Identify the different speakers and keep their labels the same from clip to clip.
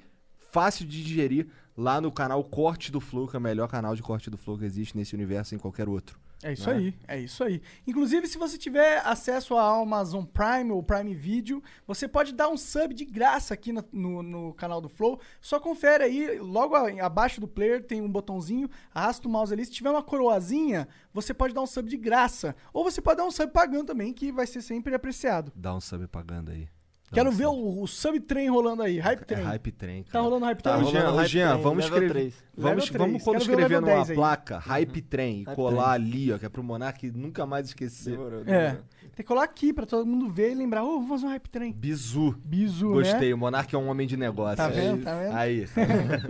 Speaker 1: fácil de digerir lá no canal Corte do Flow, que é o melhor canal de corte do Flow que existe nesse universo e em qualquer outro.
Speaker 2: É isso
Speaker 1: Né?
Speaker 2: aí, é isso aí. Inclusive, se você tiver acesso a Amazon Prime ou Prime Video, você pode dar um sub de graça aqui na- no, no canal do Flow. Só confere aí, logo a- abaixo do player tem um botãozinho, arrasta o mouse ali. Se tiver uma coroazinha, você pode dar um sub de graça. Ou você pode dar um sub pagando também, que vai ser sempre apreciado.
Speaker 1: Dá um sub pagando aí. Dá
Speaker 2: Quero
Speaker 1: um
Speaker 2: ver
Speaker 1: sub.
Speaker 2: o, o sub trem rolando aí, hype
Speaker 1: É
Speaker 2: trem.
Speaker 1: hype train, cara.
Speaker 2: Tá rolando hype
Speaker 1: Tá
Speaker 2: trem?
Speaker 1: rolando Jean,
Speaker 3: Jean,
Speaker 1: ô,
Speaker 3: hype
Speaker 1: Jean,
Speaker 3: train,
Speaker 1: vamos
Speaker 3: level
Speaker 1: escrever.
Speaker 3: três.
Speaker 1: Vamos,
Speaker 2: Level
Speaker 1: vamos
Speaker 2: três, quero ver o
Speaker 1: quando escrever
Speaker 2: level
Speaker 1: numa
Speaker 2: 10 aí.
Speaker 1: placa, hype train, e
Speaker 3: Hype
Speaker 1: colar ali, ó, que é pro Monark nunca mais esquecer.
Speaker 2: É, tem que colar aqui pra todo mundo ver e lembrar, ô, vamos fazer um hype trem.
Speaker 1: Bizu.
Speaker 2: Bizu, né?
Speaker 1: Gostei, o Monark é um homem de negócio.
Speaker 2: Tá
Speaker 1: é
Speaker 2: vendo,
Speaker 1: isso.
Speaker 2: tá vendo?
Speaker 1: Aí.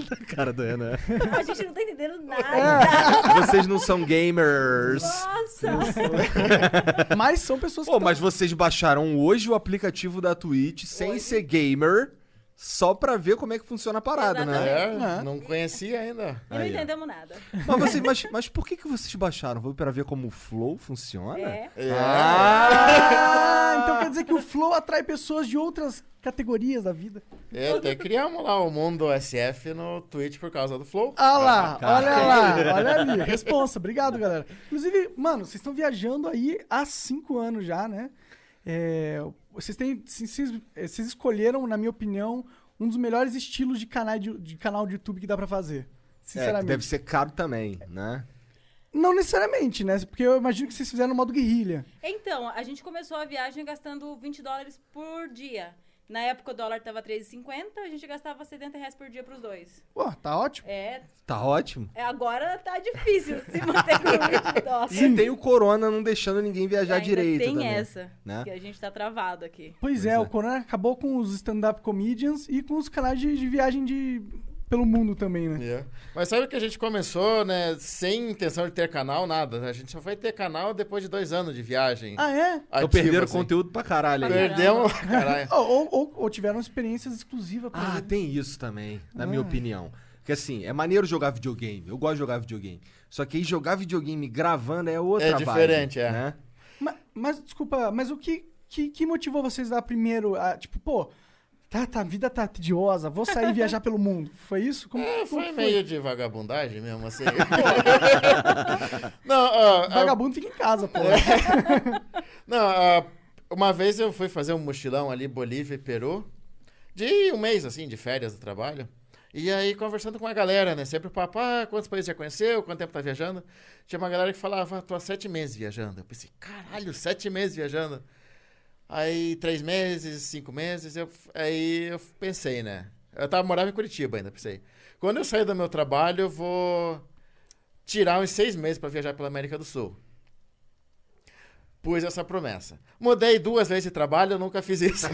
Speaker 1: tá- cara do Renan.
Speaker 4: A gente não tá entendendo nada.
Speaker 1: Vocês não são gamers.
Speaker 4: Nossa!
Speaker 2: Mas são pessoas que
Speaker 1: né? Pô, mas vocês baixaram hoje o aplicativo da Twitch sem ser gamer, só pra ver como é que funciona a parada, né?
Speaker 5: É, não conhecia ainda.
Speaker 4: E não
Speaker 1: Aí, ó.
Speaker 4: entendemos nada.
Speaker 1: Mas, vocês, mas, mas por que, que vocês baixaram? Foi pra ver como o Flow funciona? é,
Speaker 4: É.
Speaker 2: Ah,
Speaker 1: Ah!
Speaker 2: então quer dizer que o flow atrai pessoas de outras categorias da vida.
Speaker 5: É, até criamos lá o Mundo SF no Twitch por causa do Flow.
Speaker 2: Ah lá, olha lá, olha ali. Responsa, obrigado, galera. Inclusive, mano, vocês estão viajando aí há cinco anos já, né? É, vocês, têm, vocês, vocês escolheram, na minha opinião, um dos melhores estilos de canal de, de canal de YouTube que dá pra fazer.
Speaker 1: É, que
Speaker 2: Sinceramente.
Speaker 1: deve ser caro também, né?
Speaker 2: Não necessariamente, né? Porque eu imagino que vocês fizeram no modo guerrilha.
Speaker 4: Então, a gente começou a viagem gastando 20 dólares por dia. Na época o dólar tava 3,50, a gente gastava 70 reais por dia pros dois.
Speaker 2: Pô, tá ótimo.
Speaker 4: É,
Speaker 1: Tá ótimo.
Speaker 4: é, agora tá difícil se manter com 20 dólares.
Speaker 1: E tem o Corona não deixando ninguém viajar
Speaker 4: Ainda
Speaker 1: direito
Speaker 4: Tem
Speaker 1: também.
Speaker 4: essa,
Speaker 1: né?
Speaker 4: que a gente tá travado aqui.
Speaker 2: Pois, é, o Corona acabou com os stand-up comedians e com os canais de, de viagem de pelo mundo também, né?
Speaker 5: É. Mas sabe que a gente começou, né, sem intenção de ter canal, nada. né? A gente só foi ter canal depois de dois anos de viagem.
Speaker 2: Ah, é?
Speaker 1: Então
Speaker 5: Ativo,
Speaker 1: perderam
Speaker 5: assim.
Speaker 1: conteúdo pra caralho aí.
Speaker 5: Perdemos, caralho.
Speaker 2: Ou, ou- ou- ou tiveram experiências exclusivas pra
Speaker 1: Ah,
Speaker 2: ele.
Speaker 4: É.
Speaker 1: tem isso também, na minha opinião. Porque assim, é maneiro jogar videogame. Eu gosto de jogar videogame. Só que aí jogar videogame gravando é outra
Speaker 5: É
Speaker 1: vibe,
Speaker 5: diferente, é.
Speaker 1: Né?
Speaker 2: Ma- Mas, desculpa, mas o que, que, que motivou vocês a primeiro, a, tipo, pô, tá, tá, a vida tá tediosa, vou sair viajar pelo mundo. Foi isso? Como,
Speaker 5: É,
Speaker 2: como
Speaker 5: foi meio de vagabundagem mesmo, assim. não, ó, a-
Speaker 2: Vagabundo fica em casa, pô.
Speaker 5: não, ó, uma vez eu fui fazer um mochilão ali, Bolívia e Peru, de um mês, assim, de férias do trabalho. E aí, conversando com a galera, né? Sempre o papo, ah, quantos países já conheceu, quanto tempo tá viajando. Tinha uma galera que falava, "Ah, tô há sete meses viajando. Eu pensei, caralho, sete meses viajando. Aí, três meses, cinco meses, eu, aí eu pensei, né? Eu tava, morava em Curitiba ainda, pensei. Quando eu sair do meu trabalho, eu vou tirar uns seis meses para viajar pela América do Sul. Pus essa promessa. Mudei duas vezes de trabalho, eu nunca fiz isso.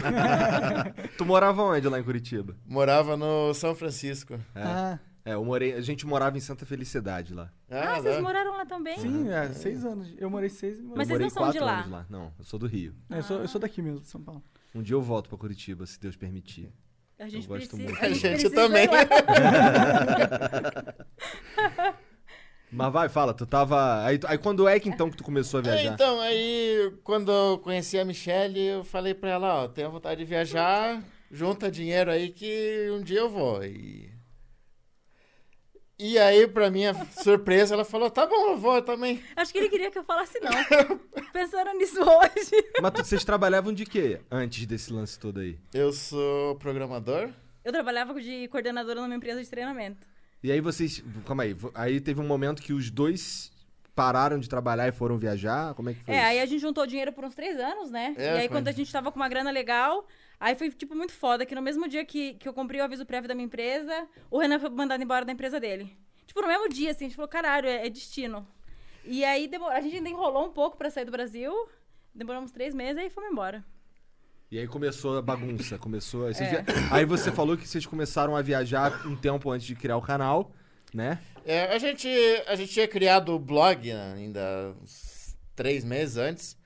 Speaker 1: Tu morava onde lá em Curitiba?
Speaker 5: Morava no São Francisco.
Speaker 1: É.
Speaker 2: Ah,
Speaker 1: É, eu morei, a gente morava em Santa Felicidade lá.
Speaker 4: Ah,
Speaker 5: lá.
Speaker 4: vocês moraram lá também?
Speaker 2: sim, é, seis anos. Eu morei seis e morei-
Speaker 4: Mas
Speaker 1: eu
Speaker 4: vocês
Speaker 1: morei
Speaker 4: não são
Speaker 1: quatro
Speaker 4: de lá?
Speaker 1: anos lá. Não, eu sou do Rio.
Speaker 2: É, eu, sou, eu sou daqui mesmo, de São Paulo.
Speaker 1: Um dia eu volto pra Curitiba, se Deus permitir.
Speaker 4: A gente
Speaker 1: Eu gosto
Speaker 4: precisa.
Speaker 1: muito.
Speaker 4: A gente,
Speaker 5: A gente
Speaker 4: precisa
Speaker 5: também.
Speaker 4: ir lá.
Speaker 1: Mas vai, fala, tu tava. Aí, tu- aí quando é que então que tu começou a
Speaker 5: É,
Speaker 1: viajar?
Speaker 5: então, aí quando eu conheci a Michelle, eu falei pra ela, ó, tenho vontade de viajar, junta dinheiro aí que um dia eu vou. E, e aí, pra minha surpresa, ela falou, tá bom, eu vou também.
Speaker 4: Acho que ele queria que eu falasse não. Pensando nisso hoje.
Speaker 1: Mas tu- vocês trabalhavam de quê antes desse lance todo aí?
Speaker 5: Eu sou programador.
Speaker 4: Eu trabalhava de coordenadora numa empresa de treinamento.
Speaker 1: E aí vocês. Calma aí. vo- Aí teve um momento que os dois pararam de trabalhar e foram viajar? Como é que foi?
Speaker 4: É,
Speaker 1: isso?
Speaker 4: aí a gente juntou dinheiro por uns três anos, né?
Speaker 5: É,
Speaker 4: e aí,
Speaker 5: foi.
Speaker 4: quando a gente tava com uma grana legal, aí foi, tipo, muito foda, que no mesmo dia que, que eu comprei o aviso prévio da minha empresa, o Renan foi mandado embora da empresa dele. Tipo, no mesmo dia, assim, a gente falou, caralho, é, é destino. E aí, demor- a gente ainda enrolou um pouco pra sair do Brasil, demoramos três meses, aí fomos embora.
Speaker 1: E aí começou a bagunça, começou. Aí,
Speaker 4: É.
Speaker 1: vocês via- aí você falou que vocês começaram a viajar um tempo antes de criar o canal, né?
Speaker 5: É, a, gente, a gente tinha criado o blog né, ainda uns três meses antes.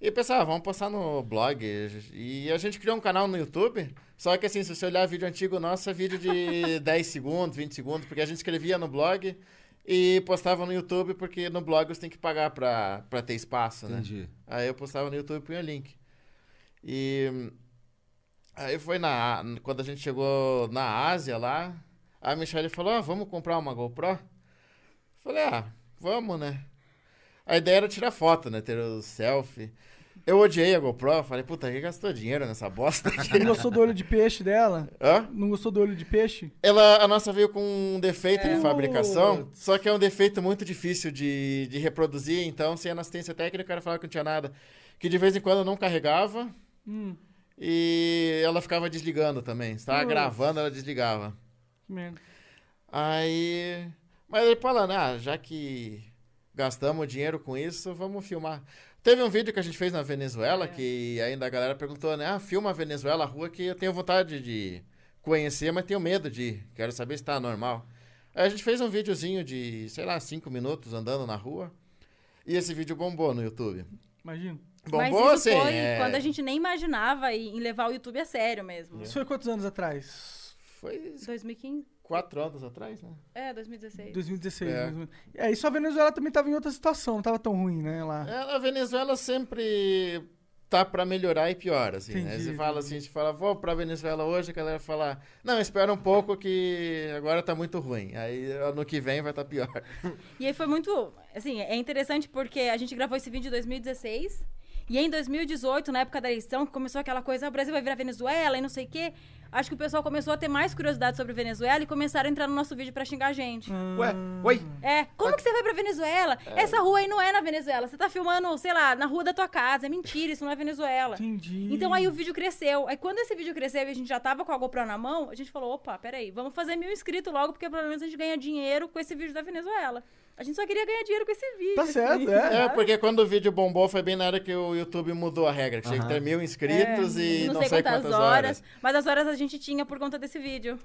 Speaker 5: E pensava, vamos postar no blog. E a gente criou um canal no YouTube. Só que assim, se você olhar vídeo antigo nosso, é vídeo de 10 segundos, 20 segundos, porque a gente escrevia no blog e postava no YouTube, porque no blog você tem que pagar pra, pra ter espaço, né?
Speaker 1: Entendi.
Speaker 5: Aí eu postava no YouTube e punha o link. E hum, aí foi na quando a gente chegou na Ásia lá, a Michelle falou: "Ah, "Vamos comprar uma GoPro?" Eu Falei: "Ah, vamos, né?" A ideia era tirar foto, né, ter o selfie. Eu odiei a GoPro, falei: "Puta, que gastou dinheiro nessa bosta aqui?"
Speaker 2: Não gostou do olho de peixe dela?
Speaker 5: Hã?
Speaker 2: Não gostou do olho de peixe?
Speaker 5: Ela, a nossa veio com um defeito de fabricação,
Speaker 2: É. Putz.
Speaker 5: só que é um defeito muito difícil de, de reproduzir, então sem a nossa assistência técnica, o cara falava que não tinha nada. Que de vez em quando não carregava,
Speaker 2: Hum,
Speaker 5: E ela ficava desligando também. Se tava
Speaker 2: Nossa.
Speaker 5: gravando, ela desligava.
Speaker 2: que merda.
Speaker 5: Aí. Mas ele falando, ah, já que gastamos dinheiro com isso, vamos filmar. Teve um vídeo que a gente fez na Venezuela, que ainda a galera perguntou, né? Ah, filma a Venezuela, a rua que eu tenho vontade de conhecer, mas tenho medo de ir. Quero saber se tá normal. Aí a gente fez um videozinho de, sei lá, cinco minutos andando na rua. E esse vídeo bombou no YouTube.
Speaker 2: Imagina.
Speaker 4: Mas
Speaker 5: Bombou,
Speaker 4: isso
Speaker 5: assim,
Speaker 4: foi
Speaker 5: é,
Speaker 4: quando a gente nem imaginava em em levar o YouTube a sério mesmo.
Speaker 2: Isso foi quantos anos atrás?
Speaker 5: Foi
Speaker 4: 2015?
Speaker 5: quatro anos atrás, né?
Speaker 4: É, 2016.
Speaker 2: 2016.
Speaker 5: É.
Speaker 2: mais ou menos. É, isso a Venezuela também tava em outra situação, não tava tão ruim, né? Lá.
Speaker 5: É, a Venezuela sempre tá pra melhorar e pior, assim, né?
Speaker 2: Entendi.
Speaker 5: Você fala assim, a gente fala, vou pra Venezuela hoje, a galera fala, não, espera um pouco que agora tá muito ruim. Aí ano que vem vai estar tá pior.
Speaker 4: E aí foi muito. Assim, é interessante porque a gente gravou esse vídeo em 2016. E em 2018, na época da eleição, que começou aquela coisa, ah, o Brasil vai virar Venezuela e não sei o quê. Acho que o pessoal começou a ter mais curiosidade sobre Venezuela e começaram a entrar no nosso vídeo pra xingar a gente.
Speaker 1: Ué, oi?
Speaker 4: É, como que você vai pra Venezuela? Essa rua aí não é na Venezuela. Você tá filmando, sei lá, na rua da tua casa. É mentira, isso não é Venezuela.
Speaker 2: Entendi.
Speaker 4: Então aí o vídeo cresceu. Aí quando esse vídeo cresceu e a gente já tava com a GoPro na mão, a gente falou, opa, peraí, vamos fazer mil inscritos logo, porque pelo menos a gente ganha dinheiro com esse vídeo da Venezuela. A gente só queria ganhar dinheiro com esse vídeo.
Speaker 2: Tá
Speaker 4: assim.
Speaker 2: certo, é.
Speaker 5: É, porque quando o vídeo bombou foi bem na hora que o YouTube mudou a regra, que tinha que ter mil inscritos e não, É, sei, quantas, horas.
Speaker 4: Mas as horas a gente tinha por conta desse vídeo.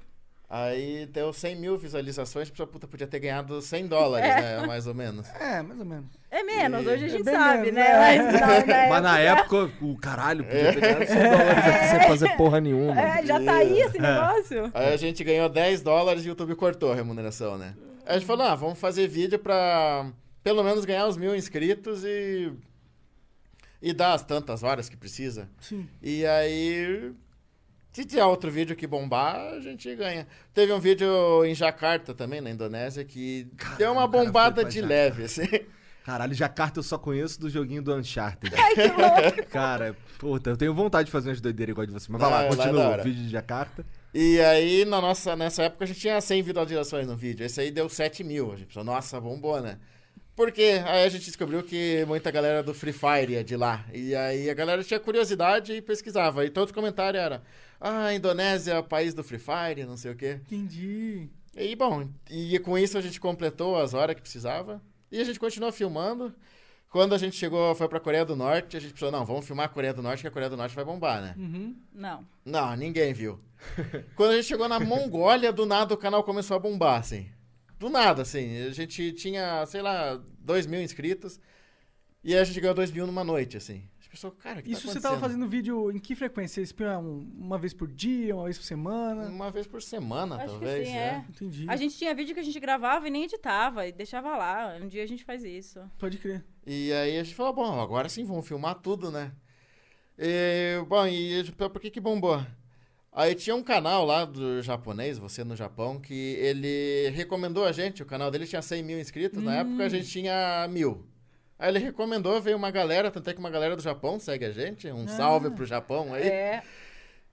Speaker 5: Aí deu 100 mil visualizações, a pessoa puta podia ter ganhado 100 dólares, né? Mais ou menos.
Speaker 2: É, mais ou menos.
Speaker 4: É menos,
Speaker 5: E-
Speaker 4: hoje a gente
Speaker 2: bem
Speaker 4: sabe,
Speaker 2: menos,
Speaker 4: né?
Speaker 2: né?
Speaker 4: Mas, não,
Speaker 1: Mas
Speaker 4: É.
Speaker 1: na época, o caralho, podia pegar 100 dólares aqui sem fazer porra nenhuma.
Speaker 4: É, já tá aí esse negócio?
Speaker 5: Aí a gente ganhou 10 dólares e o YouTube cortou a remuneração, né? Aí a gente falou, ah, vamos fazer vídeo pra pelo menos ganhar os mil inscritos e. E dar as tantas horas que precisa.
Speaker 2: Sim.
Speaker 5: E aí. Se tiver outro vídeo que bombar, a gente ganha. Teve um vídeo em Jakarta também, na Indonésia, que deu uma
Speaker 1: o cara foi
Speaker 5: bombada
Speaker 1: pra
Speaker 5: de
Speaker 1: Jakarta.
Speaker 5: leve, assim.
Speaker 1: Caralho, Jacarta eu só conheço do joguinho do Uncharted.
Speaker 4: Ai, que louco.
Speaker 1: Cara, puta, eu tenho vontade de fazer umas doideiras igual a de você. Mas vai
Speaker 5: Ah,
Speaker 1: lá,
Speaker 5: lá é da
Speaker 1: continua
Speaker 5: hora.
Speaker 1: o vídeo de Jacarta.
Speaker 5: E aí, na nossa, nessa época, a gente tinha 100 visualizações no vídeo. Esse aí deu 7 mil. A gente pensou, nossa, bombou, né? Porque aí a gente descobriu que muita galera do Free Fire é de lá. E aí a galera tinha curiosidade e pesquisava. E todo comentário era, ah, Indonésia é o país do Free Fire, não sei o quê.
Speaker 2: Entendi.
Speaker 5: E bom, e com isso a gente completou as horas que precisava. E a gente continuou filmando. Quando a gente chegou, foi pra Coreia do Norte, a gente pensou, não, vamos filmar a Coreia do Norte, que a Coreia do Norte vai bombar, né?
Speaker 4: Não.
Speaker 5: Não, ninguém viu. Quando a gente chegou na Mongólia, do nada o canal começou a bombar, assim. Do nada, assim. A gente tinha, sei lá, 2 mil inscritos. E a gente ganhou 2 mil numa noite, assim. As pessoas, cara, o que
Speaker 2: Isso
Speaker 5: tá
Speaker 2: você tava
Speaker 5: acontecendo?
Speaker 2: fazendo vídeo em que frequência? Você espia um- uma vez por dia, uma vez por semana?
Speaker 5: Uma vez por semana,
Speaker 4: Acho
Speaker 5: talvez.
Speaker 4: que sim,
Speaker 5: né?
Speaker 4: é.
Speaker 2: Entendi.
Speaker 4: A gente tinha vídeo que a gente gravava e nem editava, e deixava lá. Um dia a gente faz isso.
Speaker 2: Pode crer.
Speaker 5: E aí a gente falou, bom, agora sim, vamos filmar tudo, né? E, bom, e a gente falou, por que que bombou? Aí tinha um canal lá do japonês, você no Japão, que ele recomendou a gente, o canal dele tinha 100 mil inscritos, na época a gente tinha mil. Aí ele recomendou, veio uma galera, tanto é que uma galera do Japão segue a gente, um salve pro Japão aí.
Speaker 4: É.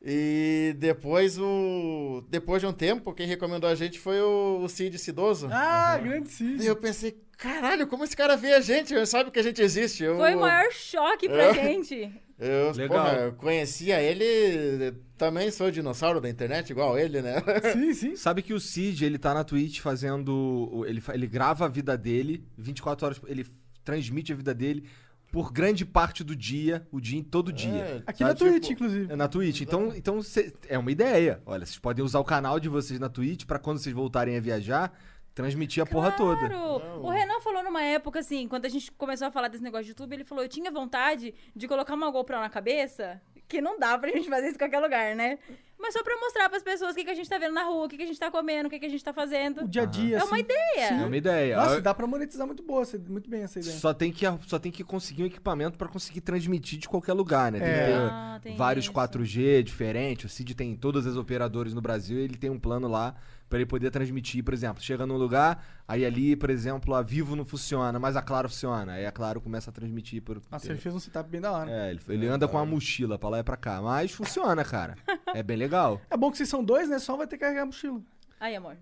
Speaker 5: E depois, o depois de um tempo, quem recomendou a gente foi o, o Cid Cidoso.
Speaker 2: Ah, grande Cid.
Speaker 5: E eu pensei, caralho, como esse cara vê a gente? Ele Sabe que a gente existe. Eu,
Speaker 4: Foi o maior choque pra gente.
Speaker 5: eu,
Speaker 1: Legal.
Speaker 5: porra, eu conhecia ele, eh, também sou dinossauro da internet, igual ele, né?
Speaker 2: Sim, sim.
Speaker 1: Sabe que o Cid, ele tá na Twitch fazendo. o- Ele, fa- ele grava a vida dele, 24 horas. Ele transmite a vida dele por grande parte do dia, o dia todo dia.
Speaker 2: Aqui na
Speaker 1: sabe? Tipo,
Speaker 2: Twitch, inclusive.
Speaker 1: É na Twitch. Então, então cê- é uma ideia. Olha, vocês podem usar o canal de vocês na Twitch pra quando vocês voltarem a viajar, transmitir a porra toda.
Speaker 4: Claro. O Renan falou numa época, assim, quando a gente começou a falar desse negócio de YouTube, ele falou: eu tinha vontade de colocar uma GoPro na cabeça, que não dá pra gente fazer isso em qualquer lugar, né? Mas só pra mostrar pras pessoas o que, que a gente tá vendo na rua, o que, que a gente tá comendo, o que, que a gente tá fazendo.
Speaker 2: O dia a dia,
Speaker 4: É
Speaker 2: assim.
Speaker 4: uma ideia.
Speaker 1: É uma ideia.
Speaker 2: Nossa,
Speaker 1: Eu-
Speaker 2: dá pra monetizar muito boa, essa- muito bem essa ideia.
Speaker 1: Só tem, que, só tem que conseguir um equipamento pra conseguir transmitir de qualquer lugar, né? Tem
Speaker 2: É.
Speaker 1: que ter
Speaker 4: Ah, tem
Speaker 1: vários
Speaker 4: isso.
Speaker 1: 4G diferentes. O Cid tem todas as operadoras no Brasil ele tem um plano lá pra ele poder transmitir. Por exemplo, chega num lugar, aí ali, por exemplo, a Vivo não funciona, mas a Claro funciona. Aí a Claro começa a transmitir por.
Speaker 2: Nossa, ele fez um setup bem da hora. É.
Speaker 1: É, ele, ele anda com a mochila pra lá e pra cá. Mas funciona, cara. É bem legal.
Speaker 2: bom que vocês são dois, né? Só um vai ter que carregar a mochila.
Speaker 4: Aí, amor.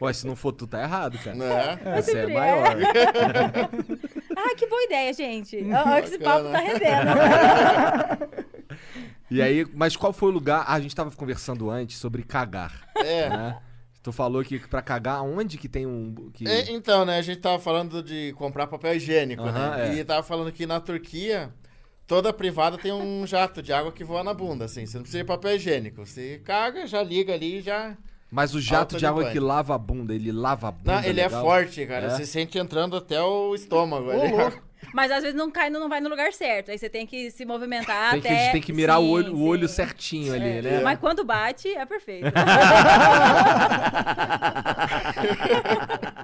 Speaker 1: Ué, se não for tu, tá errado, cara.
Speaker 5: né?
Speaker 1: Você é
Speaker 4: sempre
Speaker 1: maior.
Speaker 4: Ah, que boa ideia, gente. Ó, ó, esse papo tá rendendo.
Speaker 1: E aí, mas qual foi o lugar? Ah, a gente tava conversando antes sobre cagar. É. Né? Tu falou que pra cagar, onde que tem um. Que...
Speaker 2: É,
Speaker 5: E- então, né, a gente tava falando de comprar papel higiênico,
Speaker 1: Aham,
Speaker 5: né?
Speaker 1: é.
Speaker 5: E tava falando que na Turquia, toda privada tem um jato de água que voa na bunda, assim. Você não precisa de papel higiênico. Você caga, já liga ali e já...
Speaker 1: Mas o jato
Speaker 5: Alta
Speaker 1: de água é
Speaker 5: de banho.
Speaker 1: que lava a bunda, ele lava a bunda.
Speaker 5: Não, ele é
Speaker 1: legal?
Speaker 5: forte, cara.
Speaker 1: É?
Speaker 5: Você sente entrando até o estômago
Speaker 2: Ô,
Speaker 5: ali.
Speaker 2: louco.
Speaker 4: Mas às vezes não cai, não vai no lugar certo. Aí você tem que se movimentar
Speaker 1: Tem que,
Speaker 4: até.
Speaker 1: tem que mirar o,
Speaker 4: Sim,
Speaker 1: olho, o olho
Speaker 4: sim.
Speaker 1: certinho ali, né?
Speaker 4: Mas quando bate, é perfeito.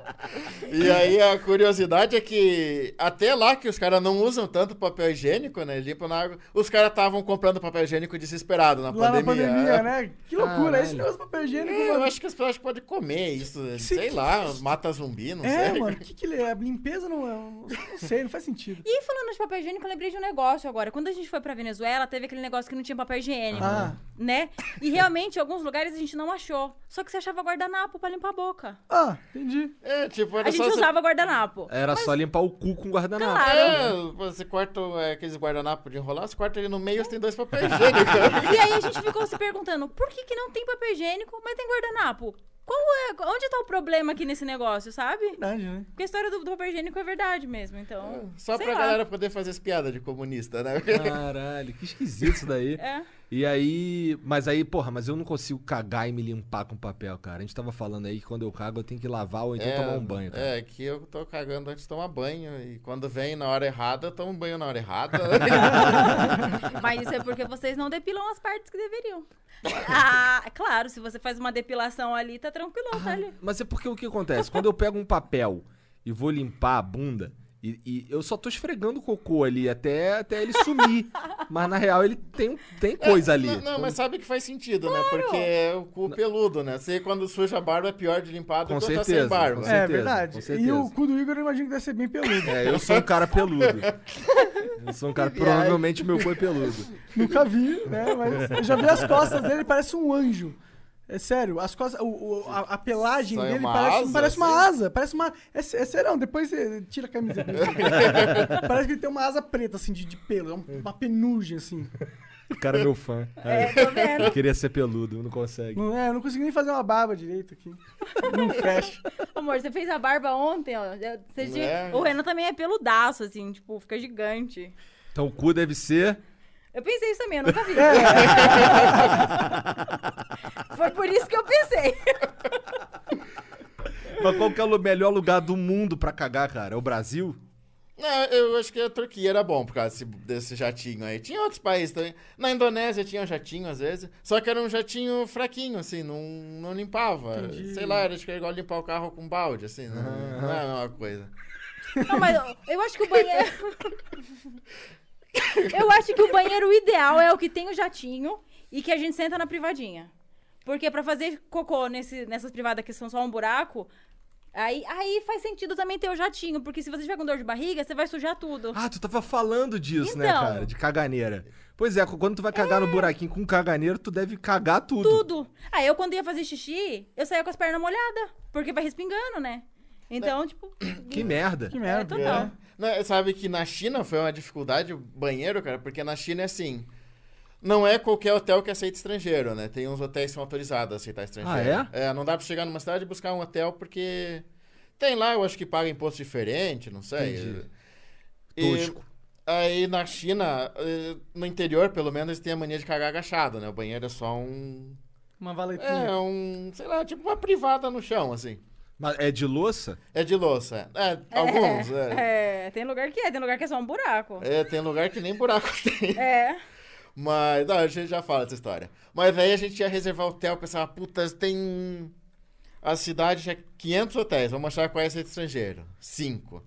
Speaker 5: E aí a curiosidade é que até lá que os caras não usam tanto papel higiênico, né? Limpam na água. Os caras estavam comprando papel higiênico desesperado na
Speaker 2: Lá
Speaker 5: pandemia.
Speaker 2: na pandemia, né? Que loucura,
Speaker 1: Caralho.
Speaker 2: esse negócio de papel higiênico,
Speaker 5: É, eu
Speaker 2: mano.
Speaker 5: acho que as pessoas podem comer isso, né? sei
Speaker 2: que-
Speaker 5: lá, mata zumbi, não
Speaker 2: É,
Speaker 5: sei.
Speaker 2: mano, o que que ele é? Limpeza não é. um- Não sei, não faz sentido.
Speaker 4: E falando de papel higiênico, eu lembrei de um negócio agora. Quando a gente foi pra Venezuela, teve aquele negócio que não tinha papel higiênico,
Speaker 2: Ah.
Speaker 4: né? E realmente, em alguns lugares a gente não achou. Só que você achava guardanapo pra limpar a boca.
Speaker 2: Ah, entendi.
Speaker 5: É, tipo, era
Speaker 4: A gente
Speaker 5: só você-
Speaker 4: usava guardanapo.
Speaker 1: Era só limpar o cu com guardanapo.
Speaker 4: Claro.
Speaker 5: É, você corta é, aqueles guardanapos de enrolar, você corta ele no meio, você tem dois papéis higiênicos.
Speaker 4: E aí a gente ficou se perguntando, por que, que não tem papel higiênico, mas tem guardanapo? Qual é, onde tá o problema aqui nesse negócio, sabe?
Speaker 2: Verdade, né?
Speaker 4: Porque a história do, do papel higiênico é verdade mesmo, então...
Speaker 5: Só
Speaker 4: sei
Speaker 5: pra
Speaker 4: lá.
Speaker 5: galera poder fazer as piadas de comunista, né?
Speaker 1: Caralho, que esquisito isso daí.
Speaker 4: É.
Speaker 1: E aí. Mas aí, porra, mas eu não consigo cagar e me limpar com papel, cara. A gente tava falando aí que quando eu cago eu tenho que lavar ou então tomar um banho, cara.
Speaker 5: É, que eu tô cagando antes de tomar banho. E quando vem na hora errada, eu tomo banho na hora errada.
Speaker 4: Mas isso é porque vocês não depilam as partes que deveriam. Ah, é claro, se você faz uma depilação ali, tá tranquilão, tá ali.
Speaker 1: Mas é porque o que acontece? Quando eu pego um papel e vou limpar a bunda, e, e eu só tô esfregando o cocô ali até, até ele sumir. mas na real ele tem, um, tem coisa ali.
Speaker 5: É, Não, não, mas sabe que faz sentido, né? Porque é o cu peludo, né? Você quando suja a barba é pior de limpar do
Speaker 1: Com
Speaker 5: que quando tá
Speaker 1: certeza,
Speaker 5: sem barba.
Speaker 1: com
Speaker 2: É
Speaker 1: certeza,
Speaker 2: verdade.
Speaker 1: com
Speaker 2: E
Speaker 1: certeza.
Speaker 2: o cu do Igor eu imagino que deve ser bem peludo.
Speaker 1: É, eu sou um cara peludo. Eu sou um cara. Provavelmente meu cu é peludo.
Speaker 2: Nunca vi, né? Mas eu já vi as costas dele, parece um anjo. É sério, as costas, o- o- a, a pelagem
Speaker 5: Sai
Speaker 2: dele
Speaker 5: uma
Speaker 2: parece, um,
Speaker 5: asa,
Speaker 2: parece uma
Speaker 5: assim?
Speaker 2: asa, parece uma. É, sé- é serão, depois você tira a camisa dele. parece que ele tem uma asa preta, assim, de, de pelo, é um- uma penugem, assim.
Speaker 1: O cara é meu fã.
Speaker 4: É, tô
Speaker 1: Eu
Speaker 4: vendo.
Speaker 1: queria ser peludo, não consegue.
Speaker 2: Não, é, eu não consigo nem fazer uma barba direito aqui. Não fecha.
Speaker 4: Amor, você fez a barba ontem, ó. Você tinha-
Speaker 5: É.
Speaker 4: O Renan também é peludaço, assim, tipo, fica gigante.
Speaker 1: Então o cu deve ser.
Speaker 4: Eu pensei isso também, eu nunca vi. Foi por isso que eu pensei.
Speaker 1: Mas qual que é o melhor lugar do mundo pra cagar, cara? É o Brasil?
Speaker 5: Não, É, eu acho que a Turquia era bom por causa desse, desse jatinho aí. Tinha outros países também. Na Indonésia tinha um jatinho às vezes, só que era um jatinho fraquinho, assim, não, não limpava. Sei lá, era, acho que era igual limpar o carro com balde, assim, não, não é a mesma coisa.
Speaker 4: Não, mas eu- eu acho que o banheiro. Eu acho que o banheiro ideal é o que tem o jatinho e que a gente senta na privadinha. Porque pra fazer cocô nesse, nessas privadas que são só um buraco, aí, aí faz sentido também ter o jatinho. Porque se você tiver com dor de barriga, você vai sujar tudo.
Speaker 1: Ah, tu tava falando disso, né,
Speaker 4: Então.
Speaker 1: cara? De caganeira. Pois é, quando tu vai cagar no buraquinho com um caganeiro, tu deve cagar tudo.
Speaker 4: Tudo. Aí eu, quando ia fazer xixi, eu saía com as pernas molhadas. Porque vai respingando, né? Então, tipo.
Speaker 1: Que merda.
Speaker 2: Que
Speaker 4: É,
Speaker 2: merda.
Speaker 4: total.
Speaker 5: Né, sabe que na China foi uma dificuldade o banheiro, cara, porque na China é assim. Não é qualquer hotel que aceita estrangeiro, né? Tem uns hotéis que são autorizados a aceitar estrangeiro.
Speaker 1: Ah,
Speaker 5: é? não dá pra chegar numa cidade e buscar um hotel porque. Tem lá, eu acho que paga imposto diferente, não sei.
Speaker 1: Entendi.
Speaker 5: E-
Speaker 1: Tosco.
Speaker 5: Aí na China, eh, no interior, pelo menos, eles têm a mania de cagar agachado, né? O banheiro é só um.
Speaker 2: Uma valetinha.
Speaker 5: É,
Speaker 1: Hum.
Speaker 5: um. Sei lá, tipo uma privada no chão, assim.
Speaker 1: Mas é de louça?
Speaker 5: É de louça. É, alguns. É.
Speaker 4: É, tem lugar que é, tem lugar que é só um buraco.
Speaker 5: É, tem lugar que nem buraco tem.
Speaker 4: É.
Speaker 5: Mas, não, a gente já fala dessa história. Mas aí a gente ia reservar hotel, pensava, puta, tem. A cidade tinha 500 hotéis, vamos achar quais é estrangeiro. Cinco.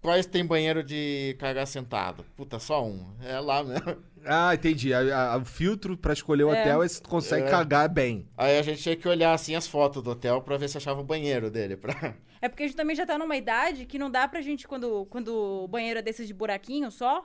Speaker 5: Quais tem banheiro de cagar sentado? Puta, só um. É lá mesmo.
Speaker 1: Ah, entendi. A- a- o filtro pra escolher o hotel é se tu consegue cagar bem.
Speaker 5: Aí a gente tinha que olhar assim as fotos do hotel pra ver se achava o banheiro dele. Pra...
Speaker 4: É porque a gente também já tá numa idade que não dá pra gente, quando, quando o banheiro é desses de buraquinho só,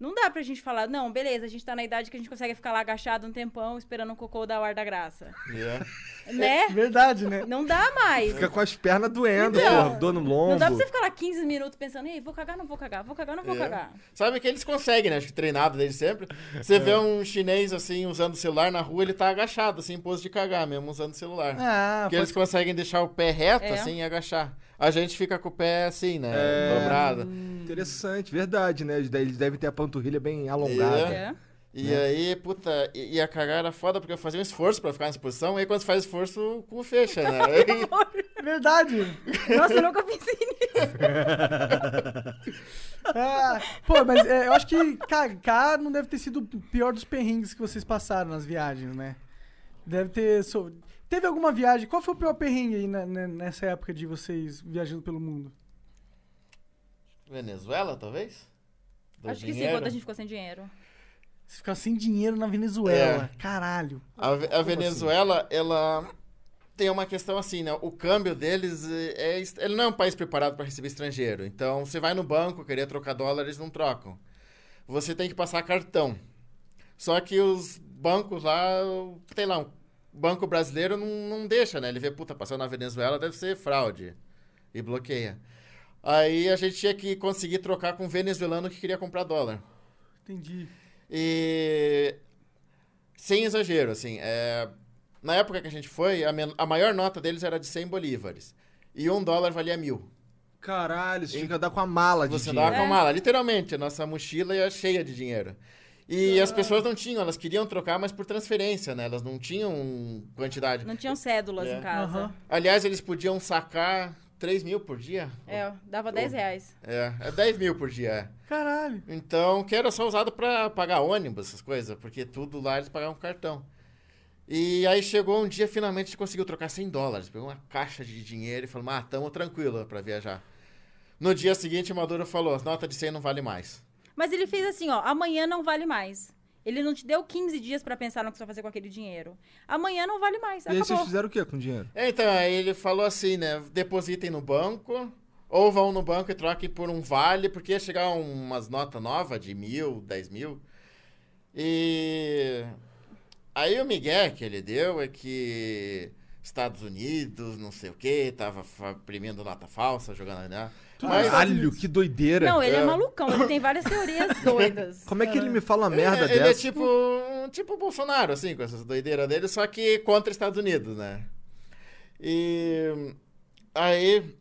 Speaker 4: não dá pra gente falar, não, beleza, a gente tá na idade que a gente consegue ficar lá agachado um tempão esperando o cocô dar o ar da graça.
Speaker 5: Yeah.
Speaker 4: Né?
Speaker 2: Verdade, né?
Speaker 4: Não dá mais.
Speaker 1: Fica com as pernas doendo,
Speaker 4: Então,
Speaker 1: porra, dor no lombo.
Speaker 4: Não dá pra você ficar lá 15 minutos pensando, ei, vou cagar, não vou cagar, vou cagar, não vou cagar.
Speaker 5: Sabe que eles conseguem, né? Acho que treinado desde sempre. Você vê um chinês assim usando celular na rua, ele tá agachado, assim, em pose de cagar mesmo, usando celular.
Speaker 2: Ah,
Speaker 5: Porque eles conseguem deixar o pé reto,
Speaker 4: É.
Speaker 5: assim, e agachar. A gente fica com o pé assim, né? Dobrado.
Speaker 1: Interessante, verdade, né? Eles de- eles devem ter a panturrilha bem alongada.
Speaker 5: É.
Speaker 4: É.
Speaker 5: E aí, puta, e, e a cagar era foda porque eu fazia um esforço pra ficar nessa posição. E aí, quando você faz esforço, o cu fecha, né? Aí-
Speaker 2: é verdade.
Speaker 4: Nossa, eu nunca pensei nisso.
Speaker 2: Ah, pô, mas é, eu acho que cagar não deve ter sido o pior dos perrengues que vocês passaram nas viagens, né? Deve ter. so- Teve alguma viagem? Qual foi o pior perrengue aí na- na- nessa época de vocês viajando pelo mundo?
Speaker 5: Venezuela, talvez? Do
Speaker 4: Acho que sim,
Speaker 5: dinheiro.
Speaker 4: quando a gente ficou sem dinheiro.
Speaker 2: Você ficar sem dinheiro na Venezuela.
Speaker 5: É.
Speaker 2: Caralho.
Speaker 5: A, Ve- a Venezuela, ela tem uma questão assim, né? O câmbio deles eh, é, est- ele não é um país preparado para receber estrangeiro. Então, você vai no banco querer trocar dólar, eles não trocam. Você tem que passar cartão. Só que os bancos lá, o- sei lá, o banco brasileiro não, não deixa, né? Ele vê, puta, passou na Venezuela, deve ser fraude. E bloqueia. Aí a gente tinha que conseguir trocar com um venezuelano que queria comprar dólar.
Speaker 2: Entendi.
Speaker 5: E sem exagero, assim, é, na época que a gente foi, a, men- a maior nota deles era de 100 bolívares. E um dólar valia mil.
Speaker 1: Caralho, isso tinha que andar com a mala É de
Speaker 5: Você
Speaker 1: dinheiro.
Speaker 5: andava com a mala, literalmente, a nossa mochila ia cheia é de dinheiro. E as pessoas não tinham, elas queriam trocar, mas por transferência, né? Elas não tinham quantidade.
Speaker 4: Não tinham cédulas
Speaker 5: É.
Speaker 4: em casa.
Speaker 2: Aham.
Speaker 5: Aliás, eles podiam sacar 3 mil por dia?
Speaker 4: É, dava 10 reais.
Speaker 5: É, é 10 mil por dia. é.
Speaker 2: Caralho.
Speaker 5: Então, que era só usado pra pagar ônibus, essas coisas, porque tudo lá eles pagavam com cartão. E aí chegou um dia, finalmente, a gente conseguiu trocar 100 dólares. Pegou uma caixa de dinheiro e falou, ah, tamo tranquilo pra viajar. No dia seguinte, o Maduro falou, as notas de 100 não vale mais.
Speaker 4: Mas ele fez assim, ó, amanhã não vale mais. Ele não te deu 15 dias pra pensar no que você vai fazer com aquele dinheiro. Amanhã não vale mais,
Speaker 1: E aí vocês
Speaker 4: acabou.
Speaker 1: fizeram o quê com o dinheiro?
Speaker 5: É, Então, aí ele falou assim, né? Depositem no banco, ou vão no banco e troquem por um vale, porque ia chegar um, umas notas novas de mil, dez mil. E aí o Miguel que ele deu é que Estados Unidos, não sei o quê, tava fa- imprimindo nota falsa, jogando. Né? Mas-
Speaker 1: Caralho, que doideira.
Speaker 4: Não, ele é. malucão, ele tem várias teorias doidas.
Speaker 1: Como é que ele me fala uma merda
Speaker 5: ele, ele é
Speaker 1: dessa?
Speaker 5: tipo um tipo o Bolsonaro, assim, com essas doideiras dele, só que contra Estados Unidos, né? E aí.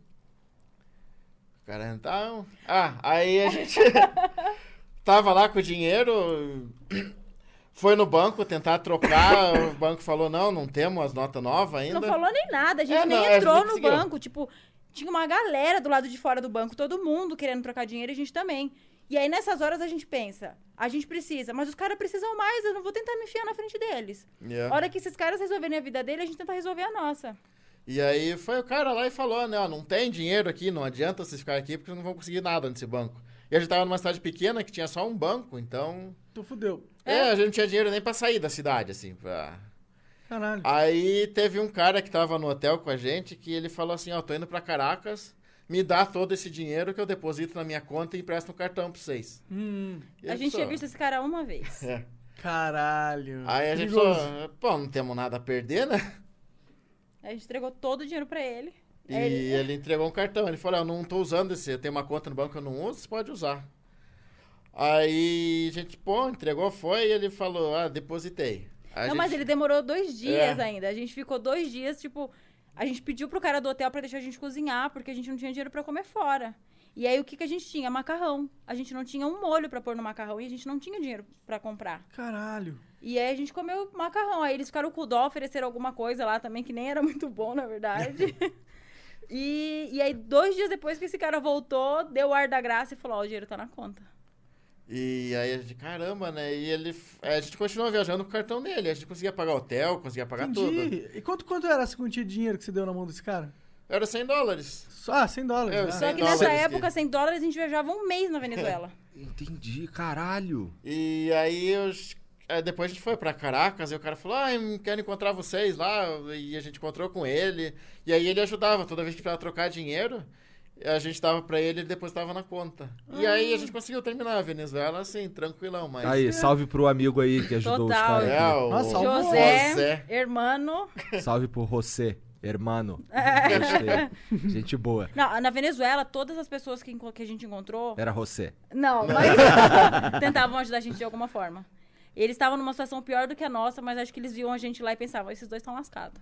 Speaker 5: Cara, então. Ah, aí a gente tava lá com o dinheiro, foi no banco tentar trocar, o banco falou, não, não temos as notas novas ainda.
Speaker 4: Não falou nem nada, a gente
Speaker 5: É,
Speaker 4: nem
Speaker 5: não, é,
Speaker 4: entrou
Speaker 5: não
Speaker 4: no
Speaker 5: conseguiram.
Speaker 4: banco. Tipo, tinha uma galera do lado de fora do banco, todo mundo querendo trocar dinheiro e a gente também. E aí nessas horas a gente pensa, a gente precisa, mas os caras precisam mais, eu não vou tentar me enfiar na frente deles.
Speaker 5: Yeah.
Speaker 4: A hora que esses caras resolverem a vida dele, a gente tenta resolver a nossa.
Speaker 5: E aí foi o cara lá e falou, né, ó, não tem dinheiro aqui, não adianta vocês ficarem aqui porque vocês não vão conseguir nada nesse banco. E a gente tava numa cidade pequena que tinha só um banco, então...
Speaker 2: Tu fudeu.
Speaker 5: É, a gente não tinha dinheiro nem pra sair da cidade, assim, pra...
Speaker 2: Caralho.
Speaker 5: Ah. Aí teve um cara que tava no hotel com a gente que ele falou assim, ó, tô indo pra Caracas, me dá todo esse dinheiro que eu deposito na minha conta e empresto um cartão pra vocês.
Speaker 2: Hum,
Speaker 5: E
Speaker 4: a
Speaker 5: ele
Speaker 4: gente tinha
Speaker 5: só-
Speaker 4: visto esse cara uma vez.
Speaker 5: É.
Speaker 2: caralho.
Speaker 5: Aí a gente
Speaker 2: Perigoso.
Speaker 5: falou, pô, não temos nada a perder, né?
Speaker 4: A gente entregou todo o dinheiro pra ele.
Speaker 5: E
Speaker 4: Aí
Speaker 5: ele,
Speaker 4: ele-
Speaker 5: entregou um cartão. Ele falou, eu não tô usando esse, eu tenho uma conta no banco que eu não uso, você pode usar. Aí a gente, pô, entregou, foi, e ele falou, ah, depositei. Aí a
Speaker 4: não, mas
Speaker 5: gente-
Speaker 4: ele demorou dois dias
Speaker 5: É.
Speaker 4: ainda. A gente ficou dois dias, tipo, a gente pediu pro cara do hotel pra deixar a gente cozinhar, porque a gente não tinha dinheiro pra comer fora. E aí o que, que a gente tinha? Macarrão. A gente não tinha um molho pra pôr no macarrão e a gente não tinha dinheiro pra comprar.
Speaker 2: Caralho.
Speaker 4: E aí a gente comeu macarrão. Aí eles ficaram com o dó, ofereceram alguma coisa lá também, que nem era muito bom, na verdade. e, e aí, dois dias depois que esse cara voltou, deu o ar da graça e falou: Ó, o dinheiro tá na conta.
Speaker 5: E aí a gente, caramba, né? E ele. A gente continuou viajando com o cartão dele. A gente conseguia pagar hotel, conseguia pagar tudo.
Speaker 2: Entendi. E quanto, quanto era essa quantia de dinheiro que você deu na mão desse cara?
Speaker 5: Era 100 dólares.
Speaker 2: Só, ah, 100 dólares.
Speaker 5: É,
Speaker 2: ah.
Speaker 4: Só
Speaker 5: 100
Speaker 4: que nessa
Speaker 5: dólares que-
Speaker 4: época, 100 dólares, a gente viajava um mês na Venezuela.
Speaker 1: Entendi, caralho.
Speaker 5: E aí eu. aí depois a gente foi pra Caracas e o cara falou: Ah, eu quero encontrar vocês lá. E a gente encontrou com ele. E aí ele ajudava. Toda vez que precisava trocar dinheiro, a gente dava pra ele e ele depositava na conta. E
Speaker 2: Ah.
Speaker 5: aí a gente conseguiu terminar a Venezuela assim, tranquilão, mas.
Speaker 1: Aí, salve pro amigo aí que ajudou
Speaker 4: Total.
Speaker 1: os
Speaker 5: É,
Speaker 1: caras.
Speaker 5: o
Speaker 2: Nossa, Salve,
Speaker 4: José, hermano.
Speaker 1: aqui. Salve pro José, hermano. Gostei. Gente boa.
Speaker 4: Não, na Venezuela, todas as pessoas que, enco- que a gente encontrou.
Speaker 1: Era José.
Speaker 4: Não, mas tentavam ajudar a gente de alguma forma. Eles estavam numa situação pior do que a nossa, mas acho que eles viam a gente lá e pensavam, esses dois estão lascados.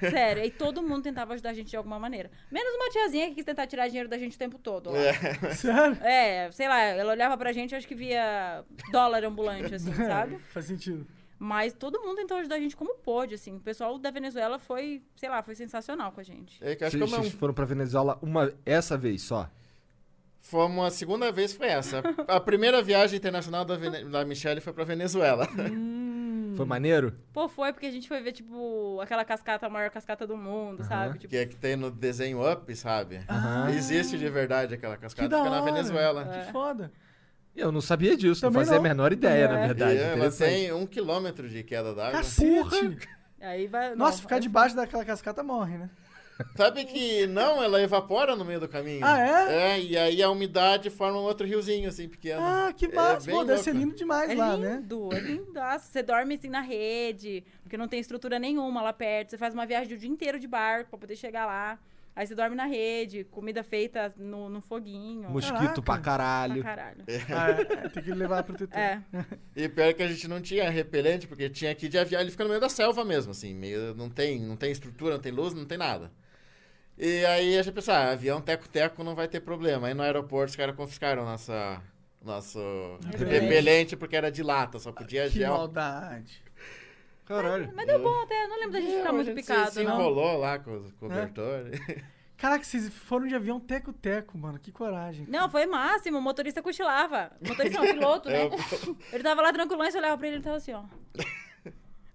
Speaker 4: Sério, e todo mundo tentava ajudar a gente de alguma maneira. Menos uma tiazinha que quis tentar tirar dinheiro da gente o tempo todo. lá.
Speaker 2: Sério?
Speaker 4: É, sei lá, ela olhava pra gente, acho que via dólar ambulante, assim, sabe?
Speaker 2: Faz sentido.
Speaker 4: Mas todo mundo tentou ajudar a gente como pôde, assim. O pessoal da Venezuela foi, sei lá, foi sensacional com a gente.
Speaker 5: É que acho que
Speaker 1: Vocês
Speaker 5: como é um
Speaker 1: vocês foram pra Venezuela uma, essa vez só.
Speaker 5: Fomos a segunda vez foi essa. A primeira viagem internacional da, Vene... da Michelle foi pra Venezuela.
Speaker 2: Uhum.
Speaker 1: Foi maneiro?
Speaker 4: Pô, foi porque a gente foi ver, tipo, aquela cascata, a maior cascata do mundo, sabe? Tipo,
Speaker 5: que é que tem no desenho Up, sabe?
Speaker 1: Aham.
Speaker 5: Existe de verdade aquela
Speaker 2: Que
Speaker 5: cascada,
Speaker 2: da
Speaker 5: fica na
Speaker 2: hora. É.
Speaker 5: Venezuela.
Speaker 2: Que foda.
Speaker 1: Eu não sabia disso,
Speaker 2: Também
Speaker 1: não fazia
Speaker 2: não.
Speaker 1: a menor ideia, na
Speaker 5: E
Speaker 1: verdade.
Speaker 5: ela
Speaker 1: Interessante.
Speaker 5: tem um quilômetro de queda d'água.
Speaker 2: Cacete.
Speaker 4: aí vai... é
Speaker 2: Nossa,
Speaker 4: não,
Speaker 2: ficar
Speaker 4: aí-
Speaker 2: debaixo daquela cascata morre, né?
Speaker 5: Sabe que não, ela evapora no meio do caminho.
Speaker 2: Ah, é?
Speaker 5: É, e aí a umidade forma um outro riozinho, assim, pequeno.
Speaker 2: Ah, que
Speaker 5: É
Speaker 2: massa.
Speaker 5: bem
Speaker 2: Pô, deve ser
Speaker 5: louco.
Speaker 2: lindo demais
Speaker 4: É
Speaker 2: lá, né?
Speaker 4: lindo, é lindo. Nossa, você dorme assim na rede, porque não tem estrutura nenhuma lá perto. Você faz uma viagem o dia inteiro de barco pra poder chegar lá. Aí você dorme na rede, comida feita no, no foguinho.
Speaker 2: Caraca.
Speaker 1: Mosquito pra caralho.
Speaker 4: Pra caralho.
Speaker 2: Ah, é, tem que levar protetor.
Speaker 4: É.
Speaker 5: E pior que a gente não tinha repelente, porque tinha que ir de avião. Ele fica no meio da selva mesmo, assim. Meio, não, tem, não tem estrutura, não tem luz, não tem nada. E aí a gente pensou, ah, avião teco-teco não vai ter problema. Aí no aeroporto os caras confiscaram nossa nosso
Speaker 4: Repelente.
Speaker 5: repelente, porque era de lata, só podia
Speaker 2: Que
Speaker 5: É gel.
Speaker 2: maldade.
Speaker 1: Caralho.
Speaker 4: Mas deu bom até, eu não lembro da gente
Speaker 5: É,
Speaker 4: ficar
Speaker 5: a
Speaker 4: muito
Speaker 5: gente se-
Speaker 4: picado, né?
Speaker 5: se
Speaker 4: não.
Speaker 5: enrolou lá com o cobertor.
Speaker 2: Caraca, vocês foram de avião teco-teco, mano. Que coragem.
Speaker 4: Não, foi máximo, o motorista cochilava. O Motorista não, o piloto, né? Ele tava lá tranquilão, você olhava pra ele e ele tava assim, ó.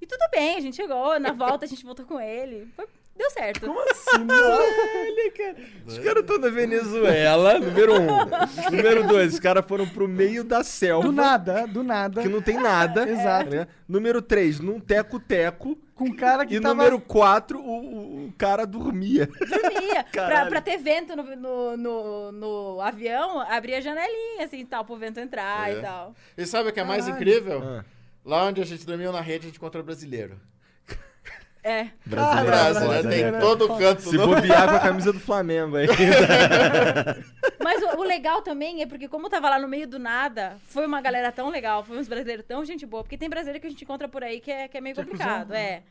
Speaker 4: E tudo bem, a gente chegou, na volta a gente voltou com ele. Foi- Deu certo.
Speaker 2: assim,
Speaker 1: Os caras estão na Venezuela, número um. número dois, os caras foram pro meio da selva.
Speaker 2: Do nada, do nada.
Speaker 1: Que não tem nada.
Speaker 2: Exato.
Speaker 1: né? Número três, num teco-teco.
Speaker 2: Com um cara que
Speaker 1: E
Speaker 2: tava...
Speaker 1: número quatro, o, o- o cara dormia.
Speaker 4: Dormia. pra,
Speaker 1: Caralho.
Speaker 4: pra ter vento no, no, no- no avião, abria a janelinha, assim, tal, pro vento entrar
Speaker 5: É.
Speaker 4: e tal.
Speaker 5: E sabe o que é mais
Speaker 2: Caralho.
Speaker 5: incrível?
Speaker 1: Ah.
Speaker 5: Lá onde a gente dormiu na rede, a gente encontrou brasileiro.
Speaker 4: É.
Speaker 2: Brasileiro,
Speaker 5: Ah, Brasileiro,
Speaker 2: foda,
Speaker 5: tem
Speaker 2: né?
Speaker 5: todo
Speaker 2: Foda.
Speaker 5: canto.
Speaker 1: Se
Speaker 5: no-
Speaker 1: bobear com a camisa do Flamengo aí.
Speaker 4: Mas o, o legal também é porque, como eu tava lá no meio do nada, foi uma galera tão legal, foi uns brasileiros tão gente boa. Porque tem brasileiro que a gente encontra por aí que é, que é meio
Speaker 5: Tipo
Speaker 4: complicado, é.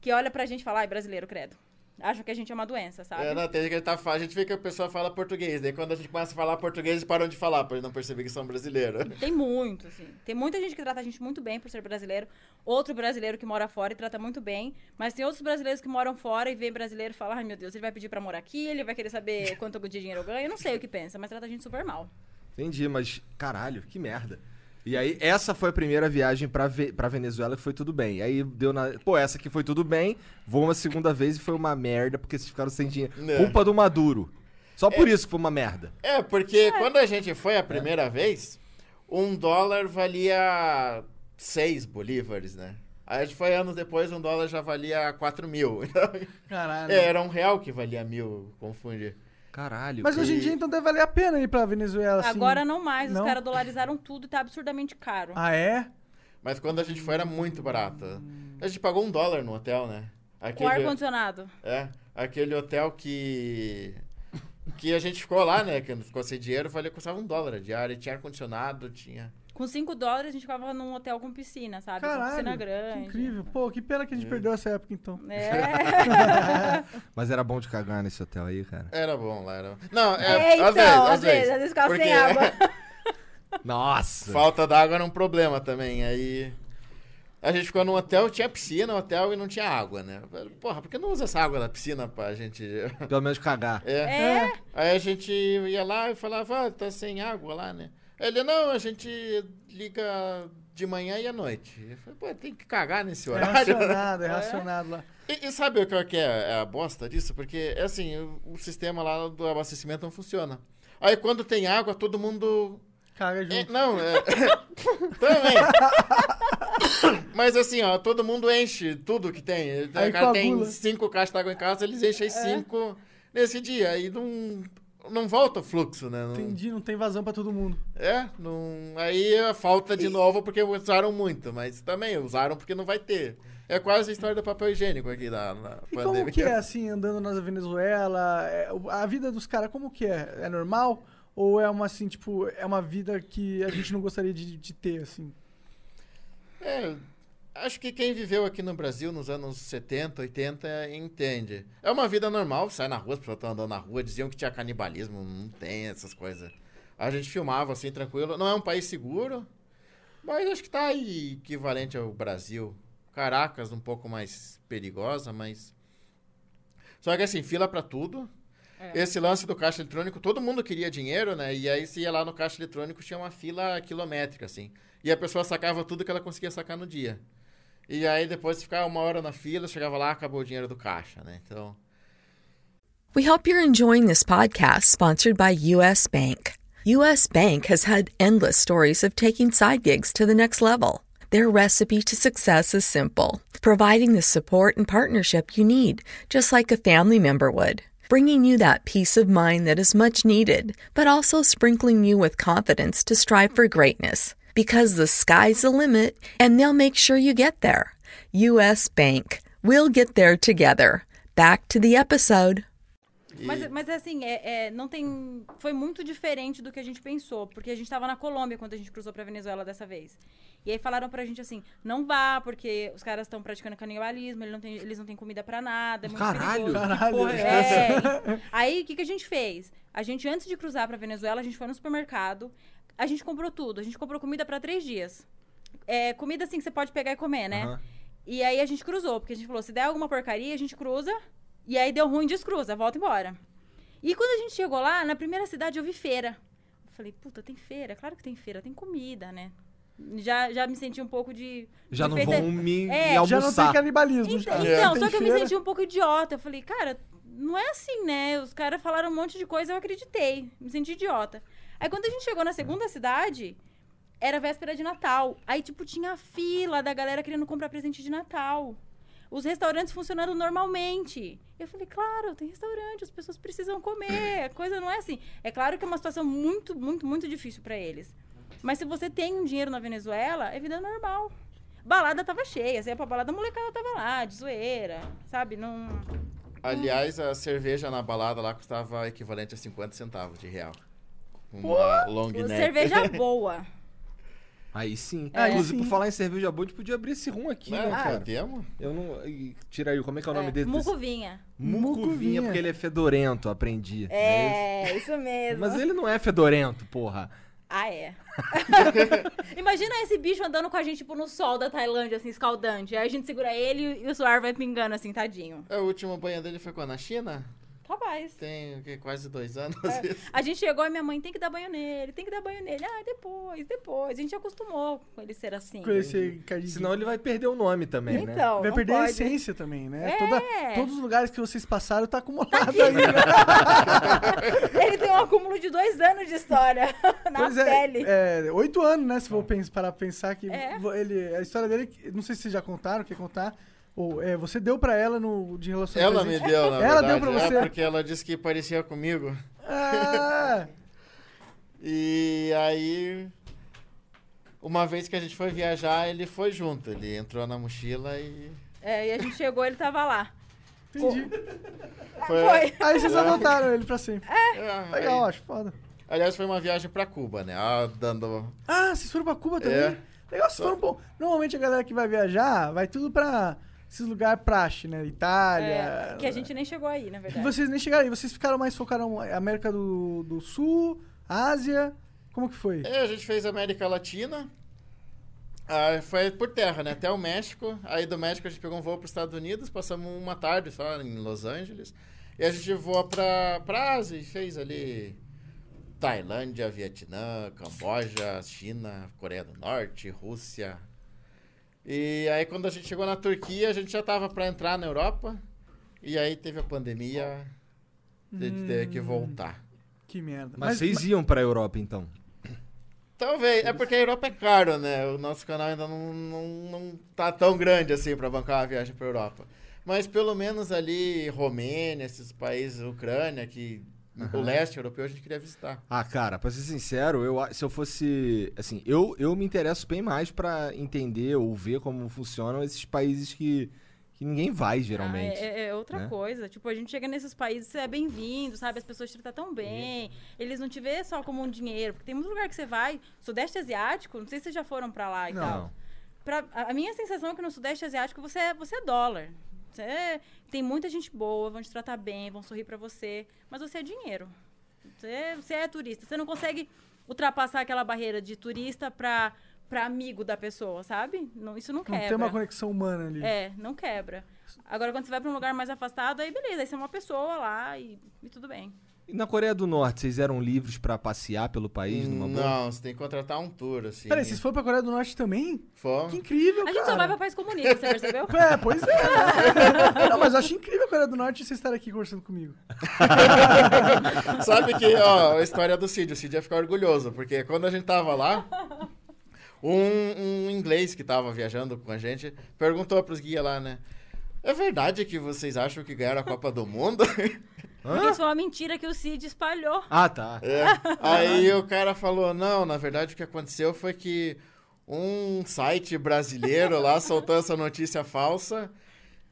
Speaker 4: Que olha pra gente e fala, ai, brasileiro, credo. Acham que a gente é uma doença, sabe?
Speaker 5: É, não, tem gente que tá falando, a gente vê que a pessoa fala português, daí quando a gente começa a falar português, eles param de falar, pra eles não perceber que são brasileiros.
Speaker 4: Tem muito, assim. Tem muita gente que trata a gente muito bem por ser brasileiro. Outro brasileiro que mora fora e trata muito bem. Mas tem outros brasileiros que moram fora e vê brasileiro e fala, ai, meu Deus, ele vai pedir pra morar aqui, ele vai querer saber quanto de dinheiro eu ganho. Eu não sei o que pensa, mas trata a gente super mal.
Speaker 1: Entendi, mas caralho, que merda. E aí, essa foi a primeira viagem pra, Ve- pra Venezuela que foi tudo bem. E aí deu na. Pô, essa aqui foi tudo bem, vou uma segunda vez e foi uma merda, porque vocês ficaram sem dinheiro.
Speaker 5: Né.
Speaker 1: Culpa do Maduro. Só por isso que foi uma merda.
Speaker 5: É, porque quando a gente foi
Speaker 4: É.
Speaker 5: a primeira vez, um dólar valia seis bolívares, né? Aí a gente foi anos depois, um dólar já valia 4 mil.
Speaker 4: Ah,
Speaker 2: Caralho.
Speaker 5: É, era um real que valia mil, confunde.
Speaker 1: Caralho.
Speaker 2: Mas
Speaker 1: cara.
Speaker 2: hoje em dia, então, deve valer a pena ir pra Venezuela, assim.
Speaker 4: Agora não mais,
Speaker 2: não?
Speaker 4: os caras dolarizaram tudo e tá absurdamente caro.
Speaker 2: Ah, é?
Speaker 5: Mas quando a gente foi era muito barato. A gente pagou um dólar no hotel, né?
Speaker 4: Com ar-condicionado.
Speaker 5: É, aquele hotel que. Que a gente ficou lá, né? Que ficou sem dinheiro, valia, custava um dólar a diária, tinha ar-condicionado, tinha.
Speaker 4: Com 5 dólares a gente ficava num hotel com piscina, sabe? com
Speaker 2: Caralho.
Speaker 4: piscina
Speaker 2: Que
Speaker 4: grande.
Speaker 2: incrível. Pô, que pena que a gente perdeu essa época, então.
Speaker 4: É.
Speaker 1: Mas era bom de cagar nesse hotel aí, cara.
Speaker 5: Era bom lá, era. Não, é.
Speaker 4: É, então,
Speaker 5: às vezes, às
Speaker 4: vezes,
Speaker 5: vezes.
Speaker 4: às vezes ficava sem
Speaker 5: Porque é.
Speaker 4: água.
Speaker 1: Nossa!
Speaker 5: Falta d'água era um problema também. Aí. A gente ficou num hotel, tinha piscina, hotel e não tinha água, né? Porra, por que não usa essa água da piscina pra gente.
Speaker 1: Pelo menos cagar.
Speaker 5: É.
Speaker 4: É.
Speaker 5: Aí a gente ia lá e falava, ah, tá sem água lá, né? Ele, não, a gente liga de manhã e à noite. Eu falei, pô, tem que cagar nesse
Speaker 2: É
Speaker 5: horário.
Speaker 2: racionado, é racionado lá.
Speaker 5: E, e sabe o que é que é a bosta disso? Porque, é assim, o, o sistema lá do abastecimento não funciona. Aí quando tem água, todo mundo.
Speaker 2: Caga
Speaker 5: É,
Speaker 2: junto.
Speaker 5: não, é. Também. Mas assim, ó, todo mundo enche tudo que tem. O
Speaker 2: Aí
Speaker 5: cara tem
Speaker 2: coagula. É.
Speaker 5: cinco caixas d'água em casa, eles enchem as cinco nesse dia. Aí não, não volta o fluxo,
Speaker 1: É.
Speaker 5: né? Não-
Speaker 2: Entendi, não tem vazão pra todo mundo.
Speaker 5: é, não. Aí é a falta de novo porque usaram muito, mas também usaram porque não vai ter. É quase a história do papel higiênico aqui na, na
Speaker 2: E
Speaker 5: pandemia.
Speaker 2: como que é, assim, andando na Venezuela? É, o- A vida dos caras, como que é? É normal? Ou é uma, assim, tipo, é uma vida que a gente não gostaria de, de ter, assim?
Speaker 5: É, acho que quem viveu aqui no Brasil nos anos 70, 80 entende. É uma vida normal, sai na rua, as pessoas estão andando na rua, diziam que tinha canibalismo, não tem essas coisas. A gente filmava assim, tranquilo. Não é um país seguro, mas acho que tá aí equivalente ao Brasil. Caracas, um pouco mais perigosa, mas. Só que assim, fila pra tudo. Esse lance do caixa eletrônico, todo mundo queria dinheiro, né? E aí se ia lá no caixa eletrônico, tinha uma fila quilométrica, assim. E a pessoa sacava tudo que ela conseguia sacar no dia. E aí depois ficava uma hora na fila, chegava lá, acabou o dinheiro do caixa, né? Então.
Speaker 3: We hope you're enjoying this podcast sponsored by U.S. Bank. U.S. Bank has had endless stories of taking side gigs to the next level. Their recipe to success is simple providing the support and partnership you need, just like a family member would. Bringing you that peace of mind that is much needed, but also sprinkling you with confidence to strive for greatness. Because the sky's the limit, and they'll make sure you get there. U.S. Bank. We'll get there together. Back to the episode.
Speaker 5: E...
Speaker 4: Mas, mas assim, é, é, não tem. Foi muito diferente do que a gente pensou, porque a gente tava na Colômbia quando a gente cruzou pra Venezuela dessa vez. E aí falaram pra gente assim: não vá, porque os caras estão praticando canibalismo, ele não tem- eles não têm comida pra nada. É muito
Speaker 1: Caralho!
Speaker 4: perigoso.
Speaker 2: Caralho.
Speaker 4: Que porra é essa? Aí o que, que a gente fez? A gente, antes de cruzar pra Venezuela, a gente foi no supermercado. A gente comprou tudo. A gente comprou comida pra três dias. É, comida assim que você pode pegar e comer, né?
Speaker 1: Aham.
Speaker 4: E aí a gente cruzou, porque a gente falou, se der alguma porcaria, a gente cruza. E aí deu ruim, descruza, volta embora. E quando a gente chegou lá, na primeira cidade eu vi feira. Eu falei, puta, tem feira? Claro que tem feira, tem comida, né? Já, já me senti um pouco de.
Speaker 1: Já não
Speaker 4: feita-
Speaker 1: vão me,
Speaker 4: É,
Speaker 1: me
Speaker 4: já
Speaker 2: Já não tem
Speaker 1: almoçar. É.
Speaker 2: canibalismo. já.
Speaker 4: Então,
Speaker 2: Já
Speaker 4: então,
Speaker 2: tem
Speaker 4: só que eu me
Speaker 2: feira.
Speaker 4: senti um pouco idiota. Eu falei, cara, não é assim, né? Os caras falaram um monte de coisa, eu acreditei. Me senti idiota. Aí quando a gente chegou na segunda cidade, era véspera de Natal. Aí, tipo, tinha a fila da galera querendo comprar presente de Natal. Os restaurantes funcionando normalmente. Eu falei, claro, tem restaurante, as pessoas precisam comer, a coisa não é assim. É claro que é uma situação muito, muito, muito difícil pra eles. Mas se você tem um dinheiro na Venezuela, é vida normal. Balada tava cheia, você ia pra balada, a molecada tava lá, de zoeira, sabe? Não...
Speaker 5: Aliás, a cerveja na balada lá custava equivalente a 50 centavos de real. Uma long
Speaker 2: né?
Speaker 5: neck.
Speaker 4: Cerveja boa.
Speaker 1: Aí sim.
Speaker 2: Aí
Speaker 1: Inclusive,
Speaker 2: sim.
Speaker 1: por falar em cerveja boa, a gente podia abrir esse rum aqui, né,
Speaker 5: Não, ah,
Speaker 1: cara?
Speaker 5: podemos?
Speaker 1: Eu não. e- Tira aí, como é que é o nome dele? desse?
Speaker 4: Mucuvinha.
Speaker 1: Mucuvinha,
Speaker 2: Mucuvinha.
Speaker 1: porque ele é fedorento, aprendi. né?
Speaker 4: É, isso mesmo.
Speaker 1: Mas ele não é fedorento, porra.
Speaker 4: Ah, é. Imagina esse bicho andando com a gente, tipo, no sol da Tailândia, assim, escaldante. Aí a gente segura ele e o suor vai pingando, assim, tadinho.
Speaker 5: É, O último banho dele foi quando? Na China?
Speaker 4: Capaz.
Speaker 5: Tem o quê? quase dois anos. isso.
Speaker 4: A gente chegou e minha mãe tem que dar banho nele, tem que dar banho nele. Ah, depois, depois. A gente acostumou com ele ser assim.
Speaker 2: Com esse cardidinho.
Speaker 1: Senão ele vai perder o nome também, né?
Speaker 4: Então,
Speaker 2: Vai
Speaker 4: não
Speaker 2: perder a
Speaker 4: pode.
Speaker 2: essência também, né?
Speaker 4: É.
Speaker 2: Toda- todos os lugares que vocês passaram tá acumulado aí, né?
Speaker 4: Ele tem um acúmulo de dois anos de história na
Speaker 2: Pois
Speaker 4: pele.
Speaker 2: é, é, oito anos, né? Se for pens- parar pra pensar que
Speaker 4: É.
Speaker 2: vo- ele, a história dele, que- não sei se vocês já contaram, quer contar? Ou é, você deu pra ela no de relacionamento.
Speaker 5: Ela me deu, na
Speaker 2: Ela
Speaker 5: verdade.
Speaker 2: deu pra você?
Speaker 5: É porque ela disse que parecia comigo.
Speaker 2: Ah,
Speaker 5: E aí, uma vez que a gente foi viajar, ele foi junto. Ele entrou na mochila e.
Speaker 4: É, e a gente chegou, ele tava lá.
Speaker 2: entendi.
Speaker 5: Foi.
Speaker 2: Aí vocês adotaram ele pra sempre.
Speaker 5: É,
Speaker 2: Legal,
Speaker 5: aí-
Speaker 2: acho foda.
Speaker 5: Aliás, foi uma viagem pra Cuba, né? Ah, dando.
Speaker 2: Ah, vocês foram pra Cuba também?
Speaker 5: É.
Speaker 2: Legal, vocês foram bom. Normalmente a galera que vai viajar vai tudo pra esses lugares praxe, né? Itália.
Speaker 4: É, que a gente nem chegou aí, na
Speaker 2: E
Speaker 4: verdade.
Speaker 2: vocês nem chegaram aí, vocês ficaram mais focaram em América do, do Sul, Ásia. Como que foi?
Speaker 5: É, a gente fez América Latina. Ah, foi por terra, né? Até o México. Aí do México a gente pegou um voo para os Estados Unidos, passamos uma tarde só em Los Angeles. E a gente voa para pra Ásia e fez ali Tailândia, Vietnã, Camboja, China, Coreia do Norte, Rússia. E aí quando a gente chegou na Turquia, a gente já tava para entrar na Europa. E aí teve a pandemia, a gente teve que voltar.
Speaker 2: Que merda.
Speaker 1: Mas, vocês iam pra Europa, então.
Speaker 5: Talvez. É porque a Europa é caro, né? O nosso canal ainda não, não, não tá tão grande assim pra bancar uma viagem pra Europa. Mas pelo menos ali, Romênia, esses países, Ucrânia, que o leste europeu a gente queria visitar.
Speaker 1: Ah, cara, pra ser sincero, eu, a- se eu fosse. Assim, eu, eu me interesso bem mais pra entender ou ver como funcionam esses países que, que ninguém vai, geralmente.
Speaker 4: Ah, é, é outra
Speaker 1: né?
Speaker 4: coisa. Tipo, a gente chega nesses países, você é bem-vindo, sabe? As pessoas te tratam tão bem. Eles não te vê só como um dinheiro. Porque tem muito lugar que você vai, Sudeste Asiático, não sei se vocês já foram pra lá e tal.
Speaker 1: Não.
Speaker 4: Pra- a a minha sensação é que no Sudeste Asiático você é, você é dólar. Você é- tem muita gente boa, vão te tratar bem, vão sorrir pra você, mas você é dinheiro. Você, você é turista. Você não consegue ultrapassar aquela barreira de turista pra, pra amigo da pessoa, sabe? Não, isso
Speaker 2: Não
Speaker 4: não quebra.
Speaker 2: tem uma conexão humana ali.
Speaker 4: É, não quebra. Agora, quando você vai pra um lugar mais afastado, aí beleza, aí você é uma pessoa lá e, e tudo bem.
Speaker 1: E na Coreia do Norte, vocês eram livres pra passear pelo país numa boa?
Speaker 5: Não, você tem que contratar um tour, assim.
Speaker 2: Peraí, vocês foram pra Coreia do Norte também?
Speaker 5: Fomos.
Speaker 2: Que incrível,
Speaker 4: A
Speaker 2: cara.
Speaker 4: gente só vai pra país comunista, você percebeu?
Speaker 2: É, pois é. Não, mas eu acho incrível a Coreia do Norte vocês estarem aqui conversando comigo.
Speaker 5: Sabe que, ó, a história do Cid, o Cid ia ficar orgulhoso, porque quando a gente tava lá, um, um inglês que tava viajando com a gente perguntou pros guias lá, né? É verdade que vocês acham que ganharam a Copa do Mundo?
Speaker 4: Porque isso foi uma mentira que o Cid espalhou.
Speaker 1: Ah, tá.
Speaker 5: É. Aí o cara falou: não, na verdade o que aconteceu foi que um site brasileiro lá soltou essa notícia falsa.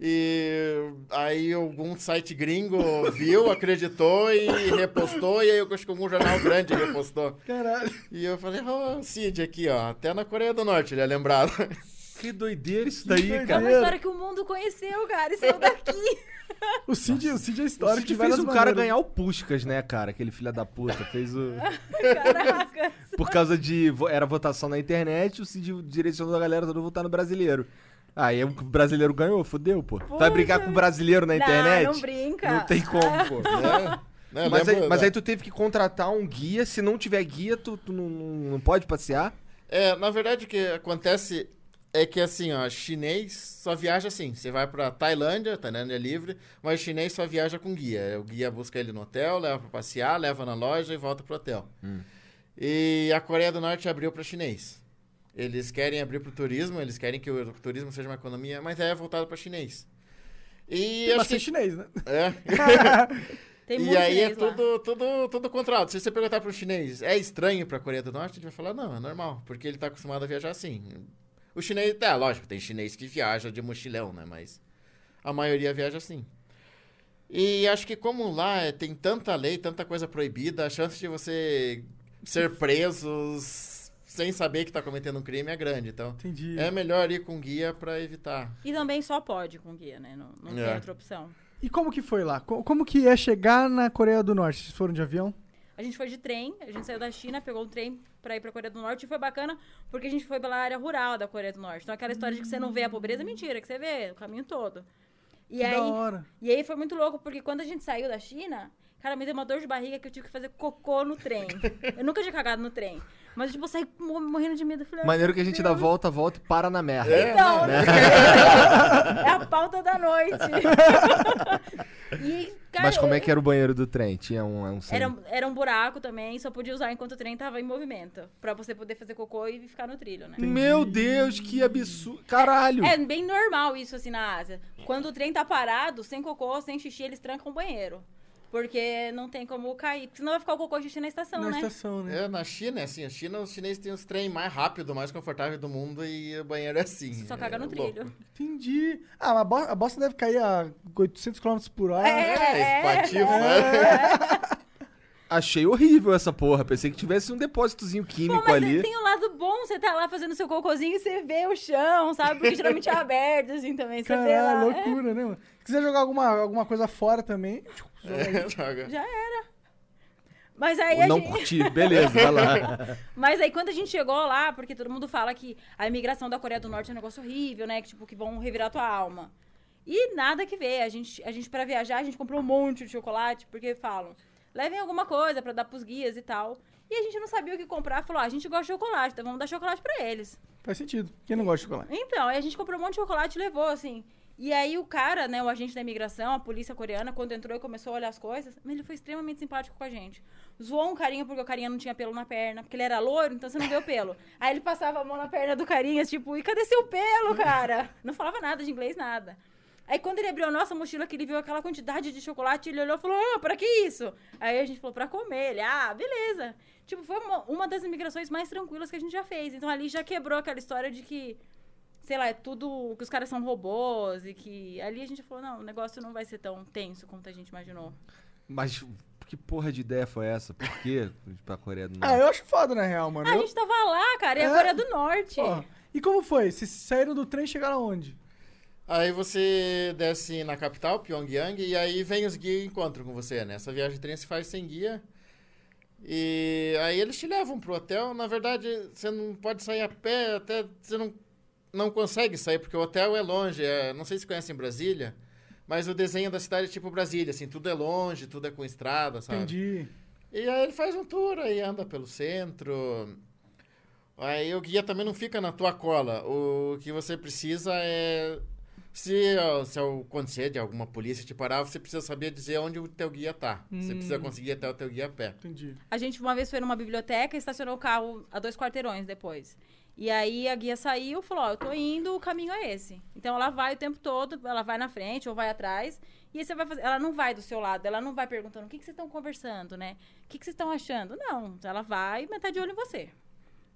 Speaker 5: E aí algum site gringo viu, acreditou e repostou, e aí eu acho que algum jornal grande repostou.
Speaker 2: Caralho.
Speaker 5: E eu falei, ó, Cid aqui, ó, até na Coreia do Norte ele é lembrado.
Speaker 1: Que doideira isso daí,
Speaker 2: doideira.
Speaker 4: É uma
Speaker 1: cara.
Speaker 4: história que o mundo conheceu, cara. E saiu daqui.
Speaker 2: O Cid, o Cid é
Speaker 1: O
Speaker 2: histórico.
Speaker 1: Cid
Speaker 2: de
Speaker 1: fez
Speaker 2: várias
Speaker 1: um cara
Speaker 2: maneiras.
Speaker 1: ganhar o Puskas, né, cara? Aquele filho da puta. Fez o.
Speaker 4: Caraca.
Speaker 1: Por causa de. vo- Era votação na internet, o Cid direcionou a galera toda a votar no brasileiro. Aí o brasileiro ganhou, fodeu, pô. Tu Vai
Speaker 4: Puta
Speaker 1: brigar com o brasileiro na
Speaker 4: Não,
Speaker 1: internet?
Speaker 4: não brinca.
Speaker 1: Não tem como, pô.
Speaker 5: Né? Né,
Speaker 1: Mas,
Speaker 5: lembra
Speaker 1: aí, mas
Speaker 5: da-
Speaker 1: aí tu teve que contratar um guia. Se não tiver guia, tu, tu não, não- não pode passear.
Speaker 5: É, na verdade, o que acontece é que, assim, ó, chinês só viaja assim. Você vai pra Tailândia, Tailândia é livre, mas chinês só viaja com guia. O guia busca ele no hotel, leva pra passear, leva na loja e volta pro hotel.
Speaker 2: Hum.
Speaker 5: E a Coreia do Norte abriu pra chinês. Eles querem abrir pro turismo, eles querem que o turismo seja uma economia, mas é voltado pra chinês.
Speaker 1: um-
Speaker 5: E
Speaker 2: Tem
Speaker 5: acho que-
Speaker 2: bastante chinês, né?
Speaker 5: é.
Speaker 4: Tem
Speaker 5: e
Speaker 4: muito
Speaker 5: aí é
Speaker 4: chinês lá.
Speaker 5: tudo, tudo, tudo contrário. Se você perguntar para um chinês, é estranho para a Coreia do Norte? Ele vai falar, não, é normal, porque ele está acostumado a viajar assim. O chinês, é, lógico, tem chinês que viaja de mochilão, né? Mas a maioria viaja assim. E acho que como lá é, tem tanta lei, tanta coisa proibida, a chance de você ser preso s- sem saber que está cometendo um crime é grande. Então,
Speaker 2: Entendi.
Speaker 5: é melhor ir com guia para evitar.
Speaker 4: E também só pode com guia, né? Não, não
Speaker 5: É.
Speaker 4: tem outra opção.
Speaker 2: E como que foi lá? Co- Como que é chegar na Coreia do Norte? Vocês foram de avião?
Speaker 4: A gente foi de trem, a gente saiu da China, pegou um trem pra ir pra Coreia do Norte e foi bacana porque a gente foi pela área rural da Coreia do Norte. Então aquela história de que você não vê a pobreza é mentira, que você vê o caminho todo. E
Speaker 2: Que
Speaker 4: aí,
Speaker 2: da hora.
Speaker 4: E aí foi muito louco porque quando a gente saiu da China, cara, me deu uma dor de barriga que eu tive que fazer cocô no trem. eu nunca tinha cagado no trem. Mas tipo, eu saí mo- morrendo de medo. Eu Falei,
Speaker 1: Maneiro que a gente dá volta, volta e para na merda.
Speaker 4: Então,
Speaker 1: Né?
Speaker 4: é a pauta da noite. e, cara,
Speaker 1: Mas como é
Speaker 4: eu-
Speaker 1: que era o banheiro do trem? Tinha um, um sem-
Speaker 4: Era, era um buraco também, só podia usar enquanto o trem tava em movimento. Pra você poder fazer cocô e ficar no trilho, né?
Speaker 1: Meu Deus, que absurdo. Caralho.
Speaker 4: É bem normal isso, assim, na Ásia. Quando o trem tá parado, sem cocô, sem xixi, eles trancam o banheiro. Porque não tem como cair. Porque senão vai ficar o cocô e xixi na estação,
Speaker 2: Na
Speaker 4: né?
Speaker 2: estação, né?
Speaker 5: É, na China é assim. A China, os chineses têm os trem mais rápido, mais confortável do mundo e o banheiro é assim.
Speaker 4: Só caga
Speaker 5: é
Speaker 4: no
Speaker 5: louco.
Speaker 4: trilho.
Speaker 2: Entendi. Ah, mas a bo- a bosta deve cair a 800 km por hora.
Speaker 5: É, né? espatifa.
Speaker 1: Achei horrível essa porra. Pensei que tivesse um depósitozinho
Speaker 4: Pô,
Speaker 1: químico
Speaker 4: mas então,
Speaker 1: ali.
Speaker 4: tem o lado bom, você tá lá fazendo seu cocôzinho e você vê o chão, sabe? Porque geralmente é aberto, assim, também. Você vê lá.
Speaker 2: Caralho, loucura, né, mano? Se quiser jogar alguma, alguma coisa fora também,
Speaker 5: É, joga.
Speaker 4: Já era. Mas aí a
Speaker 1: Não
Speaker 4: gente...
Speaker 1: curti. Beleza, vai lá.
Speaker 4: Mas aí quando a gente chegou lá, porque todo mundo fala que a imigração da Coreia do Norte é um negócio horrível, né? Que tipo, que vão revirar tua alma. E nada que ver. A gente, a gente para viajar, a gente comprou um monte de chocolate, porque falam, levem alguma coisa pra dar pros guias e tal. E a gente não sabia o que comprar, falou, ah, a gente gosta de chocolate, então vamos dar chocolate pra eles.
Speaker 2: faz sentido. Quem não gosta de chocolate?
Speaker 4: Então, aí a gente comprou um monte de chocolate e levou, assim. E aí o cara, né, o agente da imigração, a polícia coreana, quando entrou e começou a olhar as coisas, mas ele foi extremamente simpático com a gente. Zoou um carinha porque o carinha não tinha pelo na perna, porque ele era loiro, então você não vê o pelo. Aí ele passava a mão na perna do carinha, tipo, e cadê seu pelo, cara? Não falava nada de inglês, nada. Aí quando ele abriu a nossa mochila, que ele viu aquela quantidade de chocolate, ele olhou e falou, ah, pra que isso? Aí a gente falou, pra comer. Ele, ah, beleza. Tipo, foi uma, uma das imigrações mais tranquilas que a gente já fez. Então ali já quebrou aquela história de que sei lá, é tudo que os caras são robôs e que ali a gente falou, não, o negócio não vai ser tão tenso quanto a gente imaginou.
Speaker 1: Mas que porra de ideia foi essa? Por que pra Coreia do Norte?
Speaker 2: Ah, eu acho foda, na real, mano.
Speaker 4: Ah, a
Speaker 2: Eu-
Speaker 4: gente tava lá, cara, e
Speaker 2: É?
Speaker 4: agora é do norte.
Speaker 2: Porra. E como foi? Vocês saíram do trem e chegaram aonde?
Speaker 5: Aí você desce na capital, Pyongyang, e aí vem os guias e encontram com você, né? Essa viagem de trem se faz sem guia. E aí eles te levam pro hotel. Na verdade, você não pode sair a pé, até você não, não consegue sair, porque o hotel é longe. é- não sei se conhecem Brasília, mas o desenho da cidade é tipo Brasília, assim, tudo é longe, tudo é com estrada, sabe?
Speaker 2: Entendi.
Speaker 5: E aí ele faz um tour aí, anda pelo centro. Aí o guia também não fica na tua cola. O que você precisa é. Se, ó, se acontecer de alguma polícia te parar, você precisa saber dizer onde o teu guia tá. Você
Speaker 4: Hum.
Speaker 5: precisa conseguir até o teu guia a pé.
Speaker 2: Entendi.
Speaker 4: A gente uma vez foi numa biblioteca e estacionou o carro a dois quarteirões depois. E aí a guia saiu e falou, ó, eu tô indo, o caminho é esse. Então ela vai o tempo todo, ela vai na frente ou vai atrás, e aí você vai fazer, ela não vai do seu lado, ela não vai perguntando o que que vocês estão conversando, né? O que que vocês estão achando? Não, ela vai, mas tá de olho em você.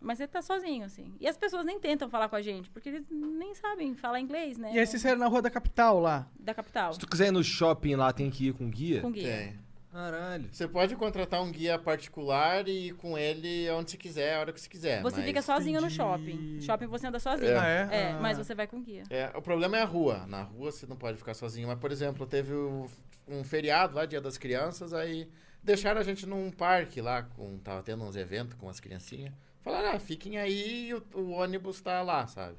Speaker 4: Mas você tá sozinho, assim. E as pessoas nem tentam falar com a gente, porque eles nem sabem falar inglês, né?
Speaker 2: E aí vocês saíram na rua da capital lá.
Speaker 4: Da capital,
Speaker 1: Se tu quiser ir no shopping lá, tem que ir com guia?
Speaker 4: com guia.
Speaker 5: Tem.
Speaker 1: Caralho.
Speaker 5: Você pode contratar um guia particular e ir com ele onde você quiser, a hora que você quiser.
Speaker 4: Você
Speaker 5: É, mas-
Speaker 4: fica sozinho no
Speaker 2: entendi.
Speaker 4: shopping. Shopping você anda sozinho.
Speaker 2: Ah, é? Ah.
Speaker 4: mas você vai com guia.
Speaker 5: É, o problema é a rua. Na rua você não pode ficar sozinho. Mas, por exemplo, teve o- um feriado lá, Dia das Crianças, aí deixaram a gente num parque lá, com, tava tendo uns eventos com as criancinhas. Falaram, ah, fiquem aí e o, o ônibus tá lá, sabe?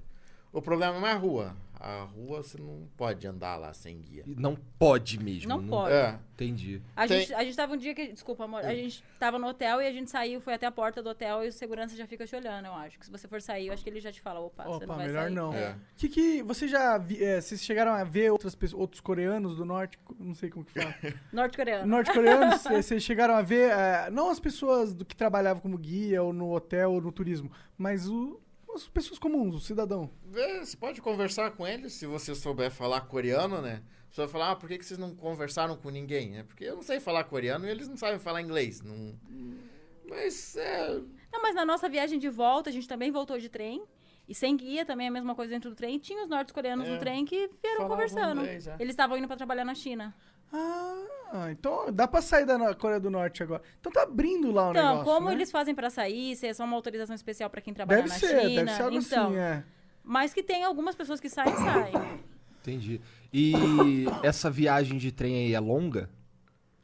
Speaker 5: O problema não é a rua. A rua você não pode andar lá sem guia.
Speaker 1: E Não pode mesmo.
Speaker 4: Não pode.
Speaker 5: É.
Speaker 1: Entendi.
Speaker 4: A,
Speaker 5: Tem-
Speaker 4: gente, a gente tava um dia que. Desculpa, amor.
Speaker 2: Hum.
Speaker 4: A gente tava no hotel e a gente saiu, foi até a porta do hotel e o segurança já fica te olhando, eu acho. Que se você for sair, eu acho que ele já te fala, opa, você
Speaker 2: Opa,
Speaker 4: não vai
Speaker 2: melhor
Speaker 4: sair.
Speaker 2: não.
Speaker 5: É.
Speaker 2: Que que você já vi, é, vocês chegaram a ver outras pessoas, outros coreanos do norte, não sei como que fala.
Speaker 4: Norte-coreano.
Speaker 2: Norte-coreanos, eh, vocês chegaram a ver eh, não as pessoas do que trabalhavam como guia ou no hotel ou no turismo, mas o- as pessoas comuns, o cidadão.
Speaker 5: Vê, Você pode conversar com ele se você souber falar coreano, né? Você vai falar, ah, por que que vocês não conversaram com ninguém? É porque eu não sei falar coreano e eles não sabem falar inglês. Não... Mas é,
Speaker 4: Não, mas na nossa viagem de volta, a gente também voltou de trem. E sem guia também, a mesma coisa dentro do trem. E tinha os norte-coreanos
Speaker 2: É.
Speaker 4: no trem que vieram
Speaker 5: Falavam
Speaker 4: conversando.
Speaker 5: inglês, é.
Speaker 4: Eles estavam indo pra trabalhar na China.
Speaker 2: Ah, então dá pra sair da no- Coreia do Norte agora. Então tá abrindo lá o
Speaker 4: então,
Speaker 2: negócio,
Speaker 4: como
Speaker 2: né?
Speaker 4: eles fazem pra sair? Se é só uma autorização especial pra quem trabalha
Speaker 2: Deve
Speaker 4: na
Speaker 2: ser,
Speaker 4: China?
Speaker 2: deve ser algo
Speaker 4: então,
Speaker 2: assim, é.
Speaker 4: Mas que tem algumas pessoas que saem, saem.
Speaker 1: Entendi. E essa viagem de trem aí é longa?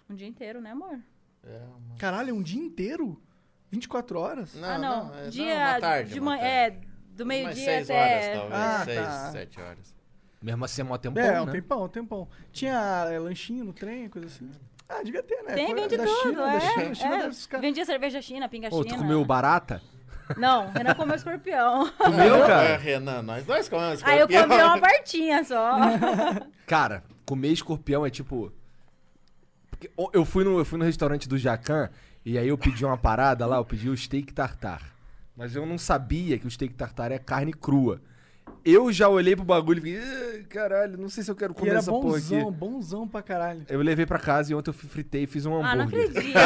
Speaker 4: Um dia inteiro, né, amor?
Speaker 5: é uma
Speaker 2: Caralho, um dia inteiro? 24 horas?
Speaker 5: Não,
Speaker 4: ah, não.
Speaker 5: é-
Speaker 4: dia
Speaker 5: uma tarde,
Speaker 4: de
Speaker 5: uma
Speaker 4: manhã.
Speaker 5: tarde.
Speaker 4: É, do
Speaker 5: Umas
Speaker 4: meio-dia
Speaker 5: seis
Speaker 4: até.
Speaker 5: horas, talvez.
Speaker 2: Ah,
Speaker 5: seis,
Speaker 2: tá.
Speaker 5: sete horas.
Speaker 1: Mesmo assim é mó tempão,
Speaker 2: É, um
Speaker 1: né?
Speaker 2: tempão, um tempão. Tinha eh, lanchinho no trem, coisa assim. Ah, devia ter, né?
Speaker 4: Tem,
Speaker 2: Coreia-
Speaker 4: vende
Speaker 2: da
Speaker 4: tudo.
Speaker 2: China,
Speaker 4: é,
Speaker 2: da China, China
Speaker 4: é.
Speaker 2: deve ficar...
Speaker 4: Vendia cerveja China, pinga
Speaker 1: Ô,
Speaker 4: China.
Speaker 1: tu comeu barata?
Speaker 4: Não, Renan comeu escorpião.
Speaker 1: Comeu,
Speaker 5: Ah,
Speaker 1: cara?
Speaker 5: é, Renan, nós dois comemos
Speaker 4: Aí eu
Speaker 5: escorpião.
Speaker 4: comi
Speaker 1: né?
Speaker 4: uma partinha só. Ah,
Speaker 1: Cara, comer escorpião é tipo. Porque o- Eu fui, no, eu fui no restaurante do Jacan e aí eu pedi uma parada lá, eu pedi o steak tartar. Mas eu não sabia que o steak tartar é carne crua. Eu já olhei pro bagulho e fiquei, "Ih, caralho, não sei se eu quero
Speaker 2: E
Speaker 1: comer
Speaker 2: era
Speaker 1: essa porra aqui.
Speaker 2: bonzão, bonzão pra caralho.
Speaker 1: Eu levei pra casa e ontem eu fui- fritei e fiz um
Speaker 4: Ah, não
Speaker 1: hambúrguer.
Speaker 4: acredito.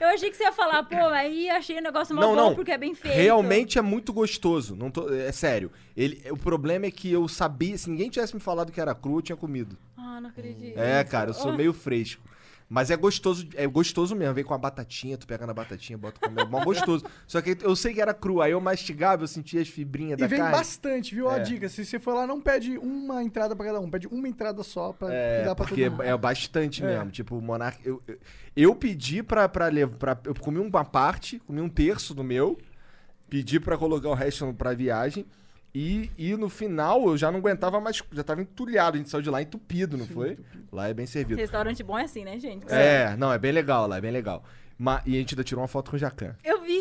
Speaker 4: Eu achei que você ia falar, pô, aí achei o negócio mal
Speaker 1: não,
Speaker 4: bom
Speaker 1: não.
Speaker 4: porque é bem feito.
Speaker 1: Realmente é muito gostoso. Não tô- é sério. Ele, o problema é que eu sabia, se ninguém tivesse me falado que era cru, eu tinha comido.
Speaker 4: Ah, não acredito.
Speaker 1: É, cara, eu sou
Speaker 4: Ah.
Speaker 1: meio fresco. Mas é gostoso, é gostoso mesmo. Vem com a batatinha, tu pega na batatinha, bota com é mó gostoso. Só que eu sei que era cru, aí eu mastigava, eu sentia as fibrinhas
Speaker 2: E
Speaker 1: É da É.
Speaker 2: vem
Speaker 1: carne.
Speaker 2: bastante, viu? Ó A dica, se você for lá, não pede uma entrada pra cada um, pede uma entrada só pra
Speaker 1: É,
Speaker 2: dar pra
Speaker 1: porque
Speaker 2: todo mundo.
Speaker 1: é bastante
Speaker 2: É.
Speaker 1: mesmo. Tipo, o Monark. Eu, eu, eu pedi pra, pra levar. pra- eu comi uma parte, comi um terço do meu, pedi pra colocar o resto no- pra viagem. E, e no final eu já não aguentava mais, já tava entulhado. A gente saiu de lá entupido, não foi? Lá é bem servido.
Speaker 4: Restaurante bom é assim, né, gente?
Speaker 1: É, não, é bem legal lá, é bem legal. Ma- e a gente ainda tirou uma foto com o Jacan.
Speaker 4: Eu vi.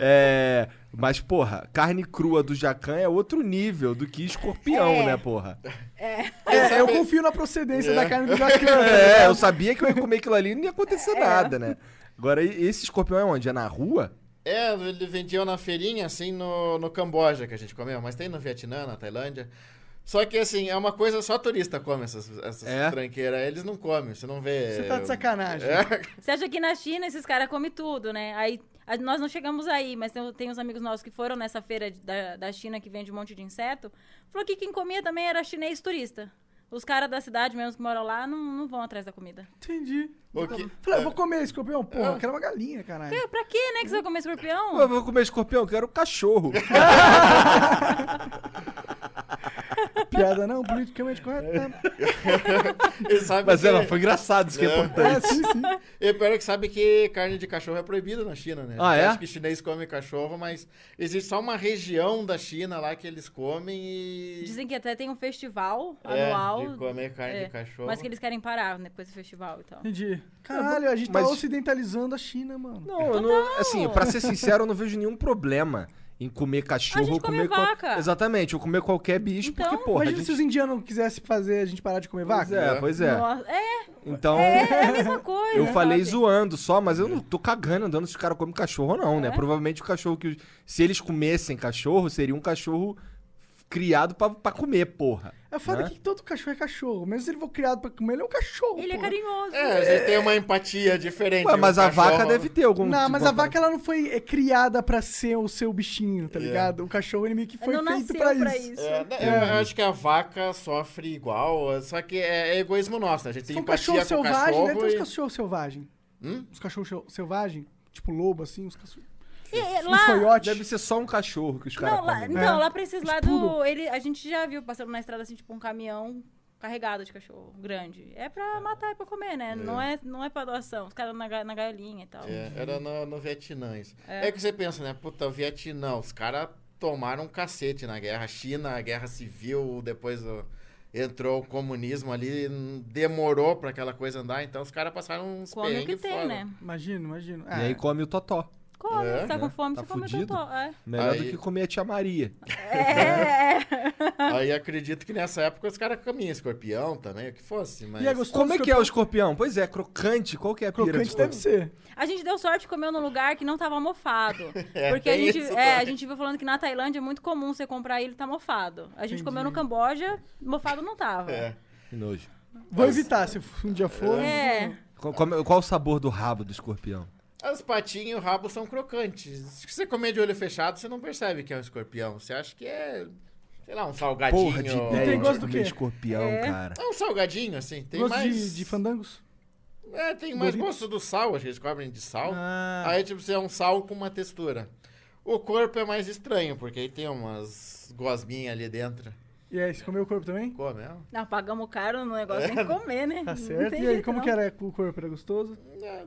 Speaker 1: É, mas, porra, carne crua do Jacan é outro nível do que escorpião,
Speaker 4: É.
Speaker 1: né, porra?
Speaker 2: É, eu confio na procedência da carne do Jacan. né? É.
Speaker 1: É, eu sabia que eu ia comer aquilo ali e não ia acontecer nada, né? Agora, e- esse escorpião é onde? É na rua?
Speaker 5: É, ele vendia na feirinha, assim, no, no Camboja, que a gente comeu. Mas tem no Vietnã, na Tailândia. Só que, assim, é uma coisa só turista come essas, essas
Speaker 1: É?
Speaker 5: tranqueiras. Eles não comem, você não vê... É,
Speaker 2: Você tá de sacanagem.
Speaker 4: Você acha que na China esses caras comem tudo, né? Aí a- nós não chegamos aí, mas tem, tem uns amigos nossos que foram nessa feira de- da, da China que vende um monte de inseto. Falou que quem comia também era chinês turista. Os caras da cidade mesmo que moram lá não, não vão atrás da comida.
Speaker 2: Entendi.
Speaker 5: O que-
Speaker 2: Falei, eu
Speaker 1: é.
Speaker 2: vou comer escorpião? Porra, eu quero uma galinha, caralho.
Speaker 4: Eu, pra quê, né, que você vai comer escorpião?
Speaker 1: Pô, eu vou comer escorpião, eu quero cachorro.
Speaker 2: Piada não, politicamente correta.
Speaker 5: E sabe
Speaker 1: Mas
Speaker 5: que-
Speaker 1: ela foi engraçado, isso que é
Speaker 5: É.
Speaker 1: importante.
Speaker 2: É, sim, sim.
Speaker 5: E pior é que sabe que carne de cachorro é proibida na China, né?
Speaker 1: Ah,
Speaker 5: Eu
Speaker 1: é?
Speaker 5: Acho que chinês come cachorro, mas existe só uma região da China lá que eles comem e...
Speaker 4: Dizem que até tem um festival
Speaker 5: É,
Speaker 4: anual.
Speaker 5: de comer carne
Speaker 4: É,
Speaker 5: de cachorro.
Speaker 4: Mas que eles querem parar depois do festival então. e tal.
Speaker 2: Entendi. Caralho, a gente
Speaker 1: Mas-
Speaker 2: tá ocidentalizando a China, mano.
Speaker 1: Não,
Speaker 4: então
Speaker 1: eu não, assim, pra ser sincero, eu não vejo nenhum problema em comer cachorro
Speaker 4: gente
Speaker 1: ou comer
Speaker 4: come
Speaker 1: qual-
Speaker 4: vaca.
Speaker 1: Exatamente, ou comer qualquer bicho,
Speaker 4: Então,
Speaker 1: porque, porra, a
Speaker 2: Imagina
Speaker 1: gente...
Speaker 2: se os indianos quisessem fazer a gente parar de comer
Speaker 1: Pois
Speaker 2: vaca.
Speaker 1: é, pois é.
Speaker 4: Nossa, é,
Speaker 1: Então,
Speaker 4: é a mesma coisa.
Speaker 1: Eu falei
Speaker 4: sabe?
Speaker 1: zoando só, mas eu não tô cagando andando se os caras comem
Speaker 4: É.
Speaker 1: cachorro ou não, né? Provavelmente o cachorro que. os- Se eles comessem cachorro, seria um cachorro criado pra, pra comer, porra.
Speaker 2: É foda
Speaker 1: né?
Speaker 2: que todo cachorro é cachorro. Mesmo se ele for criado pra comer, ele é um cachorro.
Speaker 4: Ele é
Speaker 2: pô.
Speaker 4: carinhoso.
Speaker 5: É, a gente tem uma empatia diferente.
Speaker 1: Ué, mas
Speaker 5: O
Speaker 1: a
Speaker 5: cachorro-
Speaker 1: vaca deve ter algum
Speaker 2: um Não,
Speaker 1: tipo-
Speaker 2: mas a vaca ela não foi é, criada pra ser o seu bichinho,
Speaker 1: É.
Speaker 2: tá ligado? O cachorro ele meio que foi
Speaker 4: não
Speaker 2: feito
Speaker 4: nasceu
Speaker 2: pra isso.
Speaker 4: pra isso.
Speaker 5: É, né, eu, eu acho que a vaca sofre igual, só que é, é egoísmo nosso, né? A gente tem
Speaker 1: um
Speaker 2: São
Speaker 5: empatia
Speaker 2: um cachorro
Speaker 5: com o
Speaker 2: selvagem,
Speaker 5: cachorro
Speaker 2: deve ter uns
Speaker 5: e-
Speaker 2: cachorros selvagem.
Speaker 1: Hum?
Speaker 2: Os cachorros sel- selvagem, tipo lobo assim, os cachorros.
Speaker 4: E, e,
Speaker 2: Uns
Speaker 4: lá,
Speaker 2: coiotes.
Speaker 1: Deve ser só um cachorro que os caras
Speaker 4: não, lá,
Speaker 1: comem. né?
Speaker 4: então,
Speaker 2: É.
Speaker 4: lá pra esses
Speaker 2: Os
Speaker 4: lados,
Speaker 2: poodle.
Speaker 4: ele, a gente já viu passando na estrada, assim, tipo, um caminhão carregado de cachorro grande. É
Speaker 5: Tá.
Speaker 4: pra matar e pra comer, né? Não, é, não é pra doação. Os caras na, ga- na gaiolinha e tal.
Speaker 5: É, era no, no Vietnã isso. É. que você pensa, né? Puta, Vietnã, os caras tomaram um cacete na guerra. A China, a guerra civil, depois o- entrou o comunismo ali, n- demorou pra aquela coisa andar, então os caras passaram uns
Speaker 4: Come o que
Speaker 5: perrengues
Speaker 4: tem,
Speaker 5: foda.
Speaker 4: né?
Speaker 2: Imagino, imagino.
Speaker 1: E
Speaker 2: É.
Speaker 1: aí come o totó.
Speaker 4: Come,
Speaker 5: É,
Speaker 4: você tá com fome,
Speaker 1: Tá
Speaker 4: você come
Speaker 1: fudido.
Speaker 4: totó. É.
Speaker 1: Melhor do
Speaker 5: Aí-
Speaker 1: que comer a tia Maria.
Speaker 5: É.
Speaker 4: é.
Speaker 5: Aí acredito que nessa época os caras caminham escorpião também, o que fosse, mas...
Speaker 2: E é gostoso
Speaker 1: Como é que é o escorpião? Pois é, crocante. Qual que é a pira de
Speaker 2: Crocante deve ser.
Speaker 4: A gente deu sorte de comer num lugar que não tava mofado.
Speaker 5: É,
Speaker 4: porque a
Speaker 5: tem
Speaker 4: gente,
Speaker 5: isso
Speaker 4: é, a
Speaker 5: também.
Speaker 4: gente viu falando que na Tailândia é muito comum você comprar e ele tá mofado. A gente comeu no Camboja, mofado não tava.
Speaker 5: É.
Speaker 1: Que nojo.
Speaker 2: Vou evitar se um dia for.
Speaker 4: É.
Speaker 1: Qual, qual- qual o sabor do rabo do escorpião?
Speaker 5: As patinhas e o rabo são crocantes. Se você comer de olho fechado, você não percebe que é um escorpião. Você acha que é, sei lá, um salgadinho.
Speaker 1: Porra de
Speaker 2: tem
Speaker 1: ideia de
Speaker 2: gosto do
Speaker 1: comer
Speaker 2: quê?
Speaker 1: escorpião, cara.
Speaker 5: É um salgadinho, assim. Tem
Speaker 2: Gosto
Speaker 5: mais.
Speaker 2: de, de fandangos?
Speaker 5: É, tem mais
Speaker 2: Doritos.
Speaker 5: gosto do sal, acho que eles cobrem de sal.
Speaker 1: Ah.
Speaker 5: Aí, tipo, você é um sal com uma textura. O corpo é mais estranho, porque aí tem umas gosminhas ali dentro.
Speaker 2: E aí, você comeu o corpo também?
Speaker 5: Ficou mesmo?
Speaker 4: Não, pagamos caro no negócio,
Speaker 5: É.
Speaker 4: tem que comer, né?
Speaker 2: Tá
Speaker 4: Não
Speaker 2: certo.
Speaker 4: tem
Speaker 2: E aí,
Speaker 4: jeito,
Speaker 2: como
Speaker 4: não.
Speaker 2: que era com o corpo? Era gostoso?
Speaker 5: É,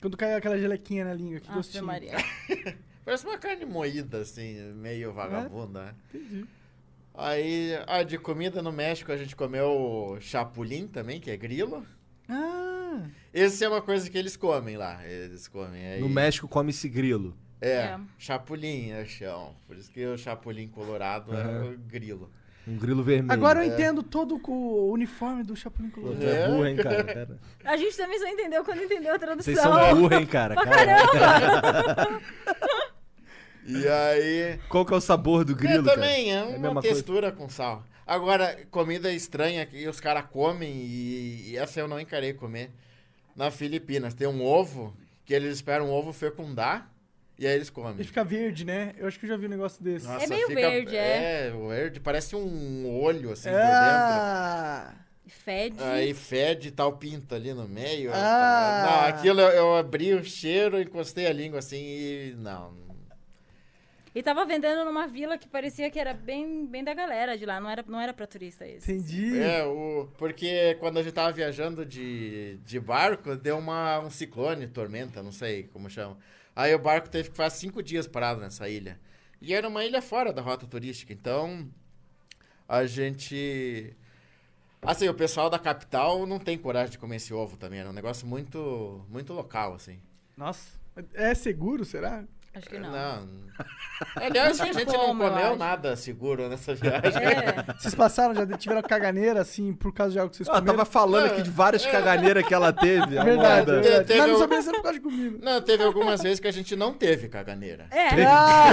Speaker 2: Quando caiu aquela gelequinha na língua, que
Speaker 4: Ah, Ave
Speaker 2: gostinho.
Speaker 4: Maria.
Speaker 5: parece uma carne moída, assim, meio vagabunda, né? Entendi. Aí, ah, de comida no México a gente comeu chapulim também, que é grilo.
Speaker 2: Ah,
Speaker 5: Essa é uma coisa que eles comem lá. Eles comem aí.
Speaker 1: No México come esse grilo.
Speaker 5: É,
Speaker 4: É.
Speaker 5: chapulim, é chão. Por isso que o chapulim colorado é o grilo.
Speaker 1: Um grilo vermelho.
Speaker 2: Ah, agora eu entendo todo co- o uniforme do Chapolin Colorado.
Speaker 1: Tu é burro, hein, cara? Cara,
Speaker 4: A gente também só entendeu quando entendeu a tradução.
Speaker 1: Vocês são burros, hein, cara? Caralho.
Speaker 5: E aí.
Speaker 1: Qual que é o sabor do grilo,
Speaker 5: é, também
Speaker 1: cara?
Speaker 5: é
Speaker 1: a
Speaker 5: uma
Speaker 1: mesma coisa?
Speaker 5: textura com sal. Agora, comida estranha que os caras comem e, e essa eu não encarei comer. Na Filipinas tem um ovo que eles esperam o ovo fecundar e aí eles comem.
Speaker 2: Ele fica verde, né? Eu acho que eu já vi um negócio desse.
Speaker 5: Nossa,
Speaker 4: meio verde, é.
Speaker 5: É, verde, parece um olho
Speaker 2: É.
Speaker 5: assim por dentro.
Speaker 2: ah,
Speaker 4: Fede.
Speaker 5: Aí fede e tal, pinta ali no meio.
Speaker 2: Ah.
Speaker 5: Não, aquilo eu, eu abri o cheiro, encostei a língua assim e. Não.
Speaker 4: E tava vendendo numa vila que parecia que era bem, bem da galera de lá. Não era, não era pra turista isso.
Speaker 2: entendi.
Speaker 5: É, o, porque quando a gente tava viajando de, de barco, deu uma, um ciclone, tormenta, não sei como chama. Aí o barco teve que ficar cinco dias parado nessa ilha. E era uma ilha fora da rota turística, então a gente. Assim, o pessoal da capital não tem coragem de comer esse ovo também. Era um negócio muito, muito local, assim.
Speaker 2: Nossa. É seguro, será?
Speaker 4: Acho que não.
Speaker 5: Não.
Speaker 4: É assim
Speaker 5: Aliás, a gente não
Speaker 4: Como, eu
Speaker 5: comeu
Speaker 4: acho.
Speaker 5: nada seguro nessa viagem.
Speaker 4: É.
Speaker 2: Vocês passaram, já tiveram caganeira, assim, por causa de algo que vocês
Speaker 1: Ela
Speaker 2: comeram? É
Speaker 1: Ah, tava falando aqui de várias caganeiras que ela teve. a
Speaker 2: Verdade,
Speaker 1: moda.
Speaker 2: verdade.
Speaker 5: Teve
Speaker 2: Mas não
Speaker 5: um-
Speaker 2: sabia se era por causa de comida.
Speaker 5: Não, teve algumas vezes que a gente não teve caganeira.
Speaker 4: É.
Speaker 2: Ah,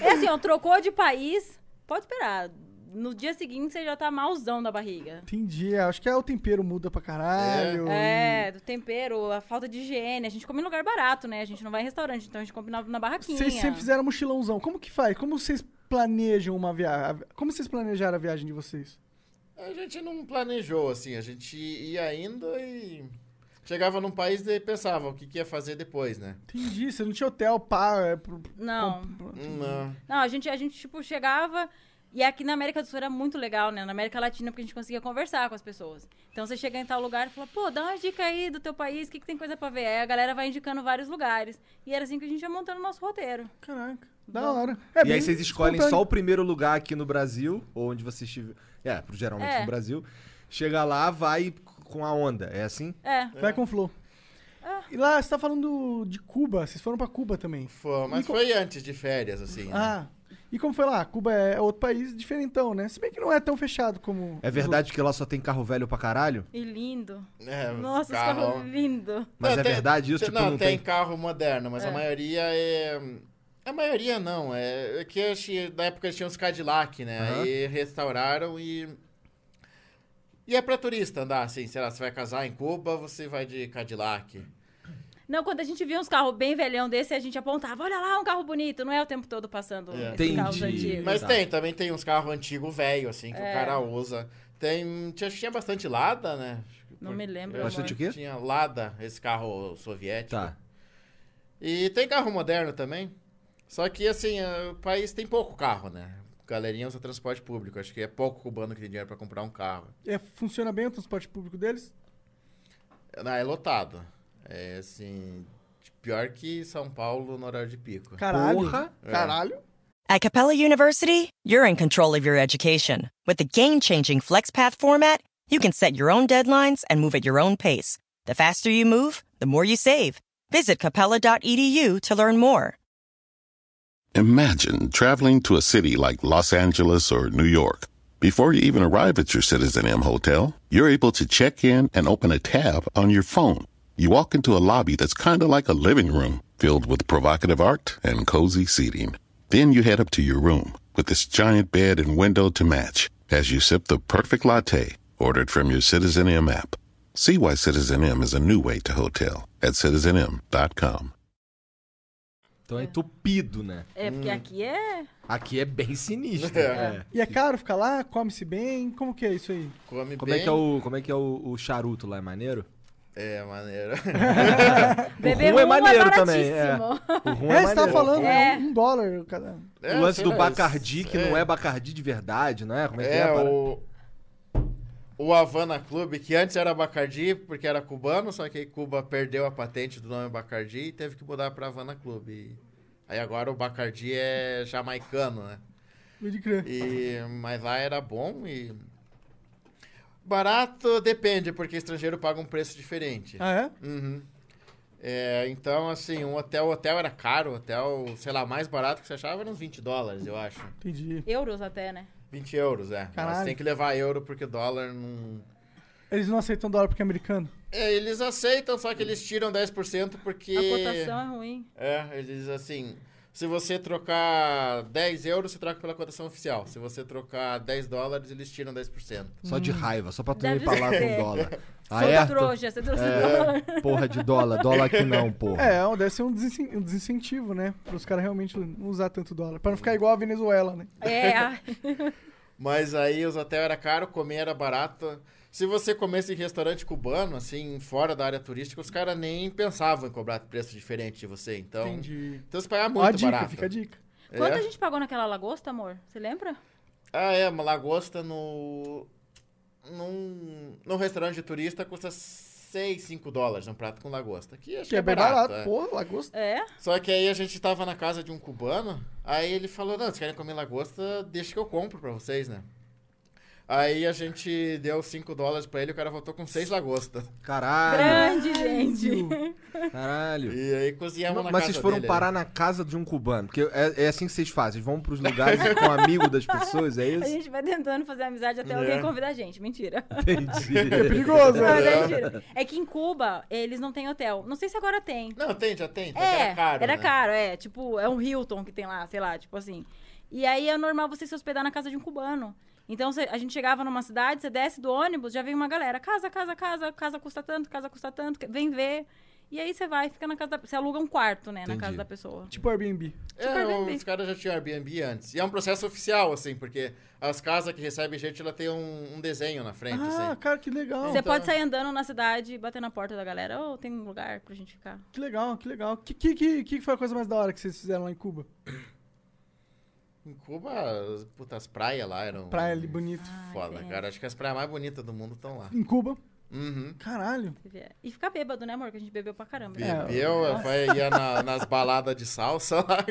Speaker 4: é assim, ó, trocou de país, pode esperar. No dia seguinte você já tá malzão da barriga.
Speaker 2: entendi. é, Acho que é o tempero muda pra caralho.
Speaker 4: É, do tempero, a falta de higiene. A gente come em lugar barato, né? A gente não vai em restaurante, então a gente come na, na barraquinha.
Speaker 2: Vocês sempre fizeram mochilãozão. Como que faz? Como vocês planejam uma viagem? Como vocês planejaram a viagem de vocês?
Speaker 5: A gente não planejou, assim, a gente ia indo e chegava num país e pensava o que, que ia fazer depois, né?
Speaker 2: Entendi. Você não tinha hotel, pá. É pro...
Speaker 4: Não.
Speaker 5: Não.
Speaker 4: Não, a gente, a gente, tipo, chegava. E aqui na América do Sul era muito legal, né? Na América Latina, porque a gente conseguia conversar com as pessoas. Então você chega em tal lugar e fala, pô, dá uma dica aí do teu país, o que, que tem coisa pra ver? Aí a galera vai indicando vários lugares. E era assim que a gente ia montando o nosso roteiro.
Speaker 2: Caraca. Da hora. É
Speaker 1: e aí
Speaker 2: bem
Speaker 1: vocês escolhem
Speaker 2: espontâneo.
Speaker 1: só o primeiro lugar aqui no Brasil, ou onde você estiver. É, pro- geralmente
Speaker 4: É.
Speaker 1: no Brasil. Chega lá, vai com a onda. É assim?
Speaker 4: É.
Speaker 2: Vai com o flow. E lá, você tá falando de Cuba. Vocês foram pra Cuba também.
Speaker 5: Foi, mas foi antes de férias, assim. né?
Speaker 2: Ah. E como foi lá? Cuba é outro país diferentão, né? Se bem que não é tão fechado como.
Speaker 1: É
Speaker 2: os
Speaker 1: verdade que lá só tem carro velho pra caralho?
Speaker 4: E lindo.
Speaker 5: É, os
Speaker 4: Nossa, esse
Speaker 5: carros-
Speaker 4: carro lindo.
Speaker 1: Mas
Speaker 5: Não,
Speaker 1: é
Speaker 5: tem-
Speaker 1: verdade isso?
Speaker 5: tem-
Speaker 1: Tipo,
Speaker 5: não,
Speaker 1: não
Speaker 5: tem
Speaker 1: tem.
Speaker 5: carro moderno, mas a maioria é A maioria não. É é que acho que na época tinha os Cadillac, né?
Speaker 1: Aham.
Speaker 5: Aí restauraram e. E é pra turista andar, assim, sei lá, você vai casar em Cuba, você vai de Cadillac.
Speaker 4: Não, quando a gente via uns carros bem velhão desse, a gente apontava, olha lá, um carro bonito. Não é o tempo todo passando
Speaker 5: É.
Speaker 4: esses carros
Speaker 1: Entendi.
Speaker 4: antigos.
Speaker 5: Mas
Speaker 1: Tá.
Speaker 5: tem, também tem uns carros antigos velho, assim, que o cara usa. Tem. Tinha, tinha bastante Lada, né? Acho que
Speaker 4: Não
Speaker 5: por-
Speaker 4: me lembro.
Speaker 1: é Bastante
Speaker 4: amor.
Speaker 1: o quê?
Speaker 5: Tinha Lada, esse carro soviético.
Speaker 1: Tá.
Speaker 5: E tem carro moderno também. Só que, assim, eh, o país tem pouco carro, né? Galerinha usa transporte público. Acho que é pouco cubano que tem dinheiro pra comprar um carro.
Speaker 2: É, funciona bem o transporte público deles?
Speaker 5: Não, é lotado. É, assim, pior que São Paulo no horário de pico.
Speaker 2: Caralho.
Speaker 1: Porra. É.
Speaker 2: Caralho.
Speaker 6: At Capella University, you're in control of your education. With the game changing FlexPath format, you can set your own deadlines and move at your own pace. The faster you move, the more you save. Visit capella.edu to learn more.
Speaker 7: Imagine traveling to a city like Los Angeles or New York. Before you even arrive at your Citizen M hotel, you're able to check in and open a tab on your phone. You walk into a lobby that's kind of like a living room, filled with provocative art and cozy seating. Then you head up to your room with this giant bed and window to match as you sip the perfect latte ordered from your Citizen M app. See why Citizen M is a new way to hotel at citizenm.com.
Speaker 1: Então é entupido, né?
Speaker 4: É, porque aqui é.
Speaker 1: Aqui é bem sinistro.
Speaker 5: É.
Speaker 1: É.
Speaker 2: E é caro ficar lá? Come-se bem? Como que é isso aí?
Speaker 5: Come
Speaker 1: Como
Speaker 5: bem.
Speaker 1: é que é o, como é que é o, o charuto lá? É maneiro?
Speaker 5: É, maneiro.
Speaker 1: rum é
Speaker 4: Beber rum é
Speaker 1: maneiro também, é.
Speaker 4: baratíssimo.
Speaker 1: O rum
Speaker 2: É, você tava
Speaker 1: maneiro.
Speaker 2: falando,
Speaker 4: É.
Speaker 2: é um dólar cada.
Speaker 5: É,
Speaker 1: o lance
Speaker 5: sei
Speaker 1: do
Speaker 5: lá,
Speaker 1: Bacardi, que
Speaker 5: é.
Speaker 1: não é Bacardi de verdade, não é? Como é que é?
Speaker 5: É,
Speaker 1: a parada?
Speaker 5: o. O Havana Clube, que antes era Bacardi porque era cubano, só que aí Cuba perdeu a patente do nome Bacardi e teve que mudar pra Havana Clube. Aí agora o Bacardi é jamaicano, né?
Speaker 2: Pode crer.
Speaker 5: E, mas lá era bom e. Barato depende, porque estrangeiro paga um preço diferente.
Speaker 2: Ah, é?
Speaker 5: É, então, assim, um hotel, hotel era caro, hotel, sei lá, mais barato que você achava era uns 20 dólares, eu acho.
Speaker 2: Entendi.
Speaker 4: Euros até, né?
Speaker 5: 20 euros, é. Mas
Speaker 2: Caralho.
Speaker 5: tem que levar euro porque dólar não.
Speaker 2: Eles não aceitam dólar porque é americano?
Speaker 5: É, eles aceitam, só que eles tiram 10% porque.
Speaker 4: A cotação é ruim.
Speaker 5: É, eles assim. Se você trocar 10 euros, você troca pela cotação oficial. Se você trocar 10 dólares, eles tiram 10%.
Speaker 1: Só de raiva, só pra tu
Speaker 4: Deve
Speaker 1: ir pra lá
Speaker 4: ser.
Speaker 1: com dólar. Ah,
Speaker 4: Sou
Speaker 1: é?
Speaker 4: trouxa, você trouxe dólar.
Speaker 1: É, porra de dólar, dólar aqui não, porra.
Speaker 2: É, deve ser um, desin- um desincentivo, né? Para os caras realmente não usar tanto dólar. Pra não ficar igual a Venezuela, né?
Speaker 5: Então,
Speaker 4: É, a-
Speaker 5: Mas aí os hotéis era caro, comer era barato. Se você comesse em restaurante cubano, assim, fora da área turística, os caras nem pensavam em cobrar preço diferente de você. Então,
Speaker 2: Entendi.
Speaker 5: então você pagava
Speaker 2: Ó a
Speaker 5: muito
Speaker 2: dica,
Speaker 5: barato.
Speaker 2: fica a dica.
Speaker 4: Quanto
Speaker 5: É.
Speaker 4: a gente pagou naquela lagosta, amor? Você lembra?
Speaker 5: Ah, é, uma lagosta no. Num, num restaurante de turista custa 6, 5 dólares um prato com lagosta. Que acho
Speaker 2: Que é bem barato.
Speaker 5: é.
Speaker 2: Porra, lagosta.
Speaker 4: É?
Speaker 5: Só que aí a gente tava na casa de um cubano, aí ele falou, não, vocês querem comer lagosta, deixa que eu compro pra vocês, né? Aí a gente deu 5 dólares pra ele, o cara voltou com 6 lagostas.
Speaker 1: Caralho,
Speaker 4: Grande, gente.
Speaker 1: caralho.
Speaker 5: E aí cozinhamos
Speaker 1: Mas
Speaker 5: na casa
Speaker 1: vocês foram
Speaker 5: dele,
Speaker 1: parar
Speaker 5: né?
Speaker 1: na casa de um cubano, porque é, é assim que vocês fazem, vocês vão pros lugares e ficam amigo das pessoas, é
Speaker 4: A
Speaker 1: isso?
Speaker 4: gente vai tentando fazer amizade até alguém convidar a gente. Mentira.
Speaker 1: Entendi.
Speaker 2: Perigoso,
Speaker 4: Não,
Speaker 2: né?
Speaker 4: É. é mentira. É que em Cuba, eles não têm hotel. Não sei se agora tem.
Speaker 5: Não, tem, já tem. só que
Speaker 4: É,
Speaker 5: era caro, né?
Speaker 4: é. Tipo, é um Hilton que tem lá, sei lá, tipo assim. E aí é normal você se hospedar na casa de um cubano. Então cê- a gente chegava numa cidade, você desce do ônibus, já vem uma galera. Casa, casa, casa, casa custa tanto, casa custa tanto, que- vem ver. E aí você vai, fica na casa da Você aluga um quarto, né,
Speaker 1: Entendi.
Speaker 4: na casa da pessoa.
Speaker 2: Tipo Airbnb.
Speaker 5: É,
Speaker 4: Airbnb.
Speaker 5: os caras já tinham Airbnb antes. E é um processo oficial, assim, porque as casas que recebem gente, ela tem um, um desenho na frente,
Speaker 2: Ah,
Speaker 5: assim.
Speaker 2: cara, que legal.
Speaker 4: Você
Speaker 5: tá.
Speaker 4: pode sair andando na cidade e bater na porta da galera. Ô, tem um lugar pra gente ficar.
Speaker 2: Que legal, que legal. Que, que, que, que foi a coisa mais da hora que vocês fizeram lá em Cuba?
Speaker 5: Em Cuba, as, puta, as praias lá eram... Ah,
Speaker 2: Praia ali, bonito.
Speaker 5: Foda, cara. Acho que as praias mais bonitas do mundo estão lá.
Speaker 2: Em Cuba?
Speaker 5: Uhum.
Speaker 2: Caralho.
Speaker 4: E ficar bêbado, né, amor? Que a gente bebeu pra caramba. né?
Speaker 2: É,
Speaker 5: Bebeu, vai, ia na- nas baladas de salsa lá.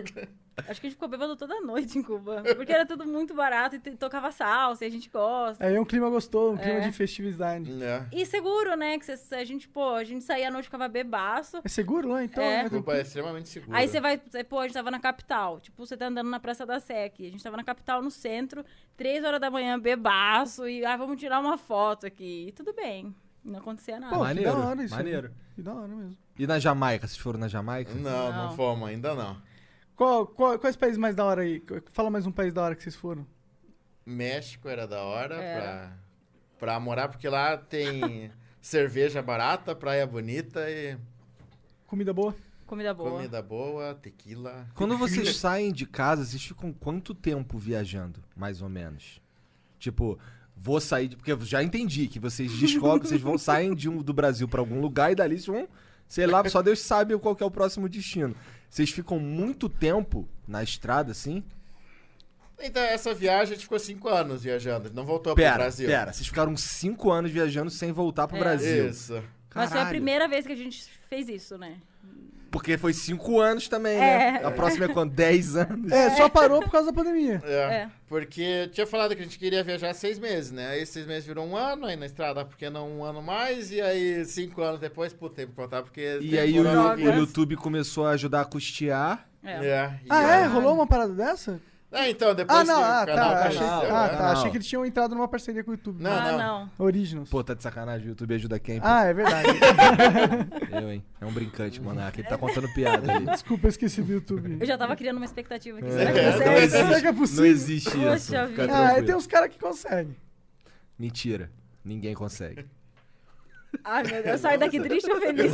Speaker 4: Acho que a gente ficou bêbado toda noite em Cuba. Porque era tudo muito barato e te- tocava salsa e a gente gosta.
Speaker 2: Aí é um clima gostoso, um clima de festividade.
Speaker 5: né?
Speaker 4: E seguro, né? Que cê- a gente, pô, a gente saía à noite, ficava bebaço.
Speaker 2: É seguro lá, então?
Speaker 4: É.
Speaker 2: né?
Speaker 5: Cuba é extremamente seguro.
Speaker 4: Aí você vai, cê- pô, a gente tava na capital. Tipo, você tá andando na Praça da Sé aqui. A gente tava na capital, no centro, três horas da manhã, bebaço. E, ah, vamos tirar uma foto aqui. E tudo bem. Não acontecia nada.
Speaker 2: Pô, que
Speaker 1: Maneiro,
Speaker 2: da hora isso. aí.
Speaker 1: maneiro.
Speaker 2: Que da hora mesmo.
Speaker 1: E na Jamaica, vocês foram na Jamaica?
Speaker 5: Não, não,
Speaker 4: Não.
Speaker 5: fomos ainda não.
Speaker 2: Qual, qual- quais países mais da hora aí? Fala mais um país da hora que vocês foram.
Speaker 5: México era da hora
Speaker 4: Era.
Speaker 5: Pra, pra morar, porque lá tem cerveja barata, praia bonita e
Speaker 2: Comida boa?
Speaker 4: Comida boa.
Speaker 5: comida boa, tequila.
Speaker 1: Quando vocês saem de casa, vocês ficam quanto tempo viajando, mais ou menos? Tipo, vou sair. de- Porque eu já entendi que vocês descobrem, vocês vão saem de um, do Brasil pra algum lugar e dali vocês vão. Sei lá, só Deus sabe qual que é o próximo destino. Vocês ficam muito tempo na estrada, assim?
Speaker 5: Então, essa viagem a gente ficou cinco anos viajando, não voltou
Speaker 1: Pera,
Speaker 5: pro Brasil.
Speaker 1: pera. Vocês ficaram cinco anos viajando sem voltar pro Brasil.
Speaker 5: Isso.
Speaker 4: É. Mas foi a
Speaker 1: Caralho.
Speaker 4: primeira vez que a gente fez isso, né?
Speaker 1: Porque foi cinco anos também, né? A próxima é quando? Dez anos.
Speaker 2: É, só parou por causa da pandemia.
Speaker 5: É,
Speaker 4: É.
Speaker 5: Porque eu tinha falado que a gente queria viajar seis meses, né? Aí seis meses virou um ano, aí na estrada, porque não um ano mais, e aí cinco anos depois, puta, tem que contar, porque.
Speaker 1: E
Speaker 5: tem
Speaker 1: aí o,
Speaker 5: coronavírus.
Speaker 1: o YouTube começou a ajudar a custear.
Speaker 4: É.
Speaker 5: É, e
Speaker 2: Ah, é?
Speaker 5: aí-
Speaker 2: Rolou uma parada dessa?
Speaker 5: Ah, então, depois
Speaker 2: Ah, não,
Speaker 5: que o
Speaker 2: ah,
Speaker 5: canal
Speaker 2: tá. Achei,
Speaker 5: cresceu,
Speaker 2: ah, tá.
Speaker 5: né?
Speaker 1: Não.
Speaker 2: Achei que eles tinham entrado numa parceria com o YouTube.
Speaker 5: Não,
Speaker 4: ah,
Speaker 5: não.
Speaker 4: não.
Speaker 2: Originals.
Speaker 1: Pô, tá de sacanagem, o YouTube ajuda quem? pô?
Speaker 2: Ah, é verdade.
Speaker 1: Eu, hein? É um brincante, Monarca. Ele tá contando piada ali.
Speaker 2: Desculpa, eu esqueci do YouTube.
Speaker 4: Eu já tava criando uma expectativa aqui.
Speaker 1: É,
Speaker 4: Será que
Speaker 1: não
Speaker 4: você
Speaker 2: Será
Speaker 1: existe-
Speaker 2: que é possível?
Speaker 1: Não existe
Speaker 4: Poxa
Speaker 1: isso. Fica
Speaker 4: vida.
Speaker 2: Ah, é,
Speaker 1: tranquilo.
Speaker 2: tem uns caras que conseguem.
Speaker 1: Mentira. Ninguém consegue.
Speaker 4: Ai, meu Deus, eu saio daqui triste ou feliz?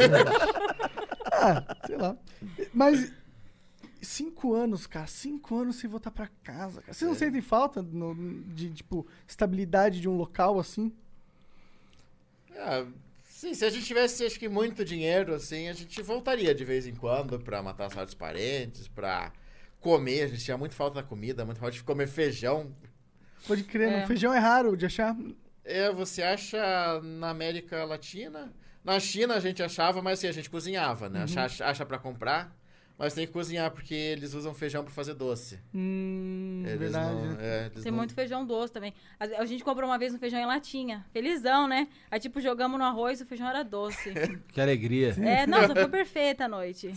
Speaker 2: Ah, sei lá. Mas. Cinco anos, cara. Cinco anos sem voltar pra casa. Cara. Vocês não sentem falta no- de, tipo, estabilidade de um local assim?
Speaker 5: Ah, sim, se a gente tivesse, acho que, muito dinheiro, assim, a gente voltaria de vez em quando pra matar a saudade dos parentes, pra comer. A gente tinha muito falta da comida, muito falta de comer feijão.
Speaker 2: Pode crer,
Speaker 4: É.
Speaker 2: não. Feijão é raro de achar.
Speaker 5: É, você acha na América Latina? Na China a gente achava, mas assim, a gente cozinhava, né?
Speaker 4: Uhum.
Speaker 5: Acha, acha pra comprar, mas tem que cozinhar, porque eles usam feijão pra fazer doce.
Speaker 2: Hum,
Speaker 5: Eles
Speaker 2: verdade.
Speaker 5: não-
Speaker 2: né?
Speaker 5: é, eles
Speaker 4: Tem
Speaker 5: não-
Speaker 4: muito feijão doce também. A, a gente comprou uma vez um feijão em latinha. Felizão, né? Aí, tipo, jogamos no arroz e o feijão era doce.
Speaker 1: Que alegria.
Speaker 4: é, nossa, foi perfeita a noite.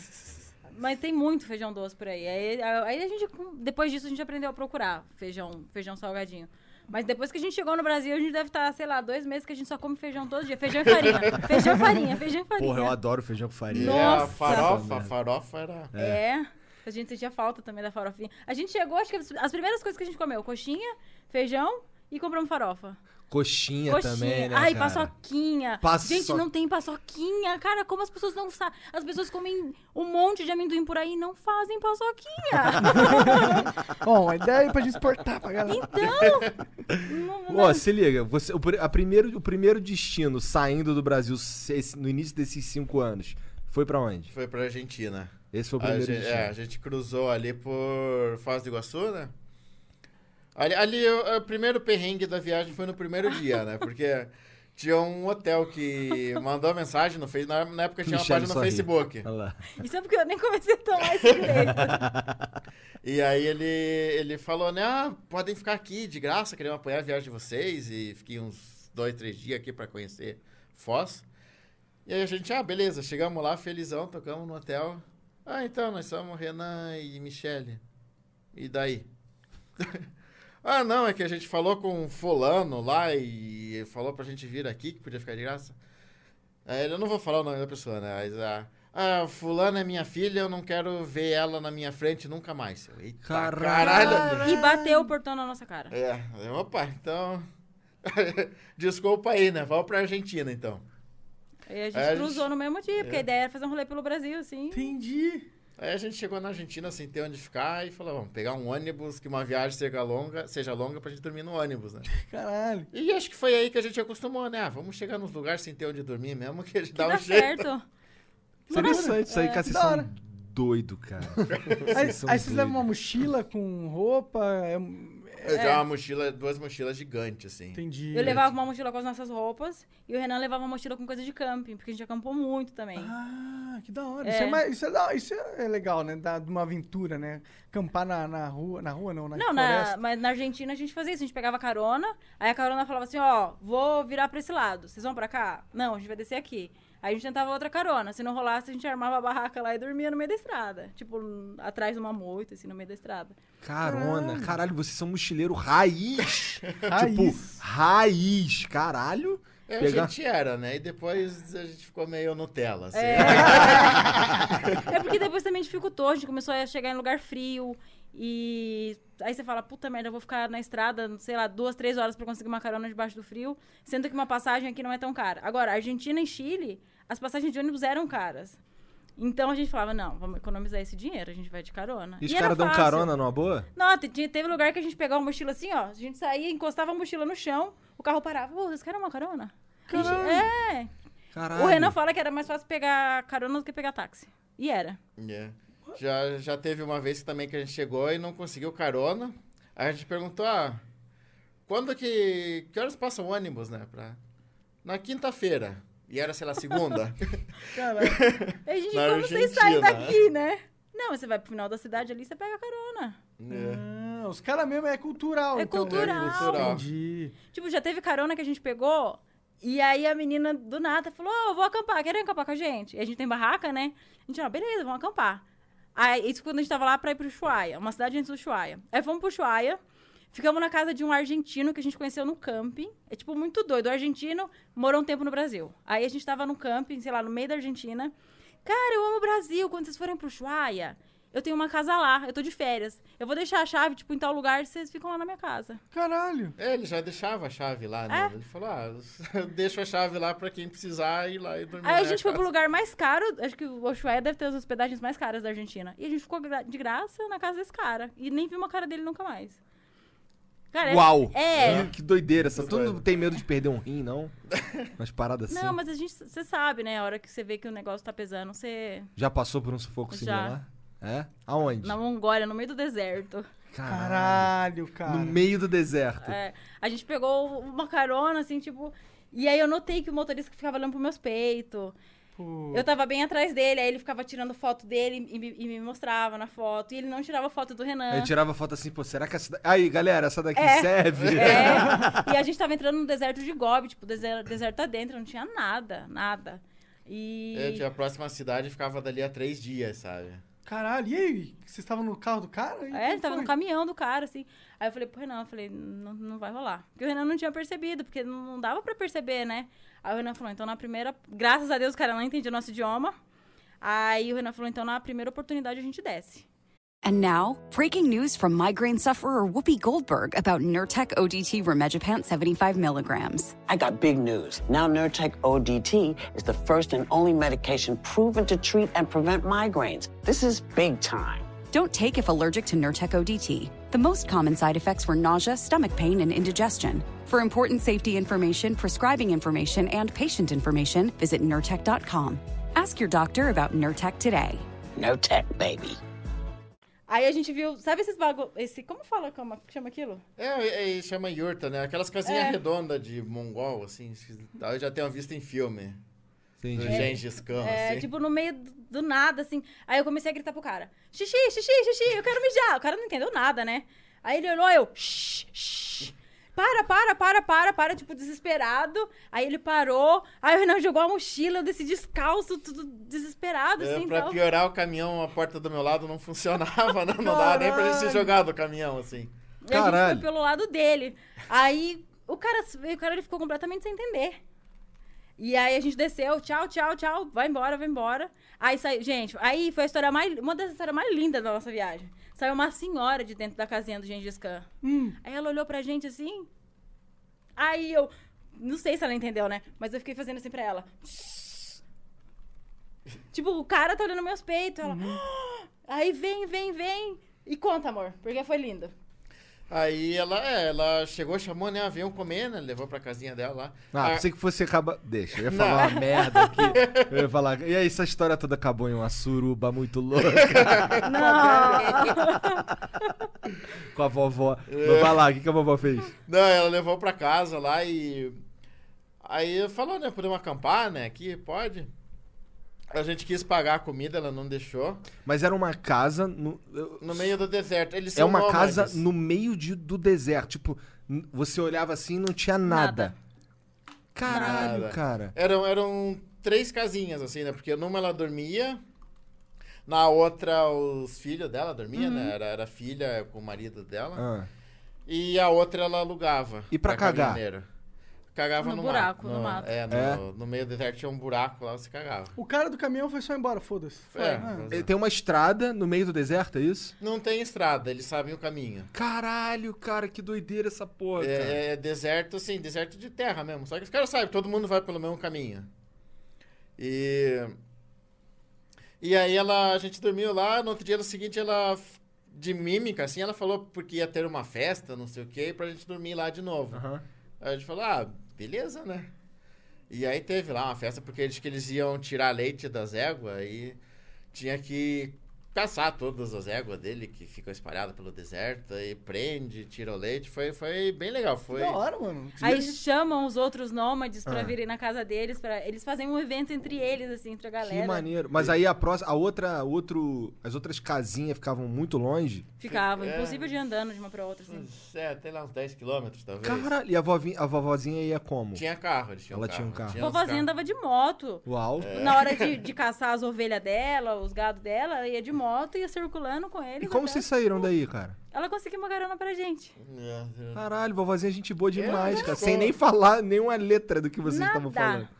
Speaker 4: Mas tem muito feijão doce por aí. Aí, a- aí a gente, com- depois disso, a gente aprendeu a procurar feijão, feijão salgadinho. Mas depois que a gente chegou no Brasil, a gente deve estar, sei lá, dois meses que a gente só come feijão todo dia. Feijão e farinha. Feijão e farinha, feijão e farinha.
Speaker 1: Porra, eu adoro feijão com farinha.
Speaker 5: É, a
Speaker 4: Nossa!
Speaker 5: farofa, a farofa era...
Speaker 4: É. A gente sentia falta também da farofinha. A gente chegou, acho que as as primeiras coisas que a gente comeu, coxinha, feijão e compramos farofa.
Speaker 1: Coxinha,
Speaker 4: Coxinha.
Speaker 1: também, né,
Speaker 4: Ai,
Speaker 1: cara?
Speaker 4: paçoquinha.
Speaker 1: Paço-
Speaker 4: Gente, não tem paçoquinha. Cara, como as pessoas não sabem? As pessoas comem um monte de amendoim por aí e não fazem paçoquinha.
Speaker 2: Ó, uma ideia é pra gente exportar pra galera.
Speaker 4: então... não- não-
Speaker 1: Ó, se liga, você, o, pri- a primeiro, o primeiro destino saindo do Brasil se- esse- no início desses cinco anos foi pra onde?
Speaker 5: Foi pra Argentina.
Speaker 1: Esse foi o
Speaker 5: A
Speaker 1: primeiro
Speaker 5: gente,
Speaker 1: destino.
Speaker 5: é, a gente cruzou ali por Foz do Iguaçu, né? Ali, ali o, o primeiro perrengue da viagem foi no primeiro dia, né? Porque tinha um hotel que mandou mensagem no Facebook. Na, na época tinha uma
Speaker 1: Michele
Speaker 5: página no
Speaker 1: sorri. Tá
Speaker 5: Facebook.
Speaker 1: Olha lá.
Speaker 4: Isso é porque eu nem comecei a tomar esse direito.
Speaker 5: E aí ele, ele falou, né? Ah, podem ficar aqui de graça, queremos apoiar a viagem de vocês. E fiquei uns dois, três dias aqui pra conhecer Foz. E aí a gente, ah, beleza, chegamos lá, felizão, tocamos no hotel. Ah, então, nós somos Renan e Michele. E daí? ah, não, é que a gente falou com fulano lá e falou pra gente vir aqui, que podia ficar de graça. Aí ele, eu não vou falar o nome da pessoa, né? Mas, ah, ah, fulana é minha filha, eu não quero ver ela na minha frente nunca mais. Eu, Eita,
Speaker 1: Caralho.
Speaker 5: caralho!
Speaker 4: E bateu o portão na nossa cara.
Speaker 5: É, eu, opa, então... Desculpa aí, né? Vamos pra Argentina, então.
Speaker 4: E a gente
Speaker 5: É, a
Speaker 4: cruzou
Speaker 5: gente-
Speaker 4: no mesmo dia, porque a ideia era fazer um rolê pelo Brasil, assim.
Speaker 2: Entendi.
Speaker 5: Aí a gente chegou na Argentina sem ter onde ficar e falou, vamos pegar um ônibus, que uma viagem seja longa, seja longa pra gente dormir no ônibus, né?
Speaker 2: Caralho.
Speaker 5: E acho que foi aí que a gente acostumou, né? Ah, vamos chegar nos lugares sem ter onde dormir mesmo, que a gente
Speaker 4: Que
Speaker 5: dá
Speaker 4: dá
Speaker 5: um jeito.
Speaker 4: certo.
Speaker 1: Interessante isso aí, cara. Vocês
Speaker 2: Da hora.
Speaker 1: são doido, cara.
Speaker 2: Aí, aí
Speaker 1: são
Speaker 2: vocês
Speaker 1: doidos.
Speaker 2: levam uma mochila com roupa. é-
Speaker 5: Eu tinha uma mochila, duas mochilas gigantes, assim.
Speaker 2: Entendi.
Speaker 4: Eu levava uma mochila com as nossas roupas e o Renan levava uma mochila com coisa de camping, porque a gente acampou muito também.
Speaker 2: Ah, que da hora.
Speaker 4: É.
Speaker 2: Isso, é mais- isso é da- isso é legal, né? Da- de uma aventura, né? Acampar na, na rua. Na rua não, na
Speaker 4: Não, na,
Speaker 2: né, floresta.
Speaker 4: mas na Argentina a gente fazia isso, a gente pegava carona, aí a carona falava assim, ó, vou virar pra esse lado, vocês vão pra cá? Não, a gente vai descer aqui. Aí a gente tentava outra carona, se não rolasse a gente armava a barraca lá e dormia no meio da estrada, tipo, n- atrás de uma moita, assim, no meio da estrada.
Speaker 1: Carona, caralho, vocês são mochileiro raiz.
Speaker 2: Raiz.
Speaker 1: Tipo, raiz, caralho.
Speaker 5: É, A
Speaker 1: pegar.
Speaker 5: gente era, né? E depois a gente ficou meio Nutella, assim.
Speaker 4: É porque depois também dificultou, a gente começou a chegar em lugar frio. E aí você fala, puta merda, eu vou ficar na estrada, sei lá, duas, três horas pra conseguir uma carona debaixo do frio, sendo que uma passagem aqui não é tão cara. Agora, Argentina e Chile, as passagens de ônibus eram caras. Então a gente falava, não, vamos economizar esse dinheiro, a gente vai de carona.
Speaker 1: E os
Speaker 4: era
Speaker 1: caras dão
Speaker 4: fácil.
Speaker 1: carona numa boa?
Speaker 4: Não, te- tinha- teve lugar que a gente pegava uma mochila assim, ó. A gente saía, encostava a mochila no chão, o carro parava. Ô, vocês querem uma carona? A gente- É.
Speaker 1: Caralho.
Speaker 4: O Renan fala que era mais fácil pegar carona do que pegar táxi. E era.
Speaker 5: É. Já, já teve uma vez que também que a gente chegou e não conseguiu carona. Aí a gente perguntou, ah, quando que... Que horas passa o ônibus, né? Pra... Na quinta-feira. E era, sei lá, segunda.
Speaker 2: Caralho.
Speaker 4: E a gente,
Speaker 5: Na
Speaker 4: como vocês saem
Speaker 5: Argentina,
Speaker 4: daqui, né? Não, você vai pro final da cidade ali, você pega a carona.
Speaker 5: É.
Speaker 2: Não, os caras mesmo é cultural.
Speaker 4: É
Speaker 2: então.
Speaker 4: cultural.
Speaker 5: É cultural.
Speaker 2: Entendi.
Speaker 4: Tipo, já teve carona que a gente pegou. E aí a menina do nada falou: Ô, vou acampar, querem acampar com a gente? E a gente tem barraca, né? A gente falou: beleza, vamos acampar. Aí, isso quando a gente tava lá pra ir pro Ushuaia, uma cidade antes do Ushuaia. Aí fomos pro Ushuaia, ficamos na casa de um argentino que a gente conheceu no camping. É tipo muito doido. O argentino morou um tempo no Brasil. Aí a gente tava no camping, sei lá, no meio da Argentina. Cara, eu amo o Brasil. Quando vocês forem pro Ushuaia, eu tenho uma casa lá, eu tô de férias. Eu vou deixar a chave, tipo, em tal lugar, vocês ficam lá na minha casa.
Speaker 2: Caralho.
Speaker 5: É, ele já deixava a chave lá, né?
Speaker 4: É.
Speaker 5: Ele falou, ah, eu deixo a chave lá pra quem precisar ir lá e dormir.
Speaker 4: Aí a
Speaker 5: na
Speaker 4: gente foi pro
Speaker 5: casa.
Speaker 4: lugar mais caro, acho que o Ushuaia deve ter as hospedagens mais caras da Argentina. E a gente ficou gra- de graça na casa desse cara. E nem viu uma cara dele nunca mais. Cara, é-
Speaker 1: Uau!
Speaker 4: É.
Speaker 1: Que doideira essa. Todo mundo tem medo de perder um rim, não? Umas paradas assim.
Speaker 4: Não, mas a gente, você sabe, né? A hora que você vê que o negócio tá pesando, você.
Speaker 1: Já passou por um sufoco
Speaker 4: Já.
Speaker 1: similar? É? Aonde?
Speaker 4: Na Mongólia, no meio do deserto.
Speaker 2: Caralho, cara.
Speaker 1: Ah. No meio do deserto.
Speaker 4: É, a gente pegou uma carona, assim, tipo. E aí eu notei que o motorista ficava olhando pros meus peitos.
Speaker 2: Pô.
Speaker 4: Eu tava bem atrás dele, aí ele ficava tirando foto dele e me, e me mostrava na foto. E ele não tirava foto do Renan.
Speaker 1: Aí eu tirava foto assim, pô, será que essa. da- Aí, galera, essa daqui
Speaker 4: É.
Speaker 1: serve?
Speaker 4: É, e a gente tava entrando no deserto de Gobi, tipo, deserto, deserto adentro, não tinha nada, nada. E.
Speaker 5: É, tinha a próxima cidade ficava dali a três dias, sabe?
Speaker 2: Caralho, e aí? Vocês estavam no carro do cara? E
Speaker 4: É,
Speaker 2: como
Speaker 4: ele tava
Speaker 2: foi?
Speaker 4: no caminhão do cara, assim. Aí eu falei pro Renan, eu falei, não, não vai rolar. Porque o Renan não tinha percebido, porque não, não dava pra perceber, né? Aí o Renan falou, então na primeira. Graças a Deus, o cara não entendia o nosso idioma. Aí o Renan falou, então na primeira oportunidade a gente desce.
Speaker 8: And now, breaking news from migraine sufferer Whoopi Goldberg about Nurtec ODT Remegipant 75 milligrams.
Speaker 9: I got big news. Now Nurtec ODT is the first and only medication proven to treat and prevent migraines. This is big time.
Speaker 8: Don't take if allergic to Nurtec ODT. The most common side effects were nausea, stomach pain, and indigestion. For important safety information, prescribing information, and patient information, visit Nurtec.com. Ask your doctor about Nurtec today.
Speaker 9: Nurtec, baby.
Speaker 4: Aí a gente viu, sabe esses bagulho. Esse, como fala, como chama aquilo?
Speaker 5: É, é, é, chama yurta, né? Aquelas casinhas
Speaker 4: É.
Speaker 5: redondas de mongol, assim. esquisito. Eu já tenho visto em filme. Do
Speaker 1: Entendi.
Speaker 5: Gengis Khan,
Speaker 4: É,
Speaker 5: assim.
Speaker 4: tipo, no meio do, do nada, assim. Aí eu comecei a gritar pro cara: xixi, xixi, xixi, eu quero mijar. O cara não entendeu nada, né? Aí ele olhou, eu, shh, shh. Para, para, para, para, para, tipo, desesperado. Aí ele parou. Aí o Renan jogou a mochila, eu desci descalço, tudo desesperado,
Speaker 5: É,
Speaker 4: assim.
Speaker 5: pra
Speaker 4: tal.
Speaker 5: piorar o caminhão, a porta do meu lado não funcionava, né? não, não dava nem pra gente se jogar do caminhão, assim.
Speaker 4: E a gente
Speaker 1: Caralho.
Speaker 4: foi pelo lado dele. Aí o cara, o cara ele ficou completamente sem entender. E aí a gente desceu, tchau, tchau, tchau, vai embora, vai embora. Aí saiu, gente, aí foi a história mais, uma das histórias mais lindas da nossa viagem. Saiu uma senhora de dentro da casinha do Gengis Khan. Aí ela olhou pra gente assim. Aí eu, não sei se ela entendeu, né? Mas eu fiquei fazendo assim pra ela. Tipo, o cara tá olhando meus peitos, ela. Aí vem, vem, vem. E conta, amor, porque foi lindo.
Speaker 5: Aí ela, é, ela chegou, chamou, né? Avião comer, né? Levou pra casinha dela lá.
Speaker 1: Ah,
Speaker 4: É.
Speaker 5: Ah,
Speaker 1: pensei que fosse acaba. Deixa, eu ia
Speaker 5: Não.
Speaker 1: falar uma merda aqui. Eu ia falar. E aí, essa história toda acabou em uma suruba muito louca com a vovó. Mas Vai lá, o que, que a vovó fez?
Speaker 5: Não, ela levou pra casa lá e. Aí falou, né? Podemos acampar, né? Aqui, pode. A gente quis pagar a comida, ela não deixou.
Speaker 1: Mas era uma casa. No, eu-
Speaker 5: No meio do deserto. Eles
Speaker 1: é
Speaker 5: são
Speaker 1: uma
Speaker 5: nômades.
Speaker 1: casa no meio de, do deserto. Tipo, n- você olhava assim e não tinha nada. Caralho,
Speaker 5: Nada.
Speaker 1: cara.
Speaker 5: Eram, eram três casinhas, assim, né? Porque numa ela dormia, na outra os filhos dela dormiam, né? Era, era filha com o marido dela.
Speaker 1: Uhum. Ah.
Speaker 5: E a outra ela alugava.
Speaker 1: E pra cagar?
Speaker 5: caminhoneiro. cagava
Speaker 4: No
Speaker 5: no,
Speaker 4: buraco,
Speaker 5: mato.
Speaker 4: no mato.
Speaker 5: É, no,
Speaker 1: É.
Speaker 5: no meio do deserto tinha um buraco lá, você cagava.
Speaker 2: O cara do caminhão foi só embora, foda-se.
Speaker 5: É,
Speaker 2: Ah,
Speaker 5: mas-
Speaker 1: Eh, Tem uma estrada no meio do deserto, é isso?
Speaker 5: Não tem estrada, eles sabem o caminho.
Speaker 1: Caralho, cara, que doideira essa porra. cara.
Speaker 5: É, é deserto, assim, deserto de terra mesmo. Só que os caras sabem, todo mundo vai pelo mesmo caminho. E. E aí ela, a gente dormiu lá, no outro dia no seguinte ela, f- de mímica, assim, ela falou porque ia ter uma festa, não sei o quê, pra gente dormir lá de novo.
Speaker 1: Aham.
Speaker 5: Aí a gente falou, ah, beleza, né? E aí teve lá uma festa, porque eles que eles iam tirar leite das éguas e tinha que caçar todas as éguas dele que ficam espalhadas pelo deserto e prende, tira o leite. Foi, foi bem legal. Foi.
Speaker 2: Da hora, mano.
Speaker 4: Aí chamam os outros nômades
Speaker 1: Ah.
Speaker 4: pra virem na casa deles, pra... eles fazem um evento entre eles, assim, entre a galera.
Speaker 1: Que maneiro. Mas aí a próxima, a outra, outro, as outras casinhas ficavam muito longe.
Speaker 4: Ficava,
Speaker 5: É.
Speaker 4: impossível de ir andando de uma pra outra, assim.
Speaker 5: É, até lá uns 10 quilômetros, talvez.
Speaker 1: Caralho, e a, vovinha, a vovozinha ia como?
Speaker 5: Tinha carro, eles tinham
Speaker 1: Ela
Speaker 5: carro.
Speaker 1: tinha um carro.
Speaker 5: tinha uns
Speaker 4: Vovozinha andava de moto.
Speaker 1: Uau.
Speaker 4: Na hora de, de caçar as ovelhas dela, os gados dela, ela ia de moto, ia circulando com eles.
Speaker 1: E como
Speaker 4: até-
Speaker 1: vocês saíram daí, cara?
Speaker 4: Ela conseguiu uma carona pra gente.
Speaker 5: carros.
Speaker 1: Caralho, vovozinha é gente boa demais,
Speaker 5: né?
Speaker 1: cara. Sem nem falar nenhuma letra do que vocês
Speaker 4: Nada.
Speaker 1: estavam falando. É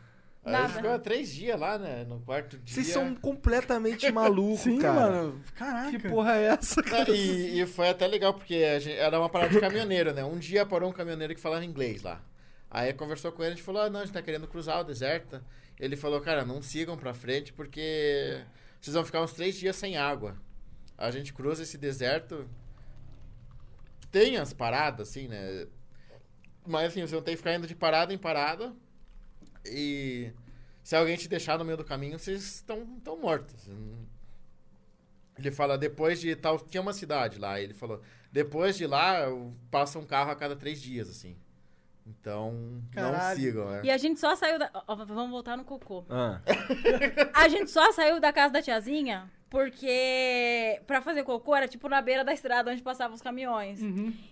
Speaker 5: Aí a gente
Speaker 4: Nada.
Speaker 5: ficou três dias lá, né? No quarto dia.
Speaker 1: Vocês são completamente malucos,
Speaker 2: Sim,
Speaker 1: cara.
Speaker 2: mano. Caraca.
Speaker 1: Que porra é essa,
Speaker 5: Não,
Speaker 1: cara?
Speaker 5: e, e foi até legal, porque a gente- era uma parada de caminhoneiro, né? Um dia parou um caminhoneiro que falava inglês lá. Aí conversou com ele, a gente falou, ah, não, a gente tá querendo cruzar o deserto. Ele falou, cara, não sigam pra frente, porque vocês vão ficar uns três dias sem água. A gente cruza esse deserto, tem as paradas, assim, né? Mas, assim, vocês vão ter que ficar indo de parada em parada. E se alguém te deixar no meio do caminho, vocês estão tão mortos. Ele fala, depois de tal. Tinha uma cidade lá, ele falou, depois de lá, eu- passa um carro a cada três dias, assim. Então, não
Speaker 2: Caralho.
Speaker 5: sigam, né?
Speaker 4: E a gente só saiu da. ó, vamos voltar no cocô.
Speaker 1: Ah,
Speaker 4: A gente só saiu da casa da tiazinha porque pra fazer cocô era tipo na beira da estrada onde passavam os caminhões.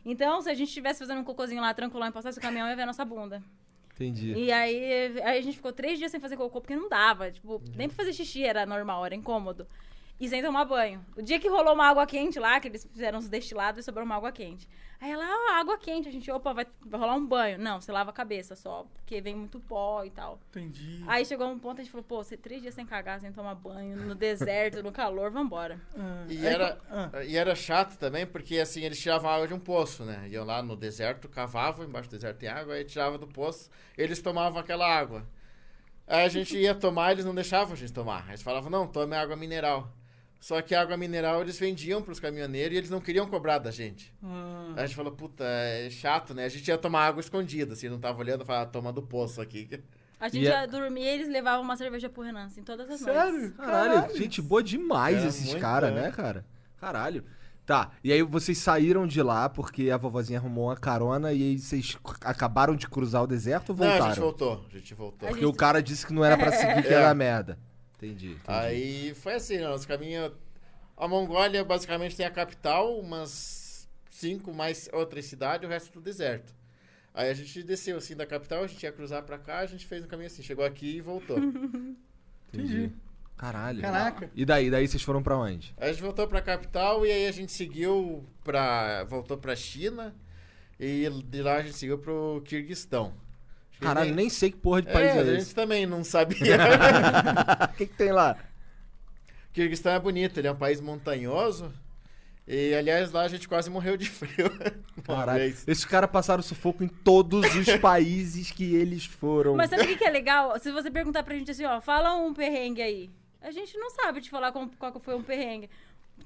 Speaker 4: Então, se a gente estivesse fazendo um cocôzinho lá, tranquilão, e passasse o caminhão, ia ver a nossa bunda.
Speaker 1: entendi.
Speaker 4: E aí, aí a gente ficou três dias sem fazer cocô porque não dava. Tipo, nem pra fazer xixi era normal, era incômodo. E sem tomar banho. O dia que rolou uma água quente lá, que eles fizeram os destilados e sobrou uma água quente. Aí ela, ó, água quente. A gente, opa, vai, vai rolar um banho. Não, você lava a cabeça só, porque vem muito pó e tal.
Speaker 2: Entendi.
Speaker 4: Aí chegou um ponto, a gente falou, pô, você três dias sem cagar, sem tomar banho, no deserto, no calor, vambora.
Speaker 2: Ah,
Speaker 5: E
Speaker 2: aí
Speaker 5: era,
Speaker 2: co- ah,
Speaker 5: e era chato também, porque assim, eles tiravam água de um poço, né? Iam lá no deserto, cavavam, embaixo do deserto tem água, aí tirava do poço, eles tomavam aquela água. Aí a gente ia tomar, eles não deixavam a gente tomar. Eles falavam, não, tome água mineral. Só que a água mineral eles vendiam pros caminhoneiros e eles não queriam cobrar da gente.
Speaker 2: Ah.
Speaker 5: Aí a gente falou, puta, é chato, né? A gente ia tomar água escondida, assim, não tava olhando, falava, toma do poço aqui.
Speaker 4: A gente
Speaker 1: E
Speaker 4: ia dormir e eles levavam uma cerveja pro Renan, assim, todas as noites.
Speaker 2: Sério?
Speaker 1: Caralho, gente boa demais
Speaker 5: Era
Speaker 1: esses
Speaker 5: muito,
Speaker 1: caras,
Speaker 5: né?
Speaker 1: né, cara? Caralho. Tá, e aí vocês saíram de lá porque a vovozinha arrumou uma carona e aí vocês c- acabaram de cruzar o deserto ou voltaram?
Speaker 5: Não, a gente voltou, a gente voltou.
Speaker 1: Porque o cara disse que não era pra seguir, que era merda. Entendi. entendi.
Speaker 5: Aí foi assim, né? Os caminhos. A Mongólia basicamente tem a capital, umas cinco mais outras cidades, o resto tudo deserto. Aí a gente desceu assim da capital, a gente ia cruzar pra cá, a gente fez um caminho assim, chegou aqui e voltou.
Speaker 1: entendi. Caralho.
Speaker 2: Caraca.
Speaker 1: E daí? Daí vocês foram pra onde?
Speaker 5: a gente voltou pra capital e aí a gente seguiu pra. voltou pra China e de lá a gente seguiu pro Kirguistão. Acho que
Speaker 1: Caralho, nem sei que porra de país
Speaker 5: é,
Speaker 1: é,
Speaker 5: a gente
Speaker 1: esse.
Speaker 5: também não sabia.
Speaker 1: O que, que tem lá?
Speaker 5: Kirguistão é bonito, ele é um país montanhoso. E aliás, lá a gente quase morreu de frio. Uma
Speaker 1: Caralho.
Speaker 5: vez.
Speaker 1: Esses caras passaram sufoco em todos os países que eles foram.
Speaker 4: Mas sabe o que, que é legal? Se você perguntar pra gente assim, ó, fala um perrengue aí. A gente não sabe te falar qual, qual que foi um perrengue.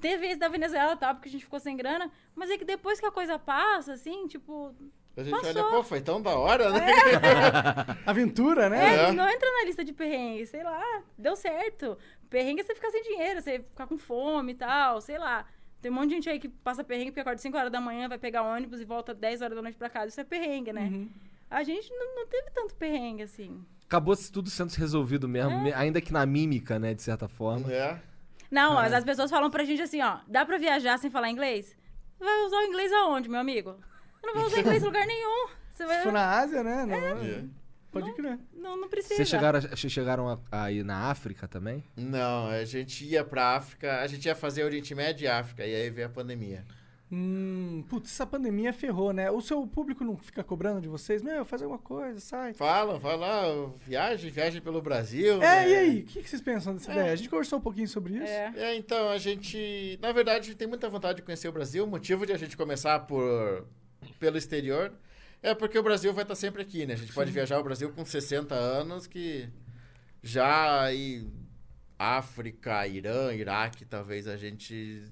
Speaker 4: Teve esse da Venezuela e tal, porque a gente ficou sem grana, mas é que depois que a coisa passa, assim, tipo.
Speaker 5: A gente
Speaker 4: Passou.
Speaker 5: olha, pô, foi tão da hora, né?
Speaker 2: Aventura,
Speaker 4: É,
Speaker 2: né?
Speaker 4: não entra na lista de perrengue, sei lá, deu certo. Perrengue é você ficar sem dinheiro, você ficar com fome e tal, sei lá. Tem um monte de gente aí que passa perrengue porque acorda 5 horas da manhã, vai pegar ônibus e volta 10 horas da noite pra casa. Isso é perrengue, né? A gente não, não teve tanto perrengue assim.
Speaker 1: Acabou se tudo sendo resolvido mesmo,
Speaker 4: É.
Speaker 1: me- ainda que na mímica, né, de certa forma.
Speaker 5: É.
Speaker 4: Não, mas as pessoas falam pra gente assim, ó, dá pra viajar sem falar inglês? Vai usar o inglês aonde, meu amigo? Eu não vou usar inglês em lugar nenhum. Você vai...
Speaker 2: Se for na Ásia, né? Não,
Speaker 5: É,
Speaker 2: Pode
Speaker 4: É. Não.
Speaker 2: crer.
Speaker 4: Não, não precisa.
Speaker 1: Vocês chegaram, a- vocês chegaram a- aí na África também?
Speaker 5: Não, a gente ia pra África, a gente ia fazer Oriente Médio e África, e aí veio a pandemia.
Speaker 2: Hum, putz, essa pandemia ferrou, né? O seu público não fica cobrando de vocês? Meu, faz alguma coisa, sai.
Speaker 5: Fala, vai lá, "Ah, viagem, viagem pelo Brasil.
Speaker 2: É,
Speaker 5: né?
Speaker 2: e aí? O que que vocês pensam dessa ideia? A gente conversou um pouquinho sobre isso.
Speaker 4: É.
Speaker 5: É, então, a gente. Na verdade, a gente tem muita vontade de conhecer o Brasil. O motivo de a gente começar por, pelo exterior é porque o Brasil vai estar sempre aqui, né? A gente pode viajar o Brasil com 60 anos, que já aí. África, Irã, Iraque, talvez a gente.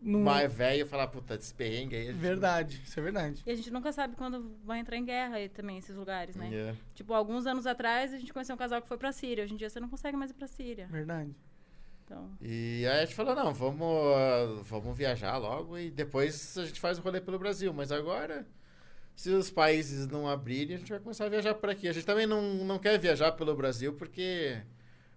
Speaker 2: Não- é.
Speaker 5: Mais velho falar, puta, esse perrengue aí. a gente não-
Speaker 2: Verdade, isso é verdade.
Speaker 4: E a gente nunca sabe quando vai entrar em guerra aí também, esses lugares, né?
Speaker 5: É.
Speaker 4: Tipo, alguns anos atrás a gente conheceu um casal que foi pra Síria. Hoje em dia você não consegue mais ir pra Síria.
Speaker 2: Verdade.
Speaker 4: Então,
Speaker 5: E aí a gente falou, não, vamos, ah, vamos viajar logo e depois a gente faz o rolê pelo Brasil. Mas agora, se os países não abrirem, a gente vai começar a viajar por aqui. A gente também não, não quer viajar pelo Brasil porque...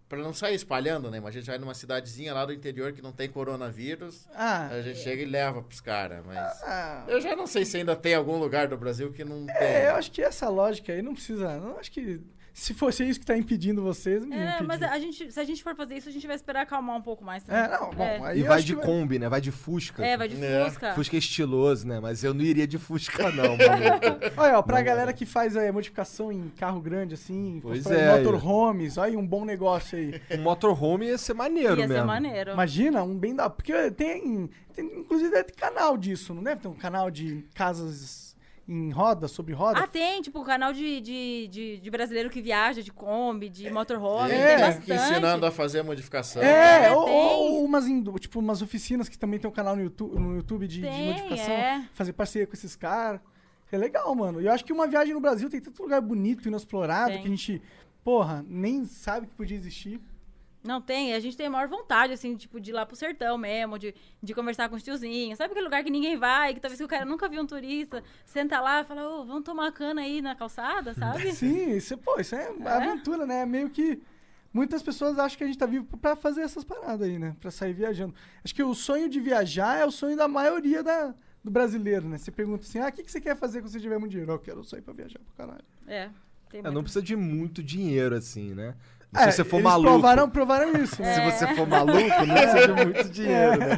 Speaker 5: Pra não sair espalhando, né? Mas a gente vai numa cidadezinha lá do interior que não tem coronavírus.
Speaker 2: Ah,
Speaker 4: É.
Speaker 5: A gente chega e leva pros caras, mas...
Speaker 2: ah,
Speaker 5: Eu já não sei se ainda tem algum lugar do Brasil que não tem.
Speaker 2: é, eu acho que essa lógica aí não precisa. Não acho que. Se fosse isso que tá impedindo vocês, não
Speaker 4: é,
Speaker 2: impedir.
Speaker 4: mas a gente, se a gente for fazer isso, a gente vai esperar acalmar um pouco mais também.
Speaker 2: É, não, bom,
Speaker 4: É.
Speaker 2: aí
Speaker 1: E
Speaker 2: eu
Speaker 1: vai
Speaker 2: acho
Speaker 1: de
Speaker 2: que
Speaker 1: Kombi, né? Vai de Fusca.
Speaker 4: É, vai de
Speaker 5: É.
Speaker 4: Fusca.
Speaker 1: Fusca é estiloso, né? Mas eu não iria de Fusca, não, mano.
Speaker 2: Olha, ó, pra galera que faz é, modificação em carro grande, assim,
Speaker 1: Pois
Speaker 2: constrói
Speaker 1: é,
Speaker 2: motorhomes, olha aí um bom negócio aí.
Speaker 1: um motorhome ia ser maneiro
Speaker 4: Ia
Speaker 1: mesmo.
Speaker 4: ser maneiro.
Speaker 2: Imagina, um bem da. Porque tem, tem. Inclusive deve ter canal disso, não deve ter um canal de casas em roda, sobre roda?
Speaker 4: Ah, tem, tipo, canal de, de, de, de brasileiro que viaja, de Kombi, de motorhome,
Speaker 5: Tem
Speaker 4: tem
Speaker 2: É.
Speaker 5: gente
Speaker 4: bastante.
Speaker 5: ensinando a fazer modificação.
Speaker 2: é,
Speaker 4: é,
Speaker 2: ou,
Speaker 4: tem.
Speaker 2: ou umas, indo- tipo, umas oficinas que também tem um canal no YouTube, no YouTube de, de
Speaker 4: Tem,
Speaker 2: modificação,
Speaker 4: é.
Speaker 2: fazer parceria com esses caras. É legal, mano. E eu acho que uma viagem no Brasil tem tanto lugar bonito, inexplorado,
Speaker 4: Tem.
Speaker 2: que a gente, porra, nem sabe que podia existir.
Speaker 4: Não, tem. A gente tem a maior vontade, assim, tipo, de ir lá pro sertão mesmo, de, de conversar com os tiozinhos. Sabe aquele lugar que ninguém vai, que talvez o cara nunca viu um turista, senta lá e fala, ô, vamos tomar cana aí na calçada, sabe?
Speaker 2: Sim, isso, pô, isso é, aventura, né? É Meio que. Muitas pessoas acham que a gente tá vivo pra fazer essas paradas aí, né? Pra sair viajando. Acho que o sonho de viajar é o sonho da maioria da, do brasileiro, né? Você pergunta assim: ah, o que, que você quer fazer quando você tiver muito dinheiro? Eu quero sair pra viajar pra caralho.
Speaker 4: É. Tem
Speaker 1: É,
Speaker 4: muito.
Speaker 1: não precisa de muito dinheiro, assim, né?
Speaker 2: É,
Speaker 1: se você for
Speaker 2: eles
Speaker 1: maluco.
Speaker 2: Provaram, provaram isso. né?
Speaker 1: Se
Speaker 4: É.
Speaker 1: você for maluco, né? não precisa de muito dinheiro, né?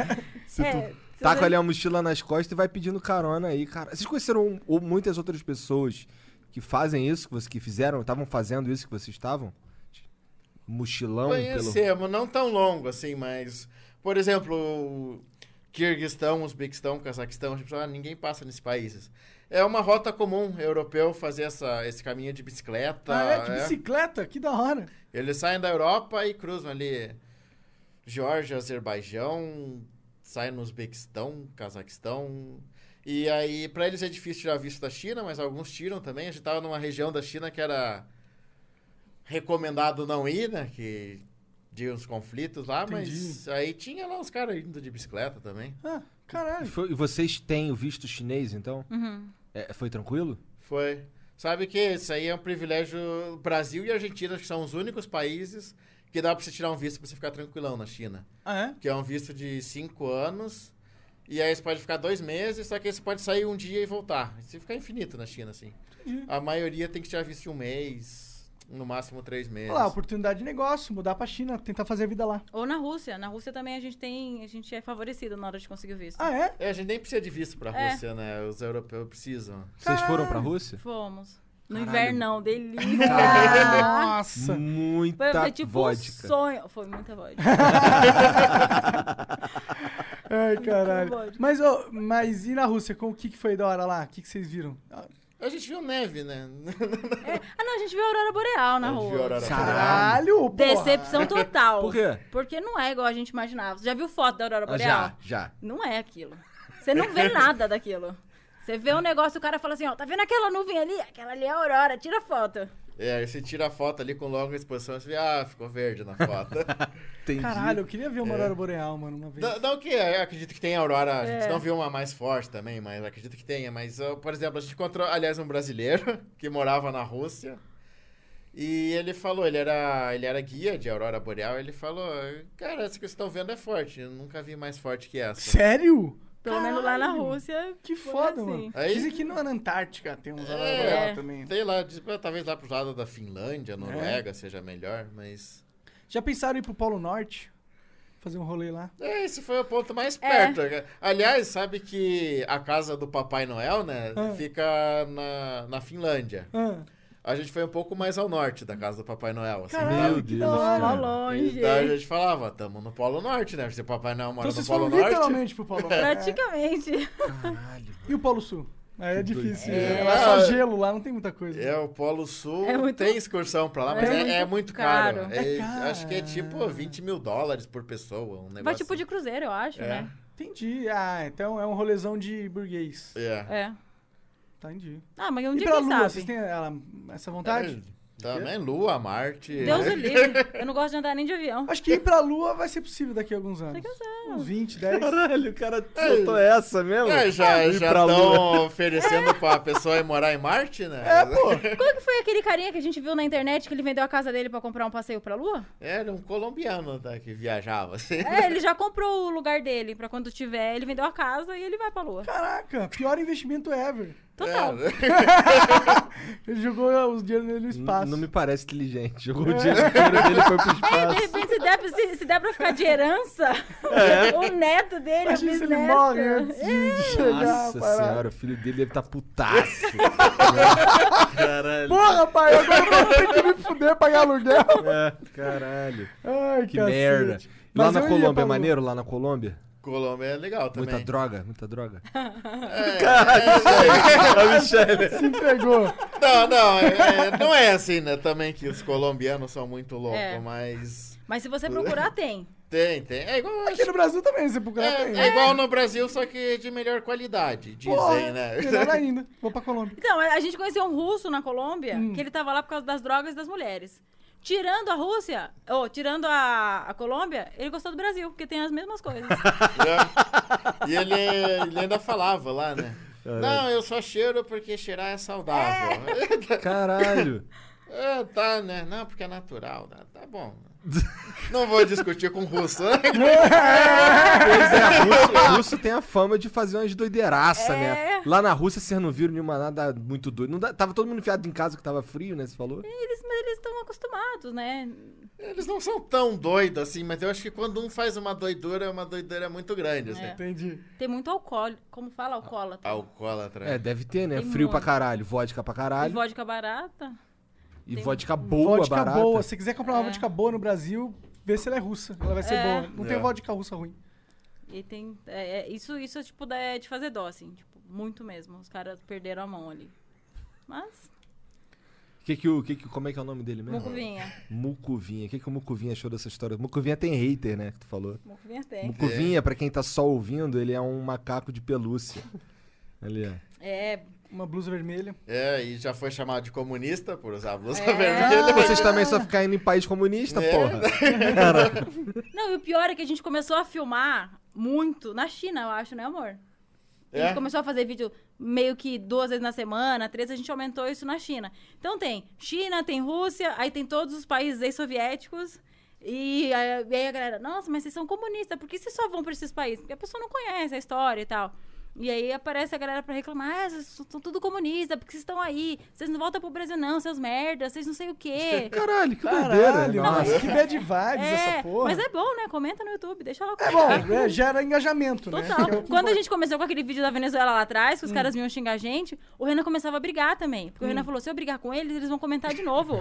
Speaker 1: Se
Speaker 4: É,
Speaker 1: tu taca ali a mochila nas costas e vai pedindo carona aí, cara. Vocês conheceram um- ou muitas outras pessoas que fazem isso, que, vocês, que fizeram, estavam fazendo isso que vocês estavam? Mochilão pelo.
Speaker 5: Conhecemos, não tão longo assim, mas. Por exemplo, o Kirguistão, Uzbequistão, Cazaquistão, a gente fala, "Ah, ninguém passa nesses países. É uma rota comum europeu fazer essa, esse caminho de bicicleta.
Speaker 1: Tá,
Speaker 2: Ah, é, de
Speaker 5: é.
Speaker 2: bicicleta? Que da hora.
Speaker 5: Eles saem da Europa e cruzam ali Geórgia, Azerbaijão, saem no Uzbequistão, Cazaquistão. E aí, pra eles é difícil tirar visto da China, mas alguns tiram também. A gente tava numa região da China que era recomendado não ir, né? Que tinha uns conflitos lá, mas aí tinha lá os caras indo de bicicleta também.
Speaker 2: Ah, caralho.
Speaker 1: Foi- E vocês têm o visto chinês, então?
Speaker 4: Uhum.
Speaker 1: É, foi tranquilo?
Speaker 5: Foi. Sabe que isso aí é um privilégio. Brasil e Argentina acho que são os únicos países que dá pra você tirar um visto pra você ficar tranquilão na China.
Speaker 2: Ah, é?
Speaker 5: que é um visto de cinco anos. E aí você pode ficar dois meses, só que aí você pode sair um dia e voltar. Você fica infinito na China, assim. A maioria tem que tirar visto de um mês, no máximo três meses.
Speaker 2: Olha lá, oportunidade de negócio, mudar pra China, tentar fazer a vida lá.
Speaker 4: Ou na Rússia. Na Rússia também a gente tem. A gente é favorecido na hora de conseguir o visto.
Speaker 2: Ah, é?
Speaker 5: É, a gente nem precisa de visto pra
Speaker 4: É.
Speaker 5: Rússia, né? Os europeus precisam.
Speaker 1: Vocês foram pra Rússia?
Speaker 4: Fomos. No
Speaker 1: Caralho.
Speaker 4: invernão, delícia.
Speaker 2: Nossa.
Speaker 4: Foi,
Speaker 1: Muita
Speaker 4: foi tipo um
Speaker 1: vodka.
Speaker 4: sonho. Foi muita vodka. É.
Speaker 2: Ai, caralho.
Speaker 4: bom.
Speaker 2: Mas, ô, mas e na Rússia? Com- O que, que foi da hora lá? O que, que vocês viram?
Speaker 5: A gente viu neve, né?
Speaker 4: ah, não, a gente viu a Aurora Boreal na
Speaker 5: A gente viu a
Speaker 4: rua.
Speaker 5: aurora
Speaker 2: Caralho, porra.
Speaker 4: Decepção total.
Speaker 1: Por quê?
Speaker 4: Porque não é igual a gente imaginava. Você já viu foto da Aurora
Speaker 1: Ah,
Speaker 4: Boreal?
Speaker 1: já, já.
Speaker 4: Não é aquilo. Você não vê nada daquilo. Você vê um negócio, o cara fala assim, ó, tá vendo aquela nuvem ali? Aquela ali é a Aurora, tira foto.
Speaker 5: É, aí você tira a foto ali com longa exposição, você vê, ah, ficou verde na foto.
Speaker 1: Entendi.
Speaker 2: Caralho, eu queria ver uma
Speaker 5: É.
Speaker 2: aurora boreal, mano, uma vez.
Speaker 5: Não, não que eu acredito que tem a Aurora, a gente não viu uma mais forte também, mas acredito que tenha. Mas, ó, por exemplo, a gente encontrou, aliás, um brasileiro que morava na Rússia. E ele falou, ele era, ele era guia de Aurora Boreal, ele falou, cara, essa que vocês estão vendo é forte, eu nunca vi mais forte que essa.
Speaker 2: Sério?
Speaker 4: Pelo menos lá na Rússia.
Speaker 2: Que
Speaker 4: foi
Speaker 2: foda,
Speaker 4: assim.
Speaker 2: mano.
Speaker 5: Aí-
Speaker 2: Dizem que não é na Antártica tem uns aurora
Speaker 5: É.
Speaker 2: boreal também.
Speaker 5: Sei lá, diz- talvez lá pro lado da Finlândia, Noruega, seja melhor, mas...
Speaker 2: Já pensaram em ir pro Polo Norte? fazer um rolê lá.
Speaker 5: é, Esse foi o ponto mais perto. Aliás, sabe que a casa do Papai Noel, né, fica na, na Finlândia.
Speaker 2: Ah,
Speaker 5: A gente foi um pouco mais ao norte da casa do Papai Noel. Assim,
Speaker 2: Caralho,
Speaker 5: né?
Speaker 2: que da hora.
Speaker 4: Ó, longe.
Speaker 5: Então a gente falava, tamo no Polo Norte, né? Se o Papai Noel mora
Speaker 2: Então vocês
Speaker 5: no Polo
Speaker 2: foram
Speaker 5: Norte.
Speaker 2: literalmente pro Polo Norte.
Speaker 4: Praticamente.
Speaker 2: E o Polo Sul? Aí é difícil.
Speaker 5: doideira.
Speaker 2: né? Lá É só
Speaker 5: É.
Speaker 2: gelo, lá não tem muita coisa.
Speaker 5: É, o Polo Sul
Speaker 4: É muito-
Speaker 5: tem excursão pra lá, mas
Speaker 4: É
Speaker 5: é,
Speaker 4: muito
Speaker 5: é muito caro.
Speaker 4: caro.
Speaker 5: É-
Speaker 2: É caro.
Speaker 5: Acho que é tipo 20 mil dólares por pessoa,
Speaker 2: É.
Speaker 5: um negócio.
Speaker 4: Vai tipo de cruzeiro, eu acho,
Speaker 5: É.
Speaker 4: né?
Speaker 2: Entendi. Ah, então é um rolezão de burguês.
Speaker 5: É.
Speaker 4: É.
Speaker 2: Tá, entendi.
Speaker 4: Ah, mas um
Speaker 2: E
Speaker 4: dia
Speaker 2: pra
Speaker 4: quem
Speaker 2: Lua,
Speaker 4: sabe?
Speaker 2: vocês têm ela-
Speaker 1: É
Speaker 2: essa vontade?
Speaker 5: Também É, tá, né? Lua, Marte. né?
Speaker 4: Deus o livre. Eu não gosto de andar nem de avião.
Speaker 2: Acho que ir pra Lua vai ser possível daqui a alguns anos. Uns 20, 10.
Speaker 1: Caralho, o cara soltou essa mesmo?
Speaker 5: É, já
Speaker 1: Ir
Speaker 5: já
Speaker 1: pra
Speaker 5: estão
Speaker 1: Lua.
Speaker 5: oferecendo pra pessoa ir morar em Marte, né?
Speaker 2: É.
Speaker 4: Qual que foi aquele carinha que a gente viu na internet que ele vendeu a casa dele pra comprar um passeio pra lua?
Speaker 5: Era um colombiano tá, que viajava, assim.
Speaker 4: É, ele já comprou o lugar dele pra quando tiver. Ele vendeu a casa e ele vai pra lua.
Speaker 2: Caraca, pior investimento ever.
Speaker 4: Total.
Speaker 2: Ele jogou ah, os dinheiro dele no
Speaker 1: Não,
Speaker 2: espaço.
Speaker 1: me parece inteligente. Jogou o dinheiro inteiro dele foi pro
Speaker 4: É, de
Speaker 1: espaço.
Speaker 4: repente, se der, pra- se, se der pra ficar de herança, o neto dele,
Speaker 2: É. Imagina
Speaker 4: o
Speaker 2: se ele
Speaker 4: bisneto. É.
Speaker 2: morre antes de chegar.
Speaker 1: Nossa
Speaker 2: a parada.
Speaker 1: senhora, o filho dele deve estar tá putaço. caralho.
Speaker 2: Porra, pai, agora eu vou ter que me fuder pagar aluguel.
Speaker 1: É, caralho.
Speaker 2: Ai,
Speaker 1: Que
Speaker 2: cacete.
Speaker 1: merda.
Speaker 2: Mas
Speaker 1: Lá
Speaker 2: eu
Speaker 1: na
Speaker 2: iria pra
Speaker 1: Colômbia, é
Speaker 2: Lua.
Speaker 1: maneiro? Lá na Colômbia?
Speaker 5: Colômbia é legal também.
Speaker 1: Muita droga, muita droga.
Speaker 2: Se entregou.
Speaker 5: Não, não, é- é- não é assim, né? Também que os colombianos são muito loucos,
Speaker 4: É.
Speaker 5: mas.
Speaker 4: Mas se você procurar, tem.
Speaker 5: Tem, tem. É igual,
Speaker 2: Aqui no Brasil também, né? você procurar
Speaker 5: é,
Speaker 2: tem.
Speaker 5: é igual no Brasil, só que de melhor qualidade, dizem,
Speaker 2: Porra,
Speaker 5: né?
Speaker 2: melhor ainda. Vou pra Colômbia.
Speaker 4: Então, a gente conheceu um russo na Colômbia, que ele tava lá por causa das drogas e das mulheres. Tirando a Rússia, ou tirando a, a Colômbia, ele gostou do Brasil, porque tem as mesmas coisas.
Speaker 5: E ele, é, ele ainda falava lá, né?
Speaker 2: É.
Speaker 5: Não, eu só cheiro porque cheirar é saudável.
Speaker 1: Caralho.
Speaker 5: É, tá, né? Não, porque é natural. né? Tá bom. Não vou discutir com o russo. né?
Speaker 2: é.
Speaker 1: Pois é, russo, russo tem a fama de fazer umas doideiraças,
Speaker 2: É.
Speaker 1: né? Lá na Rússia, vocês não viram nenhuma nada muito doido. Não dá- tava todo mundo enfiado em casa que tava frio, né? Você falou?
Speaker 4: Eles, mas eles estão acostumados, né?
Speaker 5: Eles não são tão doidos assim, mas eu acho que quando um faz uma doidura, é uma doidura muito grande, assim.
Speaker 2: Entendi.
Speaker 4: Tem muito alcoólico, como fala alcoólatra.
Speaker 5: Alcoólatra.
Speaker 1: É, deve ter, né?
Speaker 4: Tem
Speaker 1: frio pra
Speaker 4: muito.
Speaker 1: caralho, vodka pra
Speaker 4: E
Speaker 1: caralho.
Speaker 4: vodka barata.
Speaker 1: E vodka boa,
Speaker 2: vodka
Speaker 1: barata.
Speaker 2: boa. Se quiser comprar uma vodka
Speaker 4: É.
Speaker 2: boa no Brasil, vê se ela é russa. Ela vai ser boa. Não
Speaker 1: É.
Speaker 2: tem vodka russa ruim.
Speaker 4: E tem. é, é, isso, isso é tipo da- é de fazer dó, assim. Tipo, muito mesmo. Os caras perderam a mão ali. Mas,
Speaker 1: Que que o, que que, como é que é o nome dele mesmo?
Speaker 4: Mucuvinha.
Speaker 1: Mucuvinha. O que, que o Mucuvinha achou dessa história? Mucuvinha tem hater, né? Que tu falou.
Speaker 4: Mucuvinha tem.
Speaker 1: Mucuvinha, pra quem tá só ouvindo, ele é um macaco de pelúcia. Ali, ó.
Speaker 4: É,
Speaker 2: Uma blusa vermelha.
Speaker 5: É, e já foi chamado de comunista por usar a blusa vermelha.
Speaker 1: Vocês também só ficam indo em país comunista,
Speaker 5: É.
Speaker 1: porra.
Speaker 4: Não, e o pior é que a gente começou a filmar muito na China, eu acho, né, amor? A
Speaker 5: É.
Speaker 4: gente começou a fazer vídeo meio que duas vezes na semana, três, a gente aumentou isso na China. Então tem China, tem Rússia, aí tem todos os países ex-soviéticos. E aí e aí a galera, nossa, mas vocês são comunistas, por que vocês só vão pra esses países? Porque a pessoa não conhece a história e tal. E aí aparece a galera pra reclamar, ah, vocês são tudo comunista, porque vocês estão aí, vocês não voltam pro Brasil não, seus merdas, vocês não sei o quê.
Speaker 1: Caralho, que doideira.
Speaker 2: Caralho,
Speaker 1: Nossa.
Speaker 2: mano, que bad vibes essa
Speaker 4: É,
Speaker 2: porra.
Speaker 4: mas é bom, né? Comenta no YouTube, deixa lá o
Speaker 2: É bom, é, gera engajamento, né?
Speaker 4: Total.
Speaker 2: Que é o que
Speaker 4: Quando a
Speaker 2: importa. Hum.
Speaker 4: gente começou com aquele vídeo da Venezuela lá atrás, que os caras vinham xingar a gente, o Renan começava a brigar também. Porque o Renan falou: se eu brigar com eles, eles vão comentar de novo.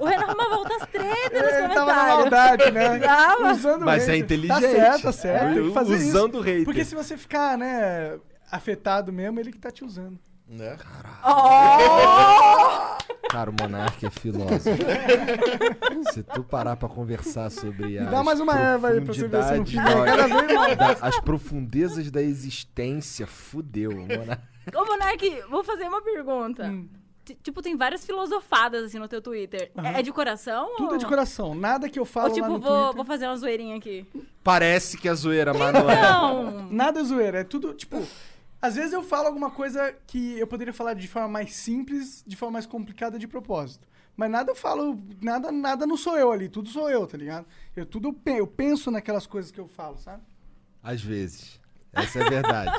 Speaker 4: o Renan arrumava outras tretas nos
Speaker 2: Ele tava na
Speaker 4: comentários.
Speaker 2: maldade, né?
Speaker 4: Tava.
Speaker 2: Usando o
Speaker 1: Mas
Speaker 2: hater.
Speaker 1: é
Speaker 2: Tá
Speaker 1: inteligente.
Speaker 2: certo, tá certo. Tem que fazer
Speaker 1: Usando o
Speaker 2: isso.
Speaker 1: hater.
Speaker 2: Porque se você ficar, né, afetado mesmo, ele que tá te usando.
Speaker 5: Né?
Speaker 1: Cara, o Monark é filósofo. se tu parar pra conversar sobre as
Speaker 2: dá mais uma erva aí pra você ver se não
Speaker 1: profundidades
Speaker 2: fica.
Speaker 1: da-
Speaker 2: Cada vez mais.
Speaker 1: da- as profundezas da existência, fudeu, Monark.
Speaker 4: Ô, Monark, vou fazer uma pergunta.
Speaker 2: Hum.
Speaker 4: T- Tipo, tem várias filosofadas assim no teu Twitter. É é de coração?
Speaker 2: Tudo
Speaker 4: ou...
Speaker 2: é de coração. Nada que eu falo
Speaker 4: Ou tipo,
Speaker 2: lá no
Speaker 4: vou,
Speaker 2: Twitter-
Speaker 4: vou fazer uma zoeirinha aqui.
Speaker 1: Parece que é zoeira, mas não
Speaker 4: Então-
Speaker 1: é.
Speaker 4: Não!
Speaker 2: Nada é zoeira, é tudo, tipo... Às vezes eu falo alguma coisa que eu poderia falar de forma mais simples, de forma mais complicada de propósito. Mas nada eu falo, nada, nada não sou eu ali, tudo sou eu, tá ligado? Eu tudo eu pe- eu penso naquelas coisas que eu falo, sabe?
Speaker 1: Às vezes. Essa é a verdade.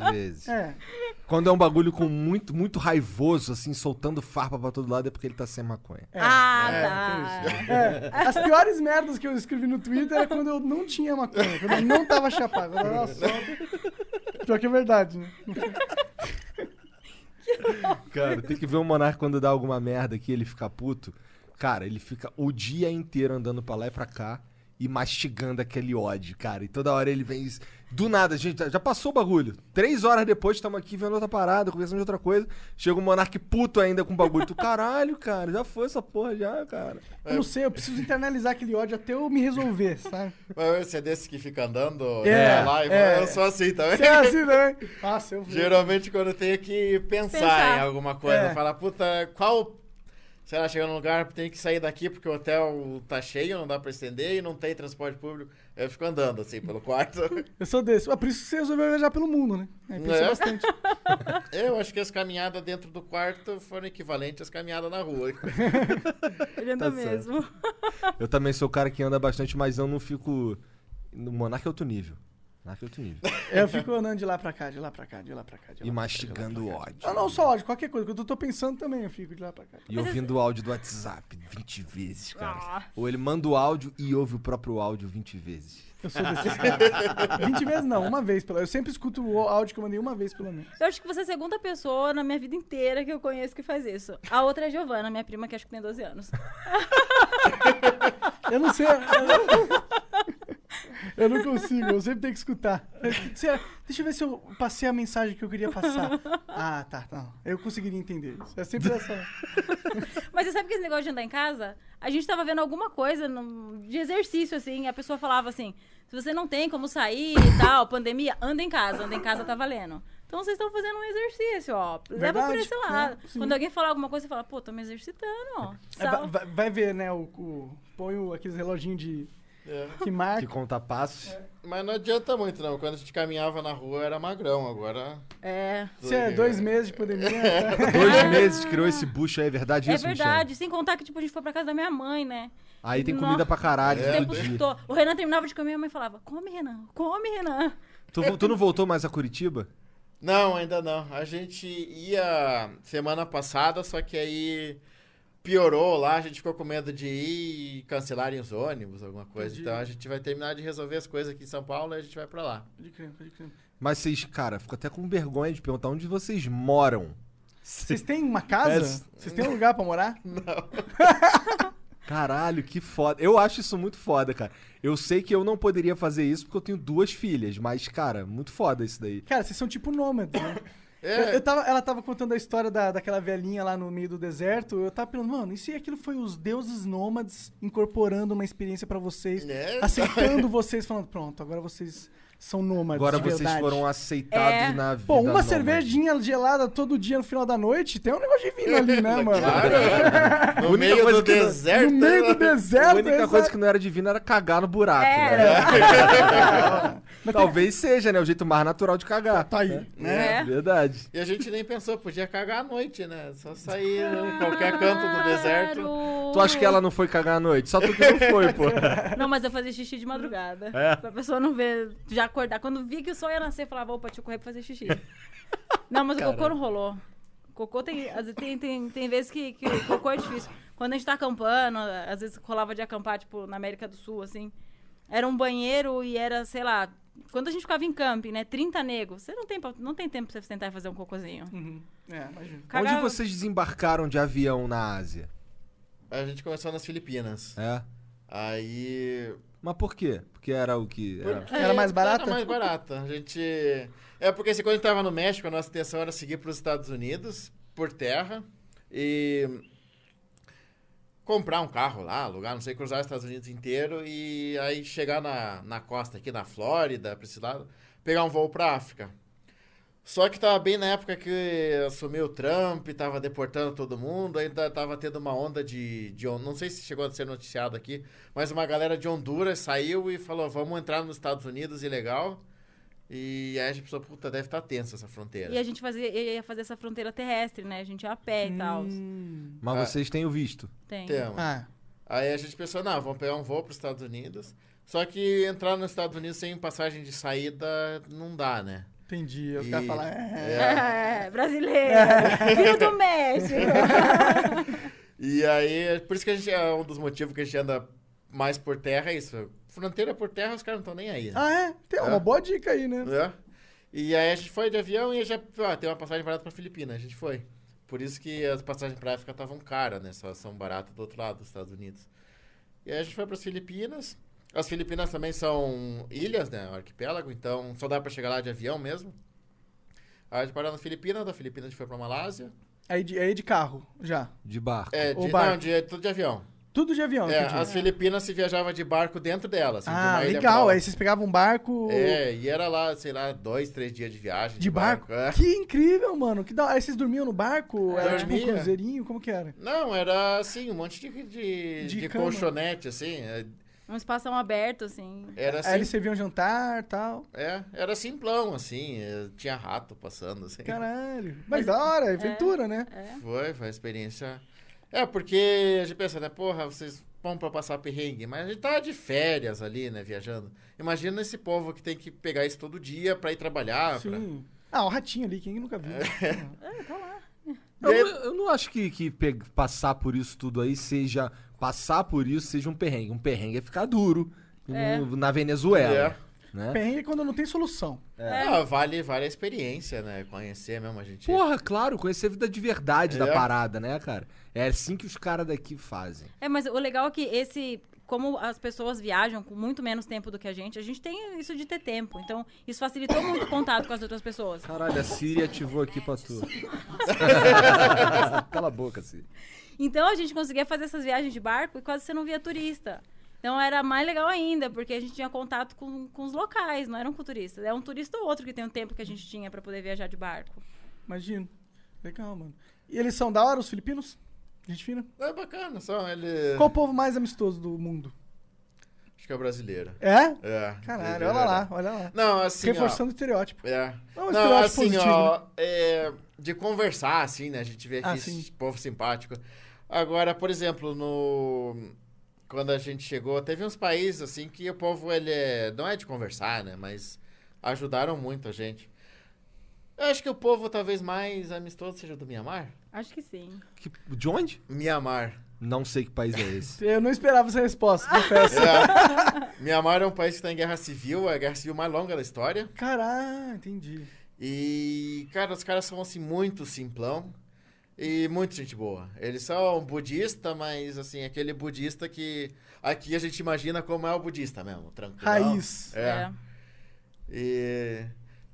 Speaker 1: Às vezes.
Speaker 2: É.
Speaker 1: Quando é um bagulho com muito, muito raivoso, assim, soltando farpa pra todo lado, é porque ele tá sem maconha.
Speaker 4: ah, tá.
Speaker 2: É, as piores merdas que eu escrevi no Twitter é quando eu não tinha maconha, quando eu não tava chapado. Eu tava só... Pior que é verdade, né?
Speaker 1: Cara, tem que ver o Monark quando dá alguma merda aqui, ele fica puto. Cara, ele fica o dia inteiro andando pra lá e pra cá e mastigando aquele ódio, cara. E toda hora ele vem. e- Do nada, gente, já passou o bagulho. Três horas depois, estamos aqui vendo outra parada, conversando de outra coisa. Chega o Monark puto ainda com o bagulho. Tu, caralho, cara, já foi essa porra, já, cara.
Speaker 2: Eu não sei, eu preciso internalizar aquele ódio até eu me resolver, sabe?
Speaker 5: Mas você é desse que fica andando
Speaker 2: É,
Speaker 5: na live?
Speaker 2: é.
Speaker 5: Eu sou assim também.
Speaker 2: Você é assim também? Nossa, eu
Speaker 5: Geralmente quando eu tenho que pensar,
Speaker 4: Pensar.
Speaker 5: em alguma coisa,
Speaker 2: É.
Speaker 5: falar, puta, qual. Sei lá, chegando num lugar, tem que sair daqui porque o hotel tá cheio, não dá pra estender e não tem transporte público. Eu fico andando assim pelo quarto.
Speaker 2: Eu sou desse. Ah, por isso que você resolveu viajar pelo mundo, né? Aí pensou
Speaker 5: É.
Speaker 2: bastante.
Speaker 5: eu acho que as caminhadas dentro do quarto foram equivalentes às caminhadas na rua.
Speaker 4: Ele anda
Speaker 2: Tá
Speaker 4: mesmo.
Speaker 1: Eu também sou o cara que anda bastante, mas eu não fico. No Monark é outro nível. Monark é outro nível.
Speaker 2: Eu fico andando de lá pra cá, de lá pra cá, de lá pra cá. De lá
Speaker 1: E
Speaker 2: pra cá.
Speaker 1: mastigando o ódio.
Speaker 2: Ah, não, só ódio, qualquer coisa. Quando eu tô pensando também, eu fico de lá pra cá.
Speaker 1: E ouvindo o áudio do WhatsApp 20 vezes, cara.
Speaker 4: Ah.
Speaker 1: Ou ele manda o áudio e ouve o próprio áudio 20 vezes.
Speaker 2: Eu sou desses caras. 20 vezes não, uma vez pelo Eu sempre escuto o áudio que eu mandei uma vez pelo menos.
Speaker 4: Eu acho que você é a segunda pessoa na minha vida inteira que eu conheço que faz isso. A outra é a Giovana, minha prima, que acho que tem 12 anos.
Speaker 2: Eu não sei. Eu, eu não consigo, eu sempre tenho que escutar. Será- Deixa eu ver se eu passei a mensagem que eu queria passar. Ah, tá, não. Eu conseguiria entender isso. É sempre essa.
Speaker 4: Mas você sabe que esse negócio de andar em casa? A gente tava vendo alguma coisa num- de exercício, assim, e a pessoa falava assim: se você não tem como sair e tal, pandemia, anda em casa, anda em casa tá valendo. Então vocês estão fazendo um exercício, ó. Leva por
Speaker 2: Verdade,
Speaker 4: esse lado.
Speaker 2: né? Sim.
Speaker 4: Quando alguém falar alguma coisa, você fala, pô, tô me exercitando, ó.
Speaker 2: É, vai,
Speaker 4: Sal...
Speaker 2: vai- vai ver, né? O, o- põe o- aqueles reloginhos de. Que
Speaker 4: Ah.
Speaker 1: Que
Speaker 2: marca.
Speaker 1: conta passos.
Speaker 5: Mas não adianta muito, não. Quando a gente caminhava na rua era magrão, agora.
Speaker 4: É.
Speaker 2: Isso é dois meses de pandemia. tá?
Speaker 1: Dois meses criou esse bucho aí, é verdade
Speaker 4: É
Speaker 1: isso, Michele?
Speaker 4: verdade, sem contar que, tipo, a gente foi pra casa da minha mãe, né?
Speaker 1: Aí tem
Speaker 4: Nossa.
Speaker 1: comida pra caralho né?
Speaker 4: O tempo
Speaker 1: todo dia.
Speaker 4: todo. O Renan terminava de comer, minha mãe falava: come, Renan, come, Renan.
Speaker 1: Tu, vo- tu não voltou mais a Curitiba?
Speaker 5: Não, ainda não. A gente ia semana passada, só que aí piorou lá, a gente ficou com medo de ir e cancelarem os ônibus, alguma coisa. Então a gente vai terminar de resolver as coisas aqui em São Paulo e a gente vai pra lá.
Speaker 2: Pode crer, pode crer.
Speaker 1: Mas vocês, cara, fico até com vergonha de perguntar onde vocês moram.
Speaker 2: Vocês têm uma casa? Vocês têm um lugar pra morar?
Speaker 1: Caralho, que foda. Eu acho isso muito foda, cara. Eu sei que eu não poderia fazer isso porque eu tenho duas filhas, mas, cara, muito foda isso daí.
Speaker 2: Cara, vocês são tipo nômades, né? Eu, eu tava, ela tava contando a história da, daquela velhinha lá no meio do deserto. Eu tava pensando, mano, e se aquilo foi os deuses nômades incorporando uma experiência pra vocês,
Speaker 5: Né?
Speaker 2: aceitando vocês, falando, pronto, agora vocês são nômades.
Speaker 1: Agora
Speaker 2: de
Speaker 1: vocês
Speaker 2: verdade.
Speaker 1: foram aceitados
Speaker 4: É.
Speaker 1: na vida.
Speaker 2: Pô, uma
Speaker 1: nômade.
Speaker 2: cervejinha gelada todo dia no final da noite, tem um negócio divino ali, né, mano?
Speaker 5: No
Speaker 1: única
Speaker 5: meio
Speaker 1: coisa
Speaker 5: do
Speaker 1: que não-
Speaker 2: No
Speaker 5: deserto. né?
Speaker 2: meio do
Speaker 1: A
Speaker 2: deserto,
Speaker 1: única
Speaker 2: exato.
Speaker 1: coisa que não era divina era cagar no buraco.
Speaker 4: É.
Speaker 1: né?
Speaker 2: Mas tem-
Speaker 1: Talvez seja, né? O jeito mais natural de cagar.
Speaker 2: Tá aí,
Speaker 4: né? É.
Speaker 1: Verdade.
Speaker 5: E a gente nem pensou, podia cagar à noite, né? Só sair em qualquer canto do deserto.
Speaker 4: Ah, Claro.
Speaker 1: Tu acha que ela não foi cagar à noite? Só tu que não foi, pô.
Speaker 4: Não, mas eu fazia xixi de madrugada. Pra pessoa não ver, já acordar. Quando via que o sol ia nascer, eu falava, opa, deixa eu correr pra fazer xixi. Não, mas o cocô não rolou. Cocô tem, às vezes, tem, tem, tem vezes que, que o cocô é difícil. Quando a gente tá acampando, às vezes rolava de acampar, tipo, na América do Sul, assim. Era um banheiro e era, sei lá, quando a gente ficava em camping, né? 30 negros. Você não tem, pra- não tem tempo pra você tentar fazer um cocôzinho.
Speaker 2: É, imagina.
Speaker 4: Cagava-
Speaker 1: Onde vocês desembarcaram de avião na Ásia?
Speaker 5: A gente começou nas Filipinas.
Speaker 1: É.
Speaker 5: Aí
Speaker 1: Mas por quê? Porque era o que. Era...
Speaker 5: Porque
Speaker 2: é, Era mais barata?
Speaker 5: É, Era mais barata. A gente. É porque assim, quando a gente tava no México, a nossa intenção era seguir para os Estados Unidos por terra e comprar um carro lá, alugar, não sei, cruzar os Estados Unidos inteiro e aí chegar na, na costa aqui, na Flórida, para esse lado, pegar um voo para África. Só que tava bem na época que assumiu o Trump, tava deportando todo mundo, ainda tava tendo uma onda de, de. Hon- Não sei se chegou a ser noticiado aqui, mas uma galera de Honduras saiu e falou: vamos entrar nos Estados Unidos ilegal. E aí a gente pensou: puta, deve estar tensa essa fronteira.
Speaker 4: E a gente fazia, ia fazer essa fronteira terrestre, né? A gente ia a pé e tal.
Speaker 2: Hum.
Speaker 1: Mas
Speaker 2: É.
Speaker 1: vocês têm o visto.
Speaker 4: Tem.
Speaker 5: Então,
Speaker 2: Ah,
Speaker 5: Aí a gente pensou: não, vamos pegar um voo para os Estados Unidos. Só que entrar nos Estados Unidos sem passagem de saída não dá, né?
Speaker 2: entendi. Os
Speaker 5: E-
Speaker 2: caras falam, é.
Speaker 4: É, brasileiro. Vindo do México.
Speaker 5: E aí, por isso que a gente é um dos motivos que a gente anda mais por terra, é isso. Fronteira por terra, os caras não estão nem aí. né?
Speaker 2: Ah, é? Tem uma boa dica aí, né?
Speaker 5: É. E aí a gente foi de avião e já ó, tem uma passagem barata para Filipinas, a gente foi. Por isso que as passagens para África estavam caras, né? Só são baratas do outro lado dos Estados Unidos. E aí a gente foi para as Filipinas. As Filipinas também são ilhas, né? Um arquipélago, então só dá para chegar lá de avião mesmo. Aí a gente parou na Filipinas, da Filipinas a gente foi para Malásia.
Speaker 2: Aí de, aí de carro, já.
Speaker 1: De barco.
Speaker 5: É,
Speaker 2: Ou
Speaker 5: de,
Speaker 2: barco.
Speaker 5: não, de, tudo de avião.
Speaker 2: Tudo de avião,
Speaker 5: É,
Speaker 2: entendi.
Speaker 5: as Filipinas se viajava de barco dentro delas. assim, de
Speaker 2: Ah,
Speaker 5: uma ilha pra
Speaker 2: legal.
Speaker 5: outra.
Speaker 2: Aí vocês pegavam um barco
Speaker 5: É, e era lá, sei lá, dois, três dias de viagem.
Speaker 2: de barco.
Speaker 5: é.
Speaker 2: Que incrível, mano. Que da... Aí vocês dormiam no barco? Era tipo um
Speaker 5: Dormia.
Speaker 2: cruzeirinho? Como que era?
Speaker 5: Não, era assim, um monte de, de,
Speaker 2: De
Speaker 5: de
Speaker 2: cama.
Speaker 5: colchonete, assim. é,
Speaker 4: Um espação aberto, assim.
Speaker 5: Era
Speaker 2: Aí
Speaker 5: assim,
Speaker 2: eles serviam jantar e tal.
Speaker 5: é, era simplão, assim. é, Tinha rato passando, assim.
Speaker 2: Caralho. Mas
Speaker 5: É.
Speaker 2: da hora, aventura, né?
Speaker 5: Foi, foi uma experiência. É, porque a gente pensa, né, porra, vocês vão pra passar perrengue, mas a gente tá de férias ali, né, viajando. Imagina esse povo que tem que pegar isso todo dia pra ir trabalhar. pra- É.
Speaker 2: Sim. Ah, o ratinho ali, quem nunca viu?
Speaker 1: Eu,
Speaker 2: é.
Speaker 1: não- eu não acho que, que pe- passar por isso tudo aí seja. Passar por isso seja um perrengue. Um perrengue é ficar duro no- na Venezuela.
Speaker 5: É.
Speaker 1: Né?
Speaker 2: Perrengue é quando não tem solução.
Speaker 5: Ah, vale, vale a experiência, né? Conhecer mesmo a gente.
Speaker 1: Porra, claro, conhecer a vida de verdade da
Speaker 5: É.
Speaker 1: parada, né, cara? É assim que os caras daqui fazem.
Speaker 4: É, mas o legal é que esse. Como as pessoas viajam com muito menos tempo do que a gente, a gente tem isso de ter tempo. Então, isso facilitou muito o contato com as outras pessoas.
Speaker 1: Caralho, a Siri ativou aqui pra tu. Cala a boca, Siri.
Speaker 4: Então, a gente conseguia fazer essas viagens de barco e quase você não via turista. Então, era mais legal ainda, porque a gente tinha contato com, com os locais, não eram com turistas. É um turista ou outro que tem o tempo que a gente tinha pra poder viajar de barco.
Speaker 2: Imagino. Legal, mano. E eles são da hora, os filipinos? Gente fina.
Speaker 5: É bacana, só ele.
Speaker 2: Qual o povo mais amistoso do mundo?
Speaker 5: Acho que é brasileiro.
Speaker 2: É?
Speaker 5: É.
Speaker 2: Caralho,
Speaker 5: ele-
Speaker 2: olha lá, olha lá.
Speaker 5: Não, assim. ó,
Speaker 2: Reforçando o estereótipo.
Speaker 5: É.
Speaker 2: Não,
Speaker 5: Não,
Speaker 2: mas eu acho
Speaker 5: assim,
Speaker 2: positivo, né?
Speaker 5: ó, é, de conversar, assim, né? A gente vê aqui
Speaker 2: Ah,
Speaker 5: esse
Speaker 2: sim.
Speaker 5: povo simpático. Agora, por exemplo, no... Quando a gente chegou, teve uns países, assim, que o povo, ele é... Não é de conversar, né? Mas ajudaram muito a gente. Eu acho que o povo talvez mais amistoso seja o do Mianmar.
Speaker 4: Acho que sim.
Speaker 1: Que- de onde?
Speaker 5: Mianmar.
Speaker 1: Não sei que país é esse.
Speaker 2: Eu não esperava essa resposta, confesso.
Speaker 5: Mianmar é um país que está em guerra civil, é a guerra civil mais longa da história.
Speaker 2: Caralho, entendi.
Speaker 5: E, cara, os caras são, assim, muito simplão e muito gente boa. Eles são um budista, mas, assim, aquele budista que aqui a gente imagina como é o budista mesmo, tranquilo.
Speaker 2: Raiz.
Speaker 5: É. E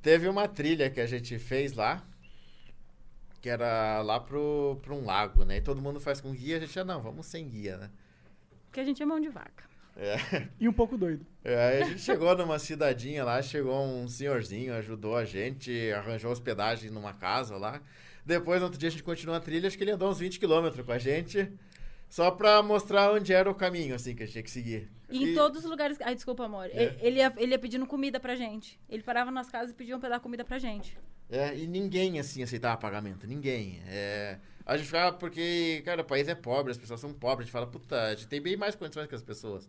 Speaker 5: teve uma trilha que a gente fez lá, que era lá pro, pro um lago, né? E todo mundo faz com guia, a gente, ah, não, vamos sem guia, né?
Speaker 4: Porque a gente é mão de vaca.
Speaker 2: E um pouco doido.
Speaker 5: É, Aí a gente chegou numa cidadinha lá, chegou um senhorzinho, ajudou a gente, arranjou hospedagem numa casa lá. Depois, no outro dia, a gente continuou a trilha, acho que ele andou uns 20 quilômetros com a gente, só pra mostrar onde era o caminho, assim, que a gente tinha que seguir.
Speaker 4: E em todos os lugares. Ai, desculpa, amor. Ele, ele ia, ele ia pedindo comida pra gente. Ele parava nas casas e pedia um pedaço de comida pra gente.
Speaker 5: É, e ninguém, assim, aceitava pagamento, ninguém. É, a gente ficava porque, cara, o país é pobre, as pessoas são pobres, a gente fala, puta, a gente tem bem mais condições que as pessoas.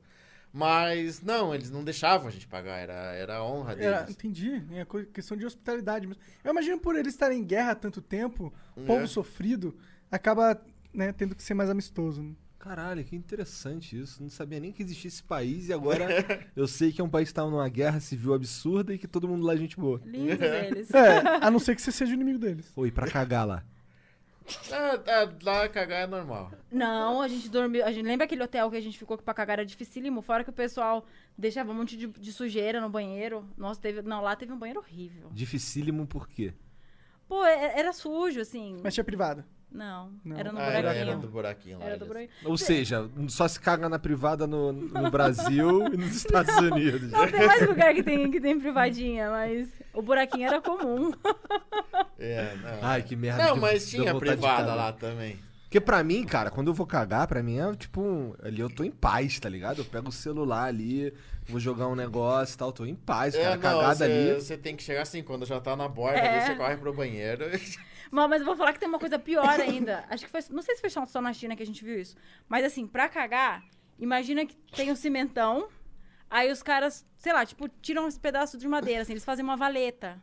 Speaker 5: Mas, não, eles não deixavam a gente pagar, era, era a honra deles.
Speaker 2: Era, entendi. É co- questão de hospitalidade mesmo. Eu imagino por eles estarem em guerra há tanto tempo, o
Speaker 5: É.
Speaker 2: povo sofrido, acaba né, tendo que ser mais amistoso. né?
Speaker 1: Caralho, que interessante isso. Não sabia nem que existia esse país e agora eu sei que é um país que tá numa guerra civil absurda e que todo mundo lá é gente boa.
Speaker 4: Lindos eles.
Speaker 2: É, a não ser que você seja o inimigo deles.
Speaker 1: Oi, pra cagar lá.
Speaker 5: Ah, ah, lá cagar é normal.
Speaker 4: Não, a gente dormiu. A gente lembra aquele hotel que a gente ficou que pra cagar era dificílimo? Fora que o pessoal deixava um monte de, de sujeira no banheiro. Nossa, teve. Não, lá teve um banheiro horrível.
Speaker 1: Dificílimo por quê?
Speaker 4: Pô, é- era sujo, assim.
Speaker 2: Mas tinha privada.
Speaker 4: Não,
Speaker 2: Não.
Speaker 4: era no
Speaker 5: Ah,
Speaker 4: buraquinho.
Speaker 5: era, era do buraquinho lá.
Speaker 4: Era do
Speaker 5: eles-
Speaker 4: buraquinho.
Speaker 1: Ou seja, só se caga na privada no, no Brasil e nos Estados Unidos.
Speaker 4: Não, tem mais lugar que tem, que tem privadinha, mas o buraquinho era comum.
Speaker 5: É, não.
Speaker 1: Ai, que merda.
Speaker 5: Não,
Speaker 1: deu-
Speaker 5: mas
Speaker 1: deu
Speaker 5: tinha
Speaker 1: vontade de
Speaker 5: privada
Speaker 1: cagar.
Speaker 5: lá também.
Speaker 1: Porque pra mim, cara, quando eu vou cagar, pra mim é tipo. um- Ali eu tô em paz, tá ligado? Eu pego o celular ali, vou jogar um negócio e tal, tô em paz,
Speaker 5: É,
Speaker 1: cara.
Speaker 5: não,
Speaker 1: cagada
Speaker 5: você,
Speaker 1: ali.
Speaker 5: você tem que chegar assim, quando já tá na borda
Speaker 4: É.
Speaker 5: ali, você corre pro banheiro.
Speaker 4: Mas, mas eu vou falar que tem uma coisa pior ainda. Acho que foi. Não sei se foi só na China que a gente viu isso. Mas assim, pra cagar, imagina que tem um cimentão, aí os caras, sei lá, tipo, tiram uns pedaços de madeira, assim, eles fazem uma valeta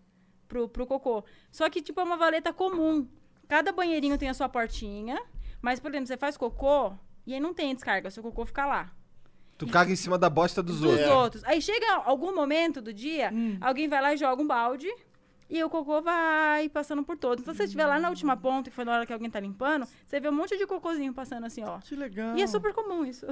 Speaker 4: pro, pro cocô. Só que, tipo, é uma valeta comum. Cada banheirinho tem a sua portinha. Mas, por exemplo, você faz cocô e aí não tem descarga, seu cocô fica lá.
Speaker 1: Tu caga em cima da bosta dos
Speaker 4: Dos
Speaker 1: outros.
Speaker 4: outros. Aí chega algum momento do dia,
Speaker 2: Hum.
Speaker 4: alguém vai lá e joga um balde e o cocô vai passando por todos. Então, se você estiver lá na última ponta, que foi na hora que alguém tá limpando, você vê um monte de cocôzinho passando assim, ó.
Speaker 2: Que legal.
Speaker 4: E é super comum isso.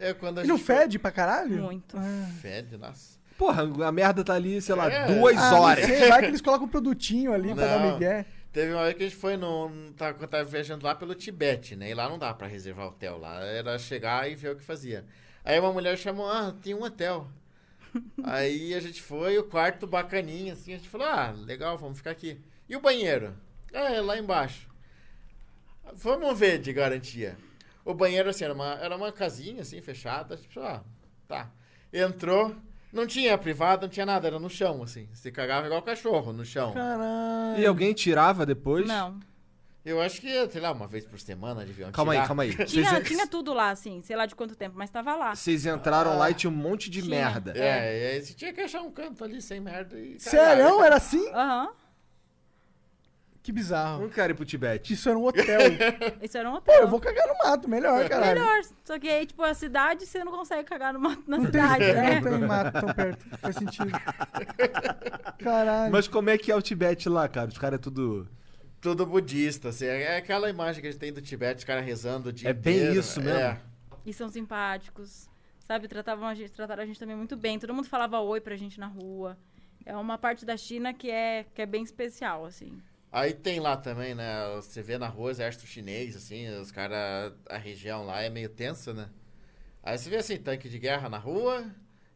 Speaker 5: É quando a
Speaker 2: E não
Speaker 5: gente
Speaker 2: fede pra caralho? Ah.
Speaker 4: Muito.
Speaker 5: fede, nossa.
Speaker 1: Porra, a merda tá ali, sei lá,
Speaker 5: É.
Speaker 1: duas
Speaker 2: Ah, não
Speaker 1: horas.
Speaker 2: sei, vai que eles colocam um produtinho ali pra dar
Speaker 5: Não.
Speaker 2: migué.
Speaker 5: Teve uma vez que a gente foi num. Tava, tava viajando lá pelo Tibete, né? E lá não dá pra reservar hotel lá. Era chegar e ver o que fazia. Aí uma mulher chamou, ah, tem um hotel. Aí a gente foi, o quarto bacaninha, assim, a gente falou, ah, legal, vamos ficar aqui. E o banheiro? Ah, é lá embaixo. Vamos ver de garantia. O banheiro, assim, era uma, era uma casinha, assim, fechada. A gente falou, ah, tá. Entrou, não tinha privado, não tinha nada, era no chão, assim. Se cagava igual cachorro, no chão.
Speaker 2: Caralho.
Speaker 1: E alguém tirava depois?
Speaker 4: Não.
Speaker 5: Eu acho que, é, sei lá, uma vez por semana deviam
Speaker 1: Calma aí,
Speaker 5: tirar.
Speaker 1: calma aí.
Speaker 4: Tinha,
Speaker 1: Vocês-
Speaker 4: tinha tudo lá, assim, sei lá de quanto tempo, mas tava lá.
Speaker 1: Vocês entraram lá e tinha um monte de
Speaker 4: Tinha.
Speaker 1: merda.
Speaker 5: É, e aí você tinha que achar um canto ali sem merda e...
Speaker 2: Sério?
Speaker 5: cagar. É
Speaker 2: Era assim?
Speaker 4: Aham.
Speaker 2: Que bizarro.
Speaker 1: Não quero ir pro Tibete.
Speaker 2: Isso era um hotel.
Speaker 4: Isso era um hotel.
Speaker 2: Pô, eu vou cagar no mato, melhor, caralho.
Speaker 4: Melhor. Só que aí, tipo, a cidade, você não consegue cagar numa, na
Speaker 2: Não tem,
Speaker 4: cidade,
Speaker 2: é,
Speaker 4: né?
Speaker 2: não tem mato tão perto. Faz sentido. Caralho.
Speaker 1: Mas como é que é o Tibete lá, cara? Os caras é tudo.
Speaker 5: Tudo budista, assim. É aquela imagem que a gente tem do Tibete, os caras rezando o dia
Speaker 1: É bem
Speaker 5: inteiro,
Speaker 1: isso
Speaker 5: né?
Speaker 1: mesmo.
Speaker 4: E são simpáticos, sabe? Tratavam a gente, trataram a gente também muito bem. Todo mundo falava oi pra gente na rua. É uma parte da China que é, que é bem especial, assim.
Speaker 5: Aí tem lá também, né? Você vê na rua exército chinês, assim, os caras. A região lá é meio tensa, né? Aí você vê assim, tanque de guerra na rua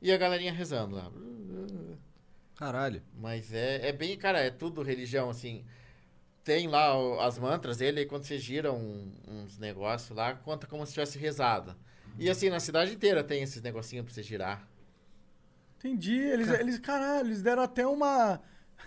Speaker 5: e a galerinha rezando lá.
Speaker 1: Caralho.
Speaker 5: Mas é, é bem, cara, é tudo religião, assim. Tem lá o- as mantras dele, e quando você gira um- uns negócios lá, conta como se tivesse rezado. E assim, na cidade inteira tem esses negocinhos pra você girar.
Speaker 2: Entendi. Eles, eles, caralho, eles deram até uma.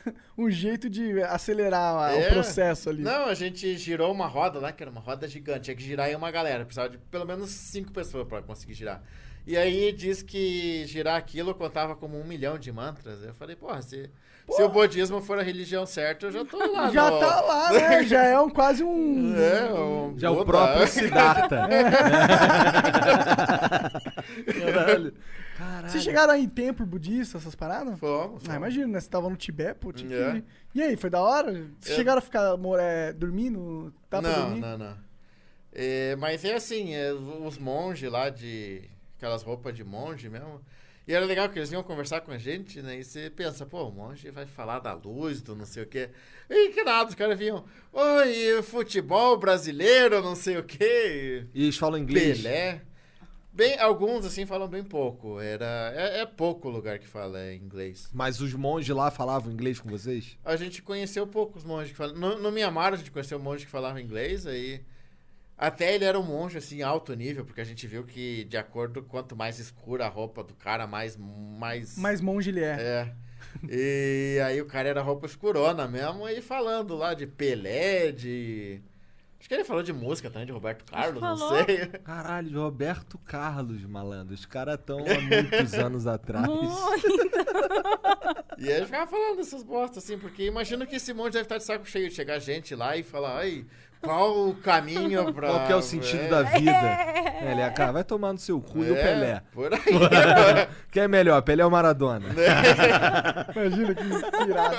Speaker 2: Um jeito de acelerar a-
Speaker 5: É.
Speaker 2: o processo ali.
Speaker 5: Não, a gente girou uma roda lá, que era uma roda gigante. Tinha que girar em uma galera. Precisava de pelo menos cinco pessoas pra conseguir girar. E aí diz que girar aquilo contava como um milhão de mantras. Eu falei, porra, se, se o budismo for a religião certa, eu já tô lá.
Speaker 2: Já
Speaker 5: no-
Speaker 2: tá lá, né? Já é um, quase um.
Speaker 5: É, um
Speaker 1: Já o
Speaker 5: Buda.
Speaker 1: próprio Siddhartha. Caralho.
Speaker 2: Vocês chegaram aí em templo budista, essas paradas?
Speaker 5: Fomos,
Speaker 2: Ah,
Speaker 5: fomos.
Speaker 2: imagina, né? Você tava no Tibete, pô, tinha que
Speaker 5: É.
Speaker 2: ir. E aí, foi da hora? Vocês
Speaker 5: Eu-
Speaker 2: chegaram a ficar mor- é, dormindo? Dá Tá pra
Speaker 5: não,
Speaker 2: dormir?
Speaker 5: não, não. É, mas é assim, é, os monges lá de. Aquelas roupas de monge mesmo. E era legal que eles vinham conversar com a gente, né? E você pensa, pô, o monge vai falar da luz, do não sei o quê. E que nada, os caras vinham, oi, futebol brasileiro, não sei o quê.
Speaker 1: E eles falam inglês.
Speaker 5: Pelé. Bem, alguns, assim, falam bem pouco. Era, é, é pouco o lugar que fala inglês.
Speaker 1: Mas os monges lá falavam inglês com vocês?
Speaker 5: A gente conheceu poucos monges que falavam. No, no Mianmar, a gente conheceu um monge que falava inglês, aí. Até ele era um monge, assim, alto nível, porque a gente viu que, de acordo quanto mais escura a roupa do cara, mais. mais...
Speaker 2: Mas monge ele é.
Speaker 5: É. E aí o cara era roupa escurona mesmo, e falando lá de Pelé, de. Acho que ele falou de música também, de Roberto Carlos, não
Speaker 4: falou.
Speaker 5: sei.
Speaker 1: Caralho, Roberto Carlos, malandro. Os caras estão há muitos anos atrás.
Speaker 4: Muito.
Speaker 5: E aí eu ficava falando essas bostas, assim, porque imagino que esse monge deve estar de saco cheio de chegar gente lá e falar, ai, qual o caminho pra.
Speaker 1: Qual que é o sentido da vida? É, ele, cara, vai tomar no seu cu e o
Speaker 5: É,
Speaker 1: Pelé.
Speaker 5: Por aí.
Speaker 1: Quem é melhor, Pelé ou Maradona?
Speaker 2: Imagina que pirado.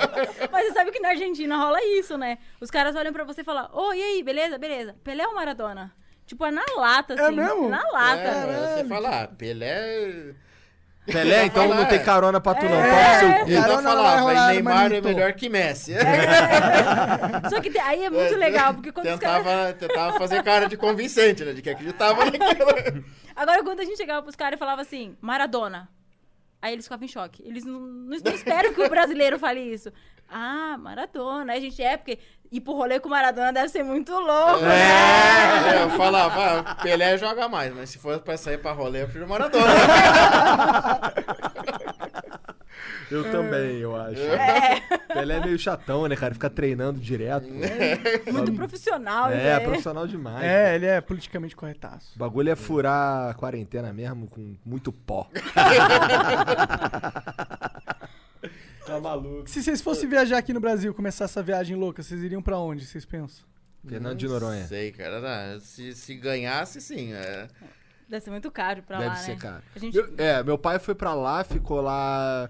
Speaker 4: Mas você sabe que na Argentina rola isso, né? Os caras olham pra você e falam, ô, e aí, beleza? Beleza. Pelé ou Maradona? Tipo, é na lata, assim.
Speaker 2: É mesmo?
Speaker 4: Na
Speaker 5: É,
Speaker 4: lata.
Speaker 5: você fala, ah, Pelé.
Speaker 1: Pelé, então não tem carona pra tu não. Toma no seu
Speaker 5: Eu
Speaker 1: cu.
Speaker 2: Carona
Speaker 5: já
Speaker 2: não
Speaker 5: falava,
Speaker 2: vai rolar,
Speaker 5: e Neymar
Speaker 2: manito.
Speaker 5: é melhor que Messi.
Speaker 4: Só que te- aí é muito legal, porque quando os caras...
Speaker 5: tentava, tentava fazer cara de convincente, né? De que acreditava naquilo.
Speaker 4: Agora, quando a gente chegava pros caras e falava assim, Maradona. Aí eles ficavam em choque. Eles não, não, não esperam que o brasileiro fale isso. Ah, Maradona. Aí a gente é, porque ir pro rolê com Maradona deve ser muito louco. né?"
Speaker 5: É, eu falava, ah, Pelé joga mais, mas se fosse pra sair pra rolê, eu prefiro Maradona.
Speaker 1: Eu também, eu acho. Pelé é meio chatão, né, cara? Fica treinando direto.
Speaker 4: Muito profissional,
Speaker 1: É,
Speaker 4: né?
Speaker 1: profissional demais.
Speaker 2: É, ele é politicamente corretaço.
Speaker 1: O bagulho é furar a quarentena mesmo com muito pó. tá maluco.
Speaker 2: Se vocês fossem viajar aqui no Brasil, começar essa viagem louca, vocês iriam pra onde, vocês pensam?
Speaker 1: Fernando de Noronha.
Speaker 5: Sei, cara. Não, se, se ganhasse, sim. é.
Speaker 4: Deve ser muito caro pra
Speaker 1: Deve
Speaker 4: lá,
Speaker 1: ser
Speaker 4: né?
Speaker 1: caro.
Speaker 4: A gente...
Speaker 1: Meu- é, meu pai foi pra lá, ficou lá.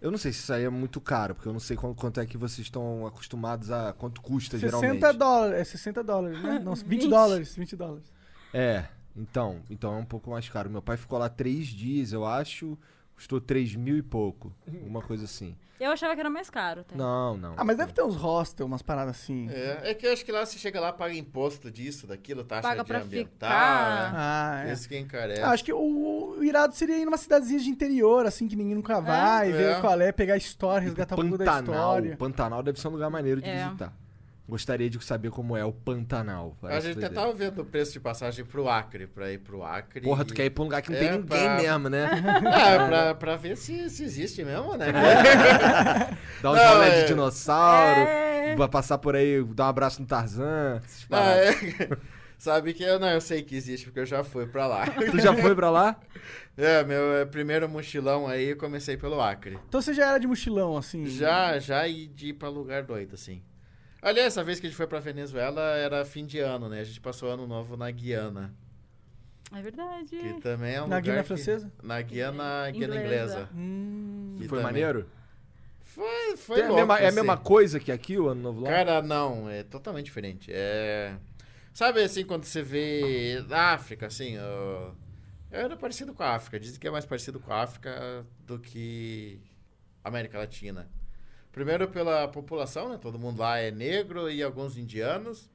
Speaker 1: Eu não sei se isso aí é muito caro, porque eu não sei quan- quanto, é que vocês estão acostumados a. Quanto custa
Speaker 2: 60
Speaker 1: geralmente.
Speaker 2: dólares, é 60 dólares, né? Não, 20,
Speaker 4: 20.
Speaker 2: dólares, 20 dólares.
Speaker 1: É, então. Então é um pouco mais caro. Meu pai ficou lá três dias, eu acho. Custou três mil e pouco. Uma coisa assim.
Speaker 4: Eu achava que era mais caro. Até.
Speaker 1: Não, não.
Speaker 2: Ah, mas deve ter uns hostel, umas paradas assim.
Speaker 5: É, é que eu acho que lá você chega lá, paga imposto disso, daquilo, taxa
Speaker 4: Paga
Speaker 5: de
Speaker 4: pra
Speaker 5: ambiental.
Speaker 4: ficar.
Speaker 5: né?
Speaker 2: Ah, é.
Speaker 5: Esse que encarece.
Speaker 2: Ah, acho que o, o irado seria ir numa cidadezinha de interior, assim, que ninguém nunca vai,
Speaker 5: É.
Speaker 2: ver
Speaker 5: É.
Speaker 2: qual é, pegar a história, resgatar um pouco da
Speaker 1: Pantanal.
Speaker 2: história.
Speaker 1: Pantanal deve ser um lugar maneiro de
Speaker 4: É.
Speaker 1: visitar. Gostaria de saber como é o Pantanal.
Speaker 5: a
Speaker 1: Parece
Speaker 5: gente tá até
Speaker 1: doideira.
Speaker 5: tava vendo o preço de passagem pro Acre, pra ir pro Acre.
Speaker 1: Porra, tu
Speaker 5: e-
Speaker 1: quer ir pra um lugar que não
Speaker 5: É,
Speaker 1: tem ninguém
Speaker 5: pra-
Speaker 1: mesmo, né?
Speaker 5: Ah, pra, pra ver se, se existe mesmo, né?
Speaker 1: Dá um
Speaker 5: Não,
Speaker 1: rolê
Speaker 5: é-
Speaker 1: de dinossauro.
Speaker 4: É.
Speaker 1: Vai passar por aí, dar um abraço no Tarzan. essas
Speaker 5: Não,
Speaker 1: paradas.
Speaker 5: é- Sabe que eu não, eu sei que existe, porque eu já fui pra lá.
Speaker 1: Tu já foi pra lá?
Speaker 5: É, meu é, primeiro mochilão aí eu comecei pelo Acre.
Speaker 2: Então você já era de mochilão,
Speaker 1: Hum.
Speaker 2: assim.
Speaker 5: Já, já e de ir pra lugar doido, assim. Aliás, essa vez que a gente foi pra Venezuela era fim de ano, né? A gente passou ano novo na Guiana.
Speaker 4: É verdade.
Speaker 5: Que também é um
Speaker 2: Hum. Na
Speaker 5: lugar
Speaker 2: Guiana
Speaker 5: que-
Speaker 2: Francesa?
Speaker 5: Na Guiana, Guiana
Speaker 4: Inglesa.
Speaker 5: Inglesa.
Speaker 2: Hum,
Speaker 5: Que
Speaker 1: foi
Speaker 5: também-
Speaker 1: maneiro?
Speaker 5: Foi, foi
Speaker 1: Tem a
Speaker 5: louco,
Speaker 1: mesma- é a
Speaker 5: assim.
Speaker 1: mesma coisa que aqui, o Ano Novo lá?
Speaker 5: Cara, não, é totalmente diferente. É... Sabe assim, quando você vê a África, assim, ó, era parecido com a África. Dizem que é mais parecido com a África do que América Latina. Primeiro pela população, né? Todo mundo lá é negro e alguns indianos.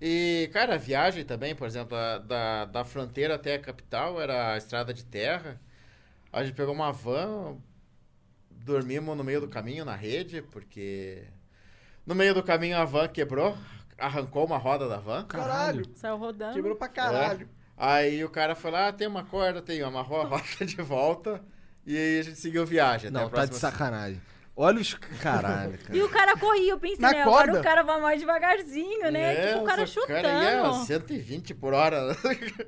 Speaker 5: E, cara, a viagem também, por exemplo, da, da, da fronteira até a capital era a estrada de terra. A gente pegou uma van, dormimos no meio do caminho na rede, porque no meio do caminho a van quebrou, arrancou uma roda da van.
Speaker 2: caralho.
Speaker 4: Saiu rodando.
Speaker 2: Quebrou pra caralho.
Speaker 5: É. Aí o cara foi lá, ah, tem uma corda, tem, amarrou a roda de volta e aí a gente seguiu viagem. É. até
Speaker 1: Não,
Speaker 5: a
Speaker 1: tá de
Speaker 5: próxima-
Speaker 1: sacanagem. Olha os. Caralho,
Speaker 4: E
Speaker 1: cara.
Speaker 4: o cara corria, eu pensei,
Speaker 2: Na
Speaker 4: né?
Speaker 2: corda?
Speaker 4: Agora o cara vai mais devagarzinho, né?
Speaker 5: É,
Speaker 4: tipo, o cara
Speaker 5: Nossa,
Speaker 4: chutando.
Speaker 5: ia assim. 120 por hora.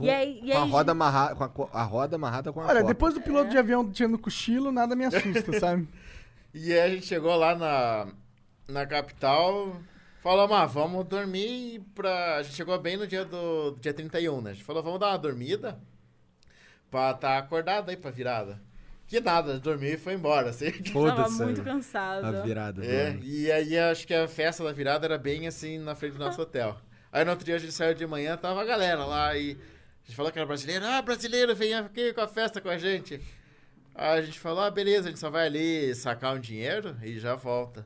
Speaker 4: E aí, e
Speaker 1: Com a
Speaker 4: aí-
Speaker 1: roda amarrada. Com a, co- a roda amarrada com a
Speaker 2: Olha,
Speaker 1: corda.
Speaker 2: depois do piloto de avião tirando cochilo, nada me assusta, sabe?
Speaker 5: E aí a gente chegou lá na, na capital, falamos, ah, vamos dormir pra... A gente chegou bem no dia do dia 31, né? A gente falou, vamos dar uma dormida pra estar acordado aí pra virada. Que nada, dormi e foi embora, assim.
Speaker 4: Tava
Speaker 1: Foda-se,
Speaker 4: muito
Speaker 1: né?
Speaker 4: cansado.
Speaker 1: A virada. do
Speaker 5: É,
Speaker 1: ano.
Speaker 5: e aí acho que a festa da virada era bem assim na frente do nosso hotel. Aí no outro dia a gente saiu de manhã, tava a galera lá e a gente falou que era brasileiro. Ah, brasileiro, vem aqui com a festa com a gente. Aí a gente falou, ah, beleza, a gente só vai ali sacar um dinheiro e já volta.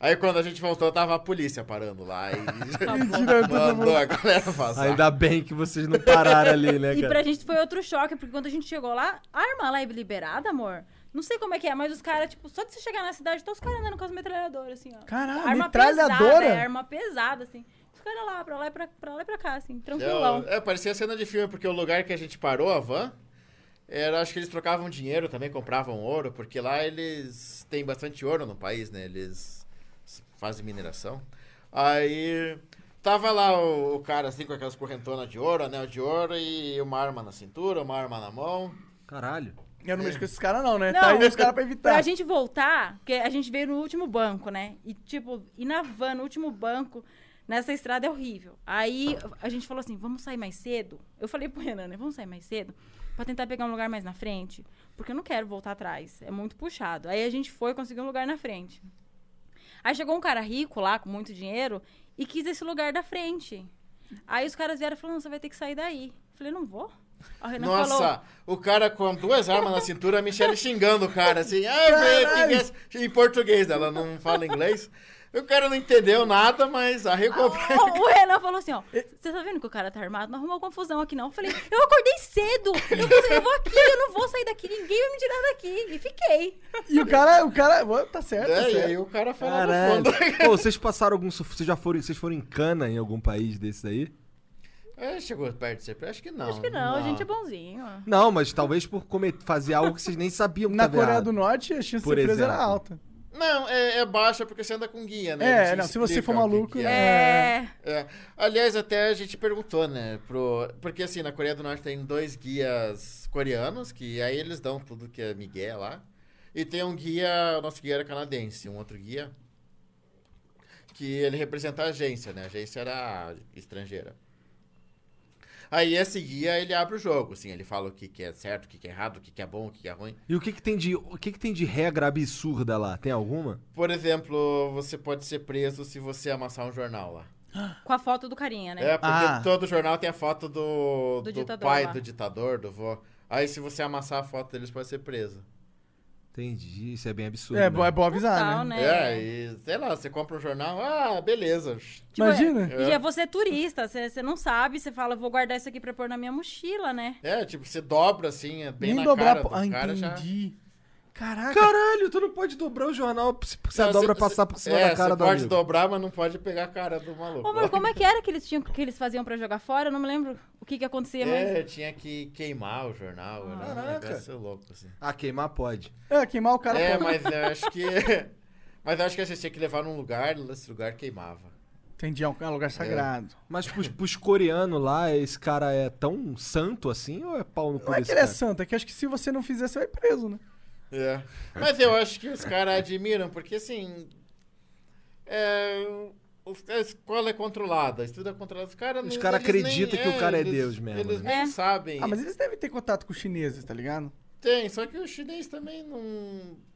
Speaker 5: Aí quando a gente voltou, tava a polícia parando lá e mandou a galera passar.
Speaker 1: Ainda bem que vocês não pararam ali, né,
Speaker 4: E
Speaker 1: cara?
Speaker 4: pra gente foi outro choque, porque quando a gente chegou lá, a arma lá é liberada, amor? Não sei como é que é, mas os caras, tipo, só de você chegar na cidade, tá os caras andando com as metralhadoras, assim, ó.
Speaker 2: Caralho,
Speaker 4: arma
Speaker 2: metralhadora?
Speaker 4: Pesada, é, arma pesada, assim. Os caras lá, pra lá, e pra, pra lá e pra cá, assim, tranquilão.
Speaker 5: É, é, parecia cena de filme, porque o lugar que a gente parou, a van, era, acho que eles trocavam dinheiro também, compravam ouro, porque lá eles têm bastante ouro no país, né? Eles fazem mineração. Aí tava lá o, o cara assim com aquelas correntonas de ouro, anel de ouro e uma arma na cintura, uma arma na mão.
Speaker 1: Caralho.
Speaker 2: Eu não mexo com esses caras, não, né?
Speaker 4: Não,
Speaker 2: tá aí os caras pra evitar.
Speaker 4: Pra gente voltar, porque a gente veio no último banco, né? E, tipo, ir na van, no último banco, nessa estrada é horrível. Aí a gente falou assim: vamos sair mais cedo? Eu falei pro Renan, né? Vamos sair mais cedo pra tentar pegar um lugar mais na frente, porque eu não quero voltar atrás. É muito puxado. Aí a gente foi conseguiu um lugar na frente. Aí chegou um cara rico lá, com muito dinheiro, e quis esse lugar da frente. Aí os caras vieram falando: você vai ter que sair daí. Eu falei: não vou. Aí o Renan falou.
Speaker 5: Nossa, o cara com duas armas na cintura, a Michelle xingando o cara, assim, ah, break, yes", é em português, ela não fala inglês. O cara não entendeu nada, mas arregou. pra-
Speaker 4: O, o Renan falou assim, ó. Você tá vendo que o cara tá armado? Não arrumou confusão aqui, não. Eu falei, eu acordei cedo. Eu, falei, eu vou aqui, eu não vou sair daqui. Ninguém vai me tirar daqui. E fiquei.
Speaker 2: E o cara, o cara. Ué, Tá certo, tá
Speaker 5: É, e
Speaker 2: certo.
Speaker 5: aí o cara foi lá no
Speaker 1: Caralho.
Speaker 5: fundo.
Speaker 1: Pô, vocês passaram algum. su- Vocês já foram. Vocês foram em Cana, em algum país desses aí?
Speaker 5: É, chegou perto de ser preso? Acho que não.
Speaker 4: Acho que não, a
Speaker 5: Ah.
Speaker 4: gente é bonzinho.
Speaker 1: Não, mas talvez por comer, fazer algo que vocês nem sabiam que
Speaker 2: Na
Speaker 1: tava
Speaker 2: Coreia
Speaker 1: errado.
Speaker 2: do Norte, a chance
Speaker 1: Tá Por
Speaker 2: de ser preso era
Speaker 1: exemplo.
Speaker 2: alta.
Speaker 5: Não, é, é baixa porque você anda com guia, né?
Speaker 2: É,
Speaker 5: Eles te
Speaker 2: não, se você
Speaker 5: explicam
Speaker 2: for
Speaker 5: o que
Speaker 2: maluco,
Speaker 5: que é.
Speaker 4: É.
Speaker 5: É. Aliás, até a gente perguntou, né? Pro... Porque assim, na Coreia do Norte tem dois guias coreanos, que aí eles dão tudo que é Miguel lá. E tem um guia, o nosso guia era canadense, um outro guia. que ele representava a agência, né? A agência era estrangeira. Aí, esse guia, ele abre o jogo, assim, ele fala o que, que é certo, o que, que é errado, o que, que é bom, o que, que é ruim.
Speaker 1: E o que, que tem de o que, que tem de regra absurda lá? Tem alguma?
Speaker 5: Por exemplo, você pode ser preso se você amassar um jornal lá.
Speaker 4: Com a foto do carinha, né?
Speaker 5: É, porque
Speaker 1: Ah.
Speaker 5: todo jornal tem a foto do, do,
Speaker 4: Do ditador
Speaker 5: pai
Speaker 4: lá.
Speaker 5: do ditador, do vô. Aí, se você amassar a foto deles, pode ser preso.
Speaker 1: Entendi, isso é bem absurdo.
Speaker 2: É,
Speaker 1: né?
Speaker 2: bo- é bom avisar,
Speaker 4: Total,
Speaker 2: né?
Speaker 4: né?
Speaker 5: É, e sei lá, você compra um jornal, ah, beleza.
Speaker 4: Tipo,
Speaker 2: Imagina.
Speaker 4: É, e é você é turista, você, você não sabe, você fala, vou guardar isso aqui pra pôr na minha mochila, né?
Speaker 5: É, tipo, você dobra assim, é bem
Speaker 2: Nem
Speaker 5: na
Speaker 2: dobrar.
Speaker 5: cara do
Speaker 2: Ah,
Speaker 5: cara já.
Speaker 2: entendi. Caraca.
Speaker 1: Caralho, tu não pode dobrar o jornal se se a
Speaker 5: Não,
Speaker 1: dobra
Speaker 5: você-
Speaker 1: passar por cima
Speaker 5: é,
Speaker 1: da cara
Speaker 5: você
Speaker 1: do
Speaker 5: pode
Speaker 1: amigo.
Speaker 5: dobrar, mas não pode pegar a cara do maluco.
Speaker 4: Ô, amor, como é que era que eles tinham que eles faziam pra jogar fora? Eu não me lembro o que que acontecia, assim, mas
Speaker 5: É, tinha que queimar o jornal, era um
Speaker 1: Caraca.
Speaker 5: negócio louco assim.
Speaker 1: Ah, queimar pode.
Speaker 2: É, queimar o cara.
Speaker 5: É,
Speaker 2: É,
Speaker 5: mas eu acho que mas eu acho que a gente tinha que levar num lugar, esse lugar queimava.
Speaker 2: Entendi, é um é um lugar sagrado.
Speaker 1: Mas pros, pros coreanos lá, esse cara é tão santo assim ou é pau no cu
Speaker 2: Não é que
Speaker 1: desse
Speaker 2: ele é
Speaker 1: cara?
Speaker 2: santo, é que acho que se você não fizer, você vai preso, né?
Speaker 5: É. Mas eu acho que os caras admiram, porque assim. É, os- a escola é controlada, isso tudo é controlado. Os caras
Speaker 1: Os
Speaker 5: não-
Speaker 1: cara
Speaker 5: eles nem-
Speaker 1: acreditam que o cara é
Speaker 5: eles-
Speaker 1: Deus mesmo,
Speaker 5: Eles
Speaker 1: né?
Speaker 5: nem
Speaker 4: É.
Speaker 5: sabem.
Speaker 2: Ah, mas eles devem ter contato com os chineses, tá ligado?
Speaker 5: Tem, só que o chinês também não.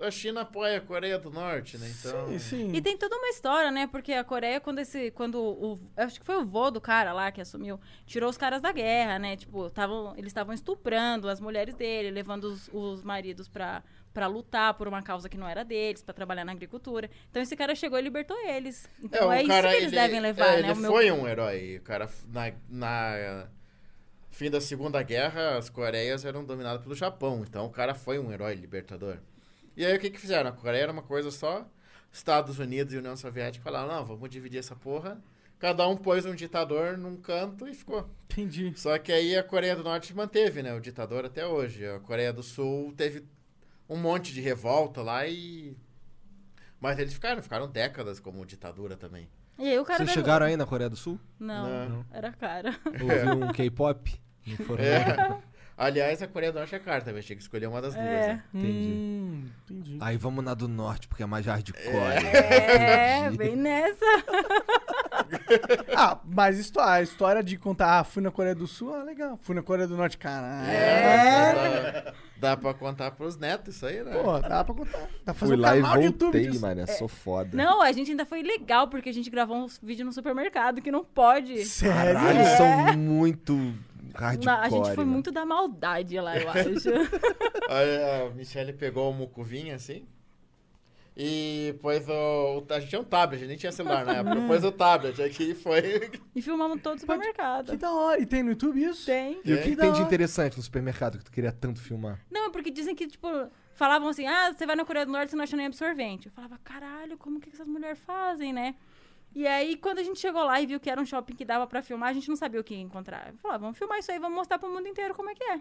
Speaker 5: A China apoia a Coreia do Norte, né? Então.
Speaker 2: Sim, sim.
Speaker 4: E tem toda uma história, né? Porque a Coreia, quando esse. Quando o. eu Acho que foi o vô do cara lá que assumiu. Tirou os caras da guerra, né? Tipo, tavam, eles estavam estuprando as mulheres dele, levando os, os maridos pra, pra lutar por uma causa que não era deles, pra trabalhar na agricultura. Então esse cara chegou e libertou eles. Então é,
Speaker 5: o
Speaker 4: isso
Speaker 5: cara,
Speaker 4: que eles
Speaker 5: ele-
Speaker 4: devem levar,
Speaker 5: é,
Speaker 4: né?
Speaker 5: Ele
Speaker 4: O meu-
Speaker 5: foi um herói. O cara, na, na fim da Segunda Guerra, as Coreias eram dominadas pelo Japão. Então o cara foi um herói libertador. E aí o que, que fizeram? A Coreia era uma coisa só. Estados Unidos e União Soviética falaram: não, vamos dividir essa porra. Cada um pôs um ditador num canto e ficou.
Speaker 2: Entendi.
Speaker 5: Só que aí a Coreia do Norte manteve, né? O ditador até hoje. A Coreia do Sul teve um monte de revolta lá e. Mas eles ficaram, ficaram décadas como ditadura também.
Speaker 4: E aí o cara.
Speaker 2: né,
Speaker 1: Vocês
Speaker 4: veio-
Speaker 1: chegaram aí na Coreia do Sul?
Speaker 4: Não, era cara.
Speaker 1: Ouviu
Speaker 2: É.
Speaker 1: um K-pop? Não foram não?
Speaker 5: É. Aliás, a Coreia do Norte é cara também, tinha que escolher uma das duas.
Speaker 4: É.
Speaker 5: né?
Speaker 1: Entendi.
Speaker 2: Hum, entendi.
Speaker 1: Aí vamos na do norte, porque é mais hardcore.
Speaker 4: É, bem nessa.
Speaker 2: Ah, mas isto, a história de contar, ah, fui na Coreia do Sul, ah, legal. Fui na Coreia do Norte, cara. É.
Speaker 5: Dá, dá pra contar pros netos isso aí, né?
Speaker 2: Pô, dá pra contar. Dá pra fazer
Speaker 1: Fui
Speaker 2: um
Speaker 1: lá e
Speaker 2: canal do YouTube
Speaker 1: voltei,
Speaker 2: disso. É.
Speaker 1: mano. Sou foda.
Speaker 4: Não, a gente ainda foi legal, porque a gente gravou um vídeo no supermercado que não pode.
Speaker 2: Sério?
Speaker 1: Caralho, são muito hardcore.
Speaker 4: É
Speaker 1: né?
Speaker 4: Na- a gente foi
Speaker 1: mano.
Speaker 4: muito da maldade lá, eu acho.
Speaker 5: Aí a Michelle pegou o mucuvinho assim. E pôs o. A gente tinha um tablet, a gente nem tinha celular na
Speaker 4: Hum.
Speaker 5: época. Pôs o tablet aqui e foi.
Speaker 4: e filmamos todo o
Speaker 2: Que
Speaker 4: supermercado.
Speaker 2: da hora. E tem no YouTube isso?
Speaker 4: Tem.
Speaker 1: E o que,
Speaker 2: Que
Speaker 1: que tem
Speaker 2: da
Speaker 1: de
Speaker 2: hora.
Speaker 1: interessante no supermercado que tu queria tanto filmar?
Speaker 4: Não, é porque dizem que, tipo, falavam assim, ah, você vai na Coreia do Norte e você não acha nem absorvente. Eu falava, caralho, como que essas mulheres fazem, né? E aí, quando a gente chegou lá e viu que era um shopping que dava pra filmar, a gente não sabia o que encontrar. Eu falava, vamos filmar isso aí, vamos mostrar pro mundo inteiro como é que é.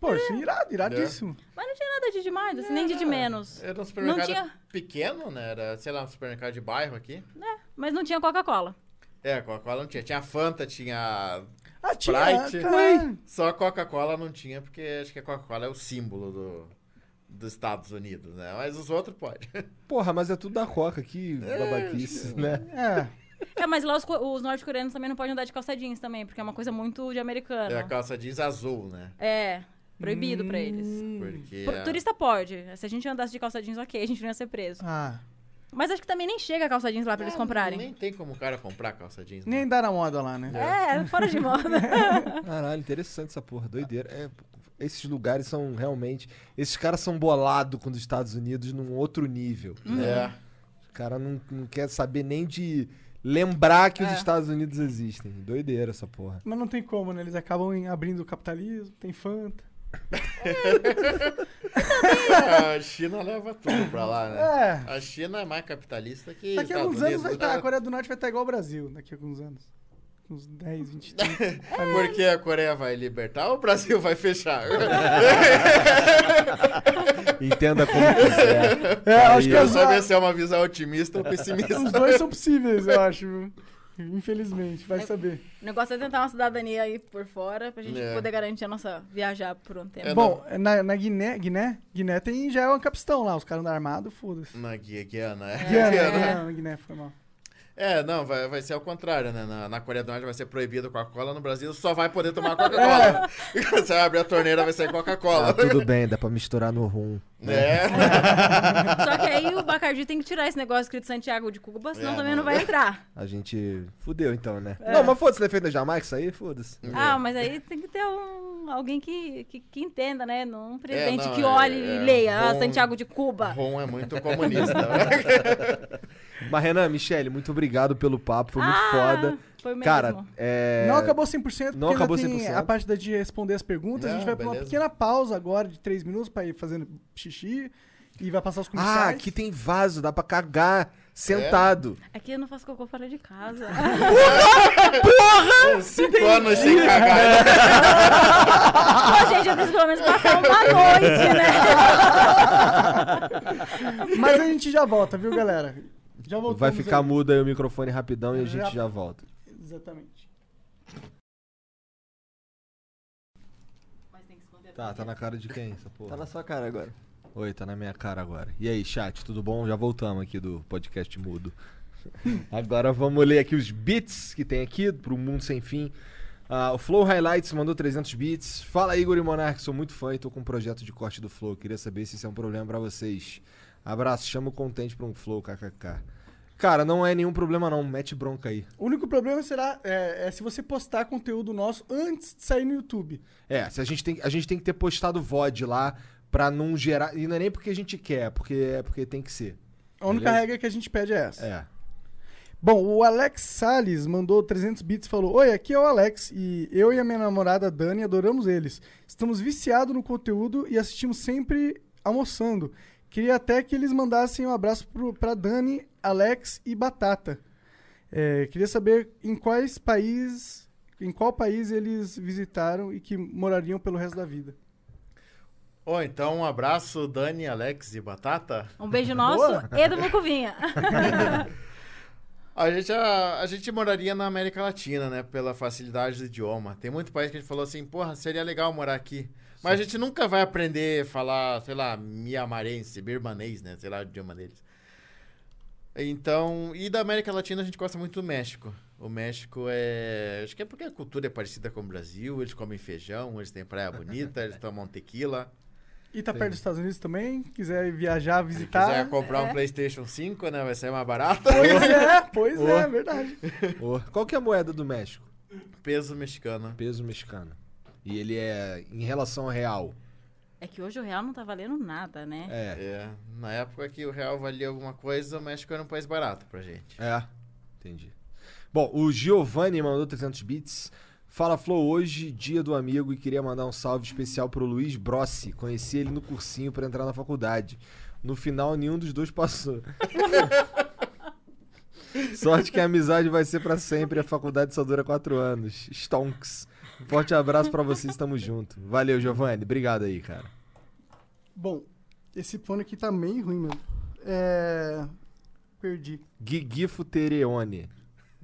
Speaker 2: Pô, isso é irado, iradíssimo.
Speaker 4: Mas não tinha nada de demais, assim, nem de, de menos.
Speaker 5: Era um
Speaker 4: Não
Speaker 5: supermercado
Speaker 4: tinha,
Speaker 5: pequeno, né? Era, sei lá, um supermercado de bairro aqui.
Speaker 4: mas não tinha Coca-Cola.
Speaker 5: É, a Coca-Cola não tinha. Tinha a Fanta, tinha.
Speaker 2: Ah, tinha.
Speaker 5: Sprite.
Speaker 2: Caralho.
Speaker 5: Só a Coca-Cola não tinha, porque acho que a Coca-Cola é o símbolo do. Dos Estados Unidos, né? Mas os outros pode.
Speaker 1: Porra, mas é tudo da Coca, que babaquice, né?
Speaker 2: É.
Speaker 4: É, mas lá os, co- os norte-coreanos também não podem andar de calça jeans também, porque é uma coisa muito de americano.
Speaker 5: É a calça jeans azul, né?
Speaker 4: É, proibido pra eles.
Speaker 5: Porque.
Speaker 4: Hum.
Speaker 5: é
Speaker 4: Por-
Speaker 5: a-
Speaker 4: Turista pode. Se a gente andasse de calça jeans, ok, a gente não ia ser preso.
Speaker 2: Ah.
Speaker 4: Mas acho que também nem chega a calça jeans lá pra
Speaker 5: Ah,
Speaker 4: eles comprarem.
Speaker 5: Nem tem como o cara comprar calça jeans. né?
Speaker 2: Nem dá na moda lá, né?
Speaker 4: É, fora de moda.
Speaker 1: Caralho, interessante essa porra, doideira. É, esses lugares são realmente. Esses caras são bolados com os Estados Unidos num outro nível.
Speaker 2: Hum.
Speaker 5: É.
Speaker 1: Os caras não, não quer saber nem de lembrar que os
Speaker 4: É.
Speaker 1: Estados Unidos existem. Doideira essa porra.
Speaker 2: Mas não tem como, né? Eles acabam em- abrindo o capitalismo, tem Fanta.
Speaker 5: A China leva tudo pra lá, né?
Speaker 2: É.
Speaker 5: A China é mais capitalista que.
Speaker 2: Daqui a
Speaker 5: Estados
Speaker 2: alguns anos vai
Speaker 5: Unidos,
Speaker 2: estar. A
Speaker 5: né?
Speaker 2: Coreia do Norte vai estar igual ao Brasil, daqui a alguns anos. Uns 10, 20, 30.
Speaker 5: É Porque a Coreia vai libertar ou o Brasil vai fechar?
Speaker 1: Entenda como quiser.
Speaker 2: É, acho
Speaker 1: Aí,
Speaker 2: que
Speaker 1: ó.
Speaker 5: Eu
Speaker 2: as,
Speaker 5: saber se é uma visão otimista ou
Speaker 2: os
Speaker 5: pessimista.
Speaker 2: dois são possíveis, eu acho. viu? Infelizmente, vai saber.
Speaker 4: o negócio é tentar uma cidadania aí por fora pra gente
Speaker 5: É.
Speaker 4: poder garantir a nossa viajar por um tempo.
Speaker 5: É,
Speaker 2: Bom, na, na Guiné, Guiné, Guiné tem já é um capistão lá, os caras andam armados, foda-se.
Speaker 5: Na Guia Guiana,
Speaker 2: Guiana,
Speaker 5: é.
Speaker 2: Guiné, Guiné, foi mal.
Speaker 5: É. É, não, vai, vai ser ao contrário, né? Na, na Coreia do Norte vai ser proibido Coca-Cola, no Brasil só vai poder tomar Coca-Cola.
Speaker 2: É.
Speaker 5: E quando você abre a torneira, vai sair Coca-Cola.
Speaker 1: Ah, tudo bem, dá pra misturar no rum.
Speaker 5: É.
Speaker 4: Só que aí o Bacardi tem que tirar esse negócio escrito Santiago de Cuba, senão
Speaker 5: É,
Speaker 4: também
Speaker 5: não.
Speaker 4: não vai entrar.
Speaker 1: A gente fudeu então, né? Não, mas foda-se, não é feito na Jamaica isso aí? Foda-se.
Speaker 4: Ah, mas aí tem que ter um, alguém que, que, que entenda, né? Não um presidente
Speaker 5: não,
Speaker 4: que
Speaker 5: é-
Speaker 4: olhe
Speaker 5: é
Speaker 4: e leia ah,
Speaker 5: bom-
Speaker 4: Santiago de Cuba.
Speaker 5: Ron é muito comunista. né?
Speaker 1: Mas Renan, Michele, muito obrigado pelo papo, foi muito foda.
Speaker 4: Ah, Foi mesmo.
Speaker 1: Cara, é.
Speaker 2: Não acabou 100%, porque
Speaker 1: Não acabou
Speaker 2: ainda tem
Speaker 1: 100%.
Speaker 2: a parte da de responder as perguntas. a gente
Speaker 5: Não,
Speaker 2: vai pra uma
Speaker 5: beleza.
Speaker 2: pequena pausa agora de 3 minutos pra ir fazendo xixi e vai passar os
Speaker 1: Ah,
Speaker 2: comerciais.
Speaker 1: aqui tem vaso, dá pra cagar sentado.
Speaker 2: É.
Speaker 4: Aqui É eu não faço cocô fora de casa.
Speaker 5: Cinco anos sem cagar. né?
Speaker 4: Pô, gente, eu preciso pelo menos passar uma noite, né?
Speaker 2: Mas a gente já volta, viu, galera? Já voltamos.
Speaker 1: Vai ficar
Speaker 2: aí. É,
Speaker 1: mudo aí o microfone rapidão e a gente já volta.
Speaker 2: Exatamente.
Speaker 1: Tá, tá na cara de quem essa porra?
Speaker 10: Tá na sua cara agora.
Speaker 1: Oi, tá na minha cara agora. E aí, chat, tudo bom? Já voltamos aqui do podcast mudo. Agora vamos ler aqui os bits que tem aqui pro Mundo Sem Fim. Ah, o Flow Highlights mandou 300 bits. Fala Igor e Monark, sou muito fã e tô com um projeto de corte do Flow. Queria saber se isso é um problema pra vocês. Abraço, chamo o contente pra um Flow, kkk. Cara, não é nenhum problema não, mete bronca aí.
Speaker 2: O único problema será é, é se você postar conteúdo nosso antes de sair no YouTube.
Speaker 1: É, se a, gente tem, a gente tem que ter postado VOD lá pra não gerar... E não é nem porque a gente quer, é porque, é porque tem que ser.
Speaker 2: A única
Speaker 1: Beleza.
Speaker 2: regra que a gente pede é essa.
Speaker 1: É.
Speaker 2: Bom, o Alex Salles mandou 300 bits e falou: Oi, aqui é o Alex e eu e a minha namorada Dani adoramos eles. Estamos viciados no conteúdo e assistimos sempre almoçando. Queria até que eles mandassem um abraço pro, pra Dani, Alex e Batata. É, queria saber em quais países. Em qual país eles visitaram e que morariam pelo resto da vida.
Speaker 5: Ou então um abraço, Dani, Alex e Batata.
Speaker 4: Um beijo nosso e do Mucuvinha.
Speaker 5: A gente, a, a gente moraria na América Latina, né? Pela facilidade do idioma. Tem muito país que a gente falou assim, porra, seria legal morar aqui. Mas a gente nunca vai aprender a falar, sei lá, miamarense, birmanês, né? Sei lá o idioma deles. Então, e da América Latina a gente gosta muito do México. O México é. Acho que é porque a cultura é parecida com o Brasil, eles comem feijão, eles têm praia bonita, eles tomam tequila.
Speaker 2: E tá perto dos Estados Unidos também, quiser viajar,
Speaker 5: Se
Speaker 2: visitar.
Speaker 5: quiser comprar um PlayStation 5, né? Vai sair mais barato.
Speaker 2: Pois é, pois é,
Speaker 1: Boa.
Speaker 2: verdade.
Speaker 1: Ô, Qual que é a moeda do México?
Speaker 5: Peso mexicano.
Speaker 1: Peso mexicano. E ele é em relação ao real.
Speaker 4: É que hoje o real não tá valendo nada, né?
Speaker 1: É.
Speaker 5: É, na época que o real valia alguma coisa, o México era um país barato pra gente.
Speaker 1: É. Entendi. Bom, o Giovanni mandou 300 bits. Fala Flow, hoje dia do amigo e queria mandar um salve especial pro Luiz Brossi. Conheci ele no cursinho pra entrar na faculdade. No final, nenhum dos dois passou. Sorte que a amizade vai ser pra sempre. A faculdade só dura quatro anos. Stonks. Um Forte abraço pra vocês, tamo junto. Valeu, Giovanni. Obrigado aí, cara.
Speaker 2: Bom, esse fone aqui tá meio ruim, mano. É. Perdi.
Speaker 1: Guigifo Tereone.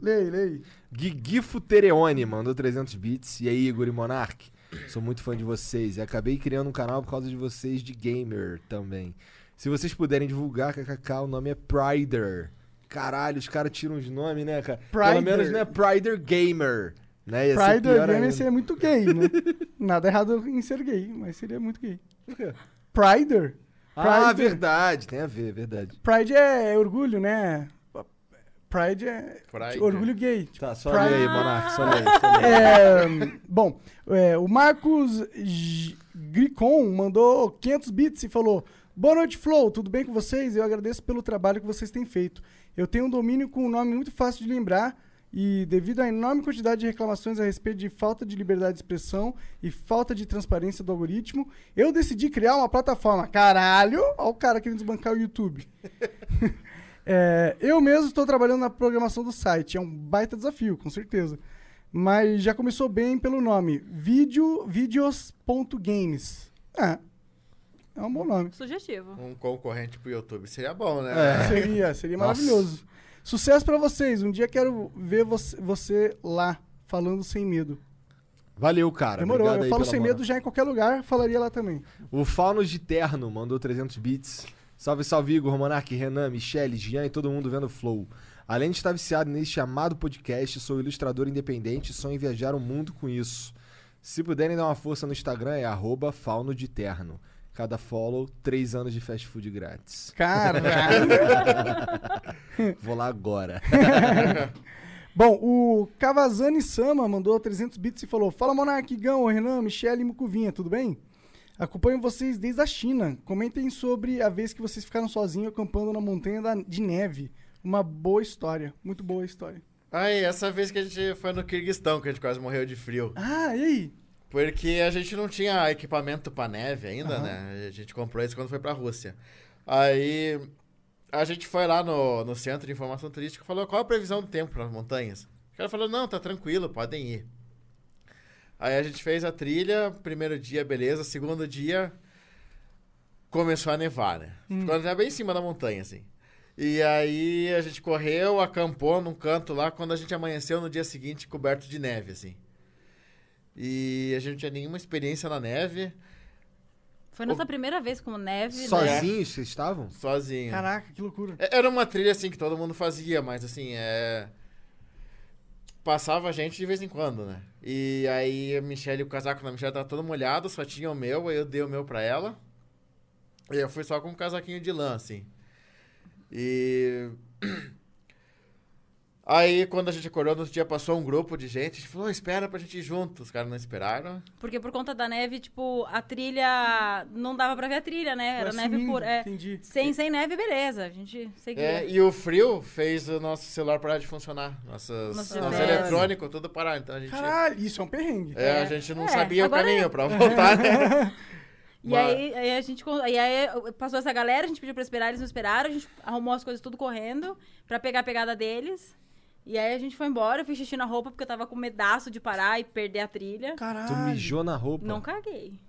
Speaker 2: Lei, lei.
Speaker 1: Guigifo Tereone mandou 300 bits. E aí, Igor e Monark? Sou muito fã de vocês e acabei criando um canal por causa de vocês de gamer também. Se vocês puderem divulgar, kkk, o nome é Prider. Caralho, os caras tiram os nomes, né, cara? Pelo
Speaker 2: Prider.
Speaker 1: menos não é Prider Gamer, né? Ia ser
Speaker 2: Pride
Speaker 1: pior
Speaker 2: Gamer
Speaker 1: ainda.
Speaker 2: seria muito gay, né? Nada errado em ser gay, mas seria muito gay. Prider?
Speaker 1: Ah,
Speaker 2: Prider.
Speaker 1: verdade, tem a ver, verdade.
Speaker 2: Pride é orgulho, né? Pride é.
Speaker 5: Pride.
Speaker 2: Orgulho gay. tipo,
Speaker 1: Tá, só
Speaker 2: Pride-
Speaker 1: lê aí, Monark, só lê aí. Só lê aí.
Speaker 2: É, bom, é, o Marcos G- Gricon mandou 500 bits e falou: Boa noite, Flow, tudo bem com vocês? Eu agradeço pelo trabalho que vocês têm feito. Eu tenho um domínio com um nome muito fácil de lembrar e, devido à enorme quantidade de reclamações a respeito de falta de liberdade de expressão e falta de transparência do algoritmo, eu decidi criar uma plataforma. Caralho! Olha o cara querendo desbancar o YouTube. É, eu mesmo estou trabalhando na programação do site. É um baita desafio, com certeza. Mas já começou bem pelo nome. Video, videos.games. É. É um bom nome.
Speaker 4: Sugestivo.
Speaker 5: Um concorrente pro YouTube seria bom, né?
Speaker 2: É. Seria, seria
Speaker 1: É. Nossa.
Speaker 2: maravilhoso. Sucesso pra vocês. Um dia quero ver você, você lá, falando sem medo.
Speaker 1: Valeu, cara.
Speaker 2: Demorou.
Speaker 1: Obrigado
Speaker 2: Eu
Speaker 1: aí
Speaker 2: falo
Speaker 1: pela
Speaker 2: sem
Speaker 1: moral.
Speaker 2: medo já em qualquer lugar, falaria lá também.
Speaker 1: O Faunos de Terno mandou 300 bits. Salve, salve, Igor, Monark, Renan, Michele, Jean e todo mundo vendo o Flow. Além de estar viciado neste amado podcast, sou ilustrador independente e sonho em viajar o mundo com isso. Se puderem dar uma força no Instagram, é arroba fauno de terno. Cada follow, três anos de fast food grátis.
Speaker 2: Caralho.
Speaker 1: Vou lá agora.
Speaker 2: Bom, o Cavazani Sama mandou 300 bits e falou: Fala Monark, Gão, Renan, Michele e Mucuvinha, tudo bem? Acompanho vocês desde a China. Comentem sobre a vez que vocês ficaram sozinhos acampando na montanha da- de neve. Uma boa história, muito boa história.
Speaker 5: Aí, essa vez que a gente foi no Kirguistão, que a gente quase morreu de frio.
Speaker 2: Ah, e aí?
Speaker 5: Porque a gente não tinha equipamento pra neve ainda, né? A gente comprou isso quando foi pra Rússia. Aí a gente foi lá no, no centro de informação turística e falou: qual a previsão do tempo nas montanhas? O cara falou: não, tá tranquilo, podem ir. Aí a gente fez a trilha, primeiro dia, beleza. Segundo dia, começou a nevar, né? Ficou até bem em cima da montanha, assim. E aí a gente correu, acampou num canto lá, quando a gente amanheceu no dia seguinte coberto de neve, assim. E a gente não tinha nenhuma experiência na neve,
Speaker 4: Foi nossa primeira vez com neve, né?
Speaker 1: Sozinhos vocês estavam?
Speaker 5: sozinho.
Speaker 2: Caraca, que loucura.
Speaker 5: É- Era uma trilha assim que todo mundo fazia, mas assim, é. Passava gente de vez em quando, né? E aí a Michelle, o casaco da Michelle tava todo molhado, só tinha o meu, aí eu dei o meu pra ela. E eu fui só com um casaquinho de lã, assim. E. Aí quando a gente acordou no outro dia, passou um grupo de gente, a gente falou, "Ô, espera pra gente ir junto. Os caras não esperaram.
Speaker 4: Porque por conta da neve, tipo, a trilha. Não dava pra ver a trilha, né? Era
Speaker 2: Foi
Speaker 4: neve
Speaker 2: assim,
Speaker 4: pura. é.
Speaker 2: entendi.
Speaker 4: Sem, sem neve, beleza. A gente seguia.
Speaker 5: É, e o frio fez o nosso celular parar de funcionar. Nossas,
Speaker 4: Nosso
Speaker 5: nosso
Speaker 4: GPS.
Speaker 5: eletrônico, tudo parar. Então a gente.
Speaker 2: Caralho, isso é um perrengue.
Speaker 5: É, a gente não
Speaker 4: É,
Speaker 5: sabia
Speaker 4: agora-
Speaker 5: o caminho pra voltar, né?
Speaker 4: E
Speaker 5: Mas-
Speaker 4: aí, aí a gente. con- E aí passou essa galera, a gente pediu pra esperar, eles não esperaram, a gente arrumou as coisas tudo correndo pra pegar a pegada deles. E aí a gente foi embora, eu fiz xixi na roupa porque eu tava com medaço de parar e perder a trilha.
Speaker 1: Tu
Speaker 2: Ah,
Speaker 1: mijou na roupa.
Speaker 4: Não caguei.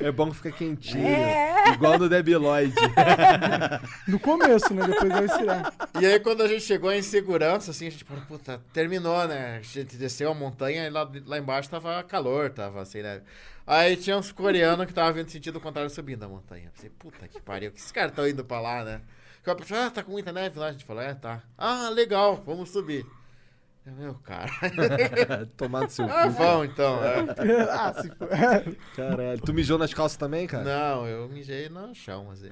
Speaker 1: É bom que fica quentinho.
Speaker 4: É.
Speaker 1: Igual no Debiloid.
Speaker 2: No começo, né? Depois deve ser.
Speaker 5: E aí, quando a gente chegou em segurança, assim, a gente falou, puta, terminou, né? A gente desceu a montanha e lá, lá embaixo tava calor, tava assim, né? Aí tinha uns coreanos que tava vindo sentido contrário subindo a montanha. Eu pensei, puta que pariu, que esses caras estão indo pra lá, né? Porque a pessoa, ah, tá com muita neve lá. A gente falou, é, tá. Ah, legal, vamos subir. Eu, Meu cara.
Speaker 1: Tomado seu
Speaker 5: ah,
Speaker 1: cu.
Speaker 5: vão então. é.
Speaker 2: ah, se for.
Speaker 1: Caralho. Tu mijou nas calças também, cara?
Speaker 5: Não, eu mijei no chão, assim.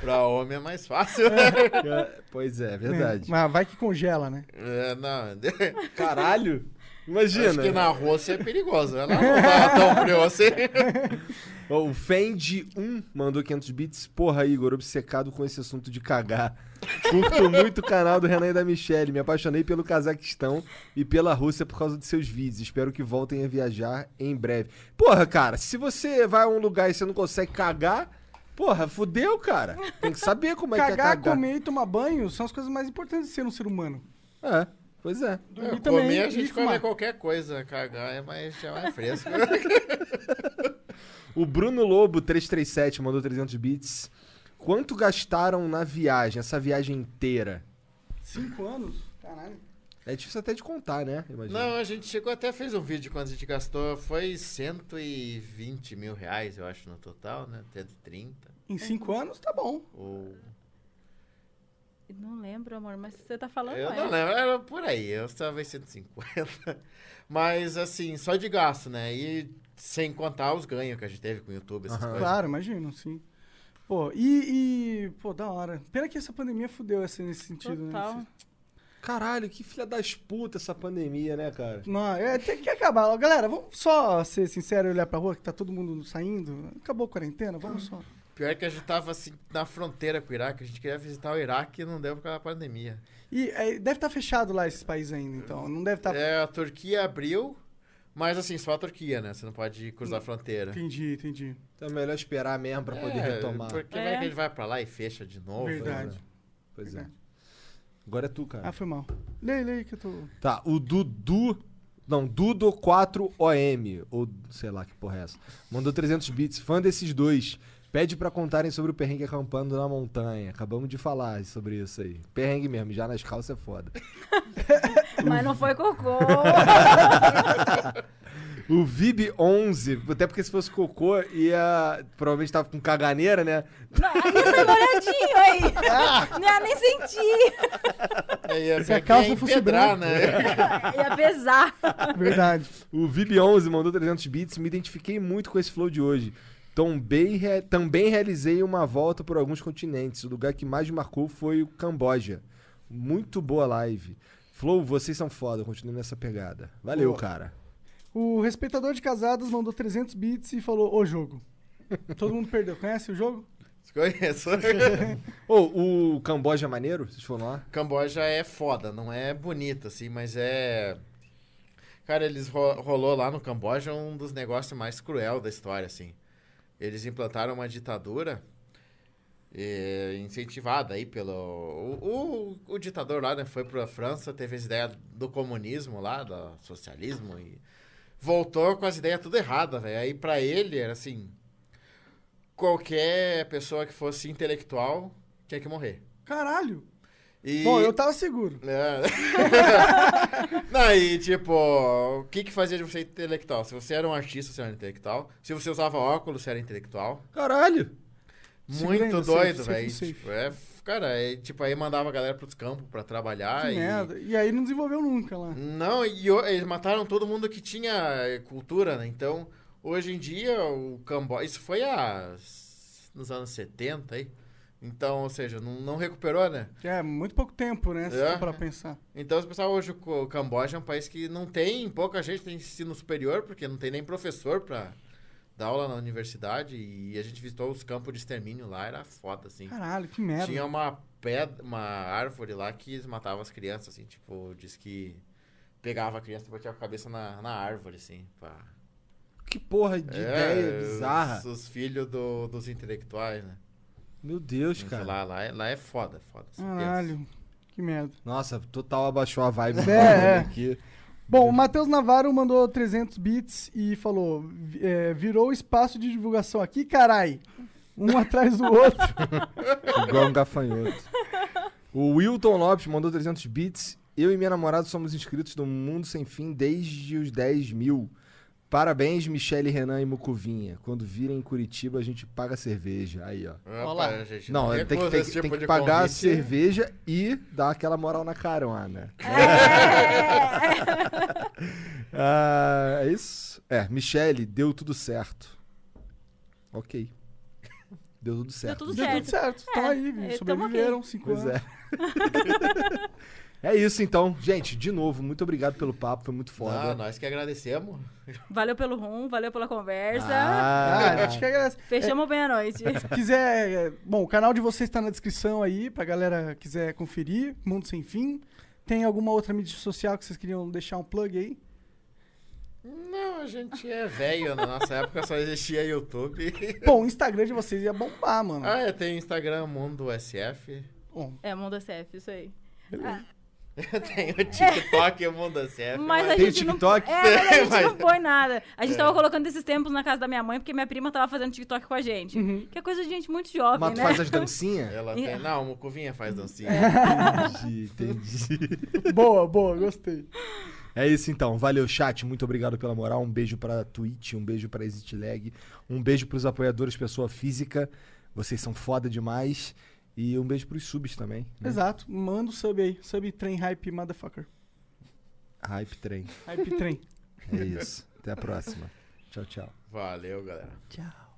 Speaker 5: pra homem é mais fácil, né?
Speaker 1: É, Pois é, é verdade.
Speaker 2: Mas vai que congela, né?
Speaker 5: É, não.
Speaker 1: Caralho! Imagina.
Speaker 5: Acho que na Rússia é perigoso. Ela não tá tão frio assim.
Speaker 1: Ó, O Fendi1 mandou 500 bits. Porra, Igor, obcecado com esse assunto de cagar. Curto muito o canal do Renan e da Michelle. Me apaixonei pelo Cazaquistão e pela Rússia por causa de seus vídeos. Espero que voltem a viajar em breve. Porra, cara, se você vai a um lugar e você não consegue cagar, porra, fudeu, cara. Tem que saber como é que é
Speaker 2: Cagar,
Speaker 1: cagar.
Speaker 2: comer e tomar banho são as coisas mais importantes de ser um ser humano.
Speaker 1: É, pois é.
Speaker 2: Dormir
Speaker 5: Comer, a
Speaker 2: e
Speaker 5: gente
Speaker 2: fumar.
Speaker 5: come qualquer coisa. Cagar é mais, já é mais fresco.
Speaker 1: O Bruno Lobo 337 mandou 300 bits. Quanto gastaram na viagem, essa viagem inteira?
Speaker 2: Cinco anos? Caralho.
Speaker 1: É difícil até de contar, né? Imagina.
Speaker 5: Não, a gente chegou até fez um vídeo quando a gente gastou. Foi 120 mil reais, eu acho, no total, né? Até 30.
Speaker 2: Em cinco anos, tá bom.
Speaker 5: Ou...
Speaker 4: Não lembro, amor, mas você tá falando.
Speaker 5: Eu
Speaker 4: é.
Speaker 5: não lembro, era por aí, eu talvez 150. Mas assim, só de gasto, né? E sem contar os ganhos que a gente teve com o YouTube, essas coisas.
Speaker 2: Claro, imagino, sim. Pô, e, e- Pô, da hora. Pena que essa pandemia fudeu essa nesse sentido,
Speaker 4: Total.
Speaker 2: né?
Speaker 1: Caralho, que filha das putas essa pandemia, né, cara?
Speaker 2: Não, é, tem que acabar. Galera, vamos só ser sincero e olhar pra rua que tá todo mundo saindo. Acabou a quarentena, vamos só.
Speaker 5: Pior que a gente tava assim, na fronteira com o Iraque, a gente queria visitar o Iraque e não deu por causa da pandemia.
Speaker 2: E é, deve estar fechado lá esses países ainda, então. Não deve estar.
Speaker 5: É, a Turquia abriu, mas assim, só a Turquia, né? Você não pode cruzar a fronteira.
Speaker 2: Entendi, entendi.
Speaker 1: Então é melhor esperar mesmo pra poder
Speaker 5: É,
Speaker 1: retomar.
Speaker 5: Porque
Speaker 4: É.
Speaker 5: vai que a gente vai pra lá e fecha de novo. né?
Speaker 2: Verdade.
Speaker 1: Pois é. Agora é tu, cara.
Speaker 2: Ah, foi mal. Lei, lei que eu tô.
Speaker 5: Ah.
Speaker 1: Tá, o Dudu. Não, Dudo4OM, ou sei lá que porra é essa. Mandou 300 bits. Fã desses dois. Pede pra contarem sobre o perrengue acampando na montanha. Acabamos de falar sobre isso aí. Perrengue mesmo, já nas calças é foda.
Speaker 4: Mas não foi cocô.
Speaker 1: O Vib 11, até porque se fosse cocô, ia. Provavelmente tava com caganeira, né?
Speaker 4: Foi molhadinho aí. Não ia nem sentir.
Speaker 5: Aí ia
Speaker 2: Se a
Speaker 5: pegar
Speaker 2: calça
Speaker 5: e
Speaker 2: fosse
Speaker 5: empedrar, né?
Speaker 4: Ia pesar.
Speaker 2: Verdade.
Speaker 1: O Vib11 mandou 300 bits. Me identifiquei muito com esse flow de hoje. Também, re- também realizei uma volta por alguns continentes. O lugar que mais me marcou foi o Camboja. Muito boa live. Flow, vocês são foda. Continuando nessa pegada. Valeu, cara.
Speaker 2: O respeitador de casadas mandou 300 bits e falou: Ô jogo. Todo mundo perdeu. Conhece o jogo?
Speaker 5: Conheço.
Speaker 1: Ô, o Camboja é maneiro? Vocês foram lá?
Speaker 5: Camboja é foda, não é bonita, assim, mas é. Cara, eles ro- rolou lá no Camboja um dos negócios mais cruel da história, assim. Eles implantaram uma ditadura eh, incentivada aí pelo. O, o, o ditador lá, né, foi pra França, teve as ideias do comunismo lá, do socialismo, e voltou com as ideias tudo erradas, velho. Aí pra ele era assim. Qualquer pessoa que fosse intelectual tinha que morrer.
Speaker 2: Caralho.
Speaker 5: E...
Speaker 2: Bom, eu tava seguro.
Speaker 5: É. Não, e tipo, o que que fazia de você intelectual? Se você era um artista, você era intelectual. Se você usava óculos, você era intelectual.
Speaker 1: Caralho!
Speaker 2: Segura
Speaker 5: Muito
Speaker 2: ainda,
Speaker 5: doido,
Speaker 2: safe,
Speaker 5: velho.
Speaker 2: safe,
Speaker 5: Tipo, é, f- cara, é, tipo, aí mandava a galera pros campos pra trabalhar.
Speaker 2: que
Speaker 5: e...
Speaker 2: merda. E aí não desenvolveu nunca
Speaker 1: Uhum.
Speaker 2: lá.
Speaker 5: Não, e o- eles mataram todo mundo que tinha eh, cultura, né? Então, hoje em dia, o Camboja. Isso foi há... s- nos anos 70 aí. Então, ou seja, não, não recuperou, né?
Speaker 2: É, muito pouco tempo, né? Se
Speaker 5: É.
Speaker 2: for pra pensar.
Speaker 5: Então, se pensar hoje, o Co- o Camboja é um país que não tem, pouca gente tem ensino superior, porque não tem nem professor pra dar aula na universidade. E a gente visitou os campos de extermínio lá, era foda, assim.
Speaker 2: Caralho, que merda.
Speaker 5: Tinha uma pedra, uma árvore lá que eles matavam as crianças, assim, tipo, diz que pegava a criança e batia a cabeça na, na árvore, assim, pra...
Speaker 1: Que porra
Speaker 2: É,
Speaker 1: de ideia bizarra.
Speaker 5: Os, os filhos do- dos intelectuais, né?
Speaker 1: Meu Deus,
Speaker 5: Mas
Speaker 1: cara.
Speaker 5: Lá, lá, é- lá é foda, foda. assim, pensa.
Speaker 2: Caralho, que merda.
Speaker 1: Nossa, total abaixou a vibe do
Speaker 2: É,
Speaker 1: bagulho aqui.
Speaker 2: Bom, o Matheus Navarro mandou 300 bits e falou: vi- é, virou espaço de divulgação aqui, carai. Um atrás do outro.
Speaker 1: Igual um gafanhoto. O Wilton Lopes mandou 300 bits. Eu e minha namorada somos inscritos do Mundo Sem Fim desde os 10 mil. Parabéns, Michele, Renan e Mucuvinha. Quando virem em Curitiba, a gente paga cerveja. Aí, ó.
Speaker 5: Rapaz, a gente
Speaker 1: Não, é, tem que,
Speaker 5: recusa
Speaker 1: tem
Speaker 5: esse
Speaker 1: que- tem
Speaker 5: tipo
Speaker 1: que
Speaker 5: de
Speaker 1: pagar a
Speaker 5: convite.
Speaker 1: cerveja e dar aquela moral na carona.
Speaker 4: É.
Speaker 1: Ah, é isso. É, Michele, deu tudo certo. Ok. Deu tudo certo.
Speaker 4: Deu tudo
Speaker 2: Deu tudo certo.
Speaker 4: certo.
Speaker 2: Estão
Speaker 4: É, é,
Speaker 2: aí,
Speaker 4: tamo
Speaker 2: sobreviveram, cinco
Speaker 1: Pois
Speaker 2: anos.
Speaker 1: é. é isso então. Gente, de novo, muito obrigado pelo papo, foi muito
Speaker 5: Ah,
Speaker 1: foda.
Speaker 5: nós que agradecemos.
Speaker 4: Valeu pelo rum, valeu pela conversa.
Speaker 2: Ah,
Speaker 1: Ah,
Speaker 2: a gente que agradece.
Speaker 4: Fechamos bem a noite.
Speaker 2: Se quiser. é, Bom, o canal de vocês tá na descrição aí, pra galera quiser conferir. Mundo Sem Fim. Tem alguma outra mídia social que vocês queriam deixar um plug aí?
Speaker 5: Não, a gente é velho. Na nossa época só existia YouTube.
Speaker 2: Bom, o Instagram de vocês ia bombar, mano.
Speaker 5: ah, é, tem Instagram Mundo SF.
Speaker 2: Bom,
Speaker 4: É, Mundo SF, isso aí.
Speaker 5: tem o TikTok Mundo SF.
Speaker 4: Mas a
Speaker 1: Tem o
Speaker 4: gente não...
Speaker 1: TikTok?
Speaker 4: É, mas a gente
Speaker 5: Mas-
Speaker 4: não põe nada. A gente tava colocando esses tempos na casa da minha mãe, porque minha prima tava fazendo TikTok com a gente. Que é coisa de gente muito jovem,
Speaker 1: mas tu
Speaker 4: né?
Speaker 1: faz as dancinhas?
Speaker 5: Ela tem... Não, o Mucuvinha faz dancinha.
Speaker 1: Entendi, entendi.
Speaker 2: boa, boa, gostei.
Speaker 1: É isso então. Valeu, chat. Muito obrigado pela moral. Um beijo pra Twitch, um beijo pra Exit Lag, um beijo pros apoiadores pessoa física. Vocês são foda demais. E um beijo pros subs também. né?
Speaker 2: Exato, manda o sub aí. Sub trem hype, motherfucker.
Speaker 1: Hype trem.
Speaker 2: Hype trem.
Speaker 1: É isso. Até a próxima. Tchau, tchau.
Speaker 5: Valeu, galera.
Speaker 1: Tchau.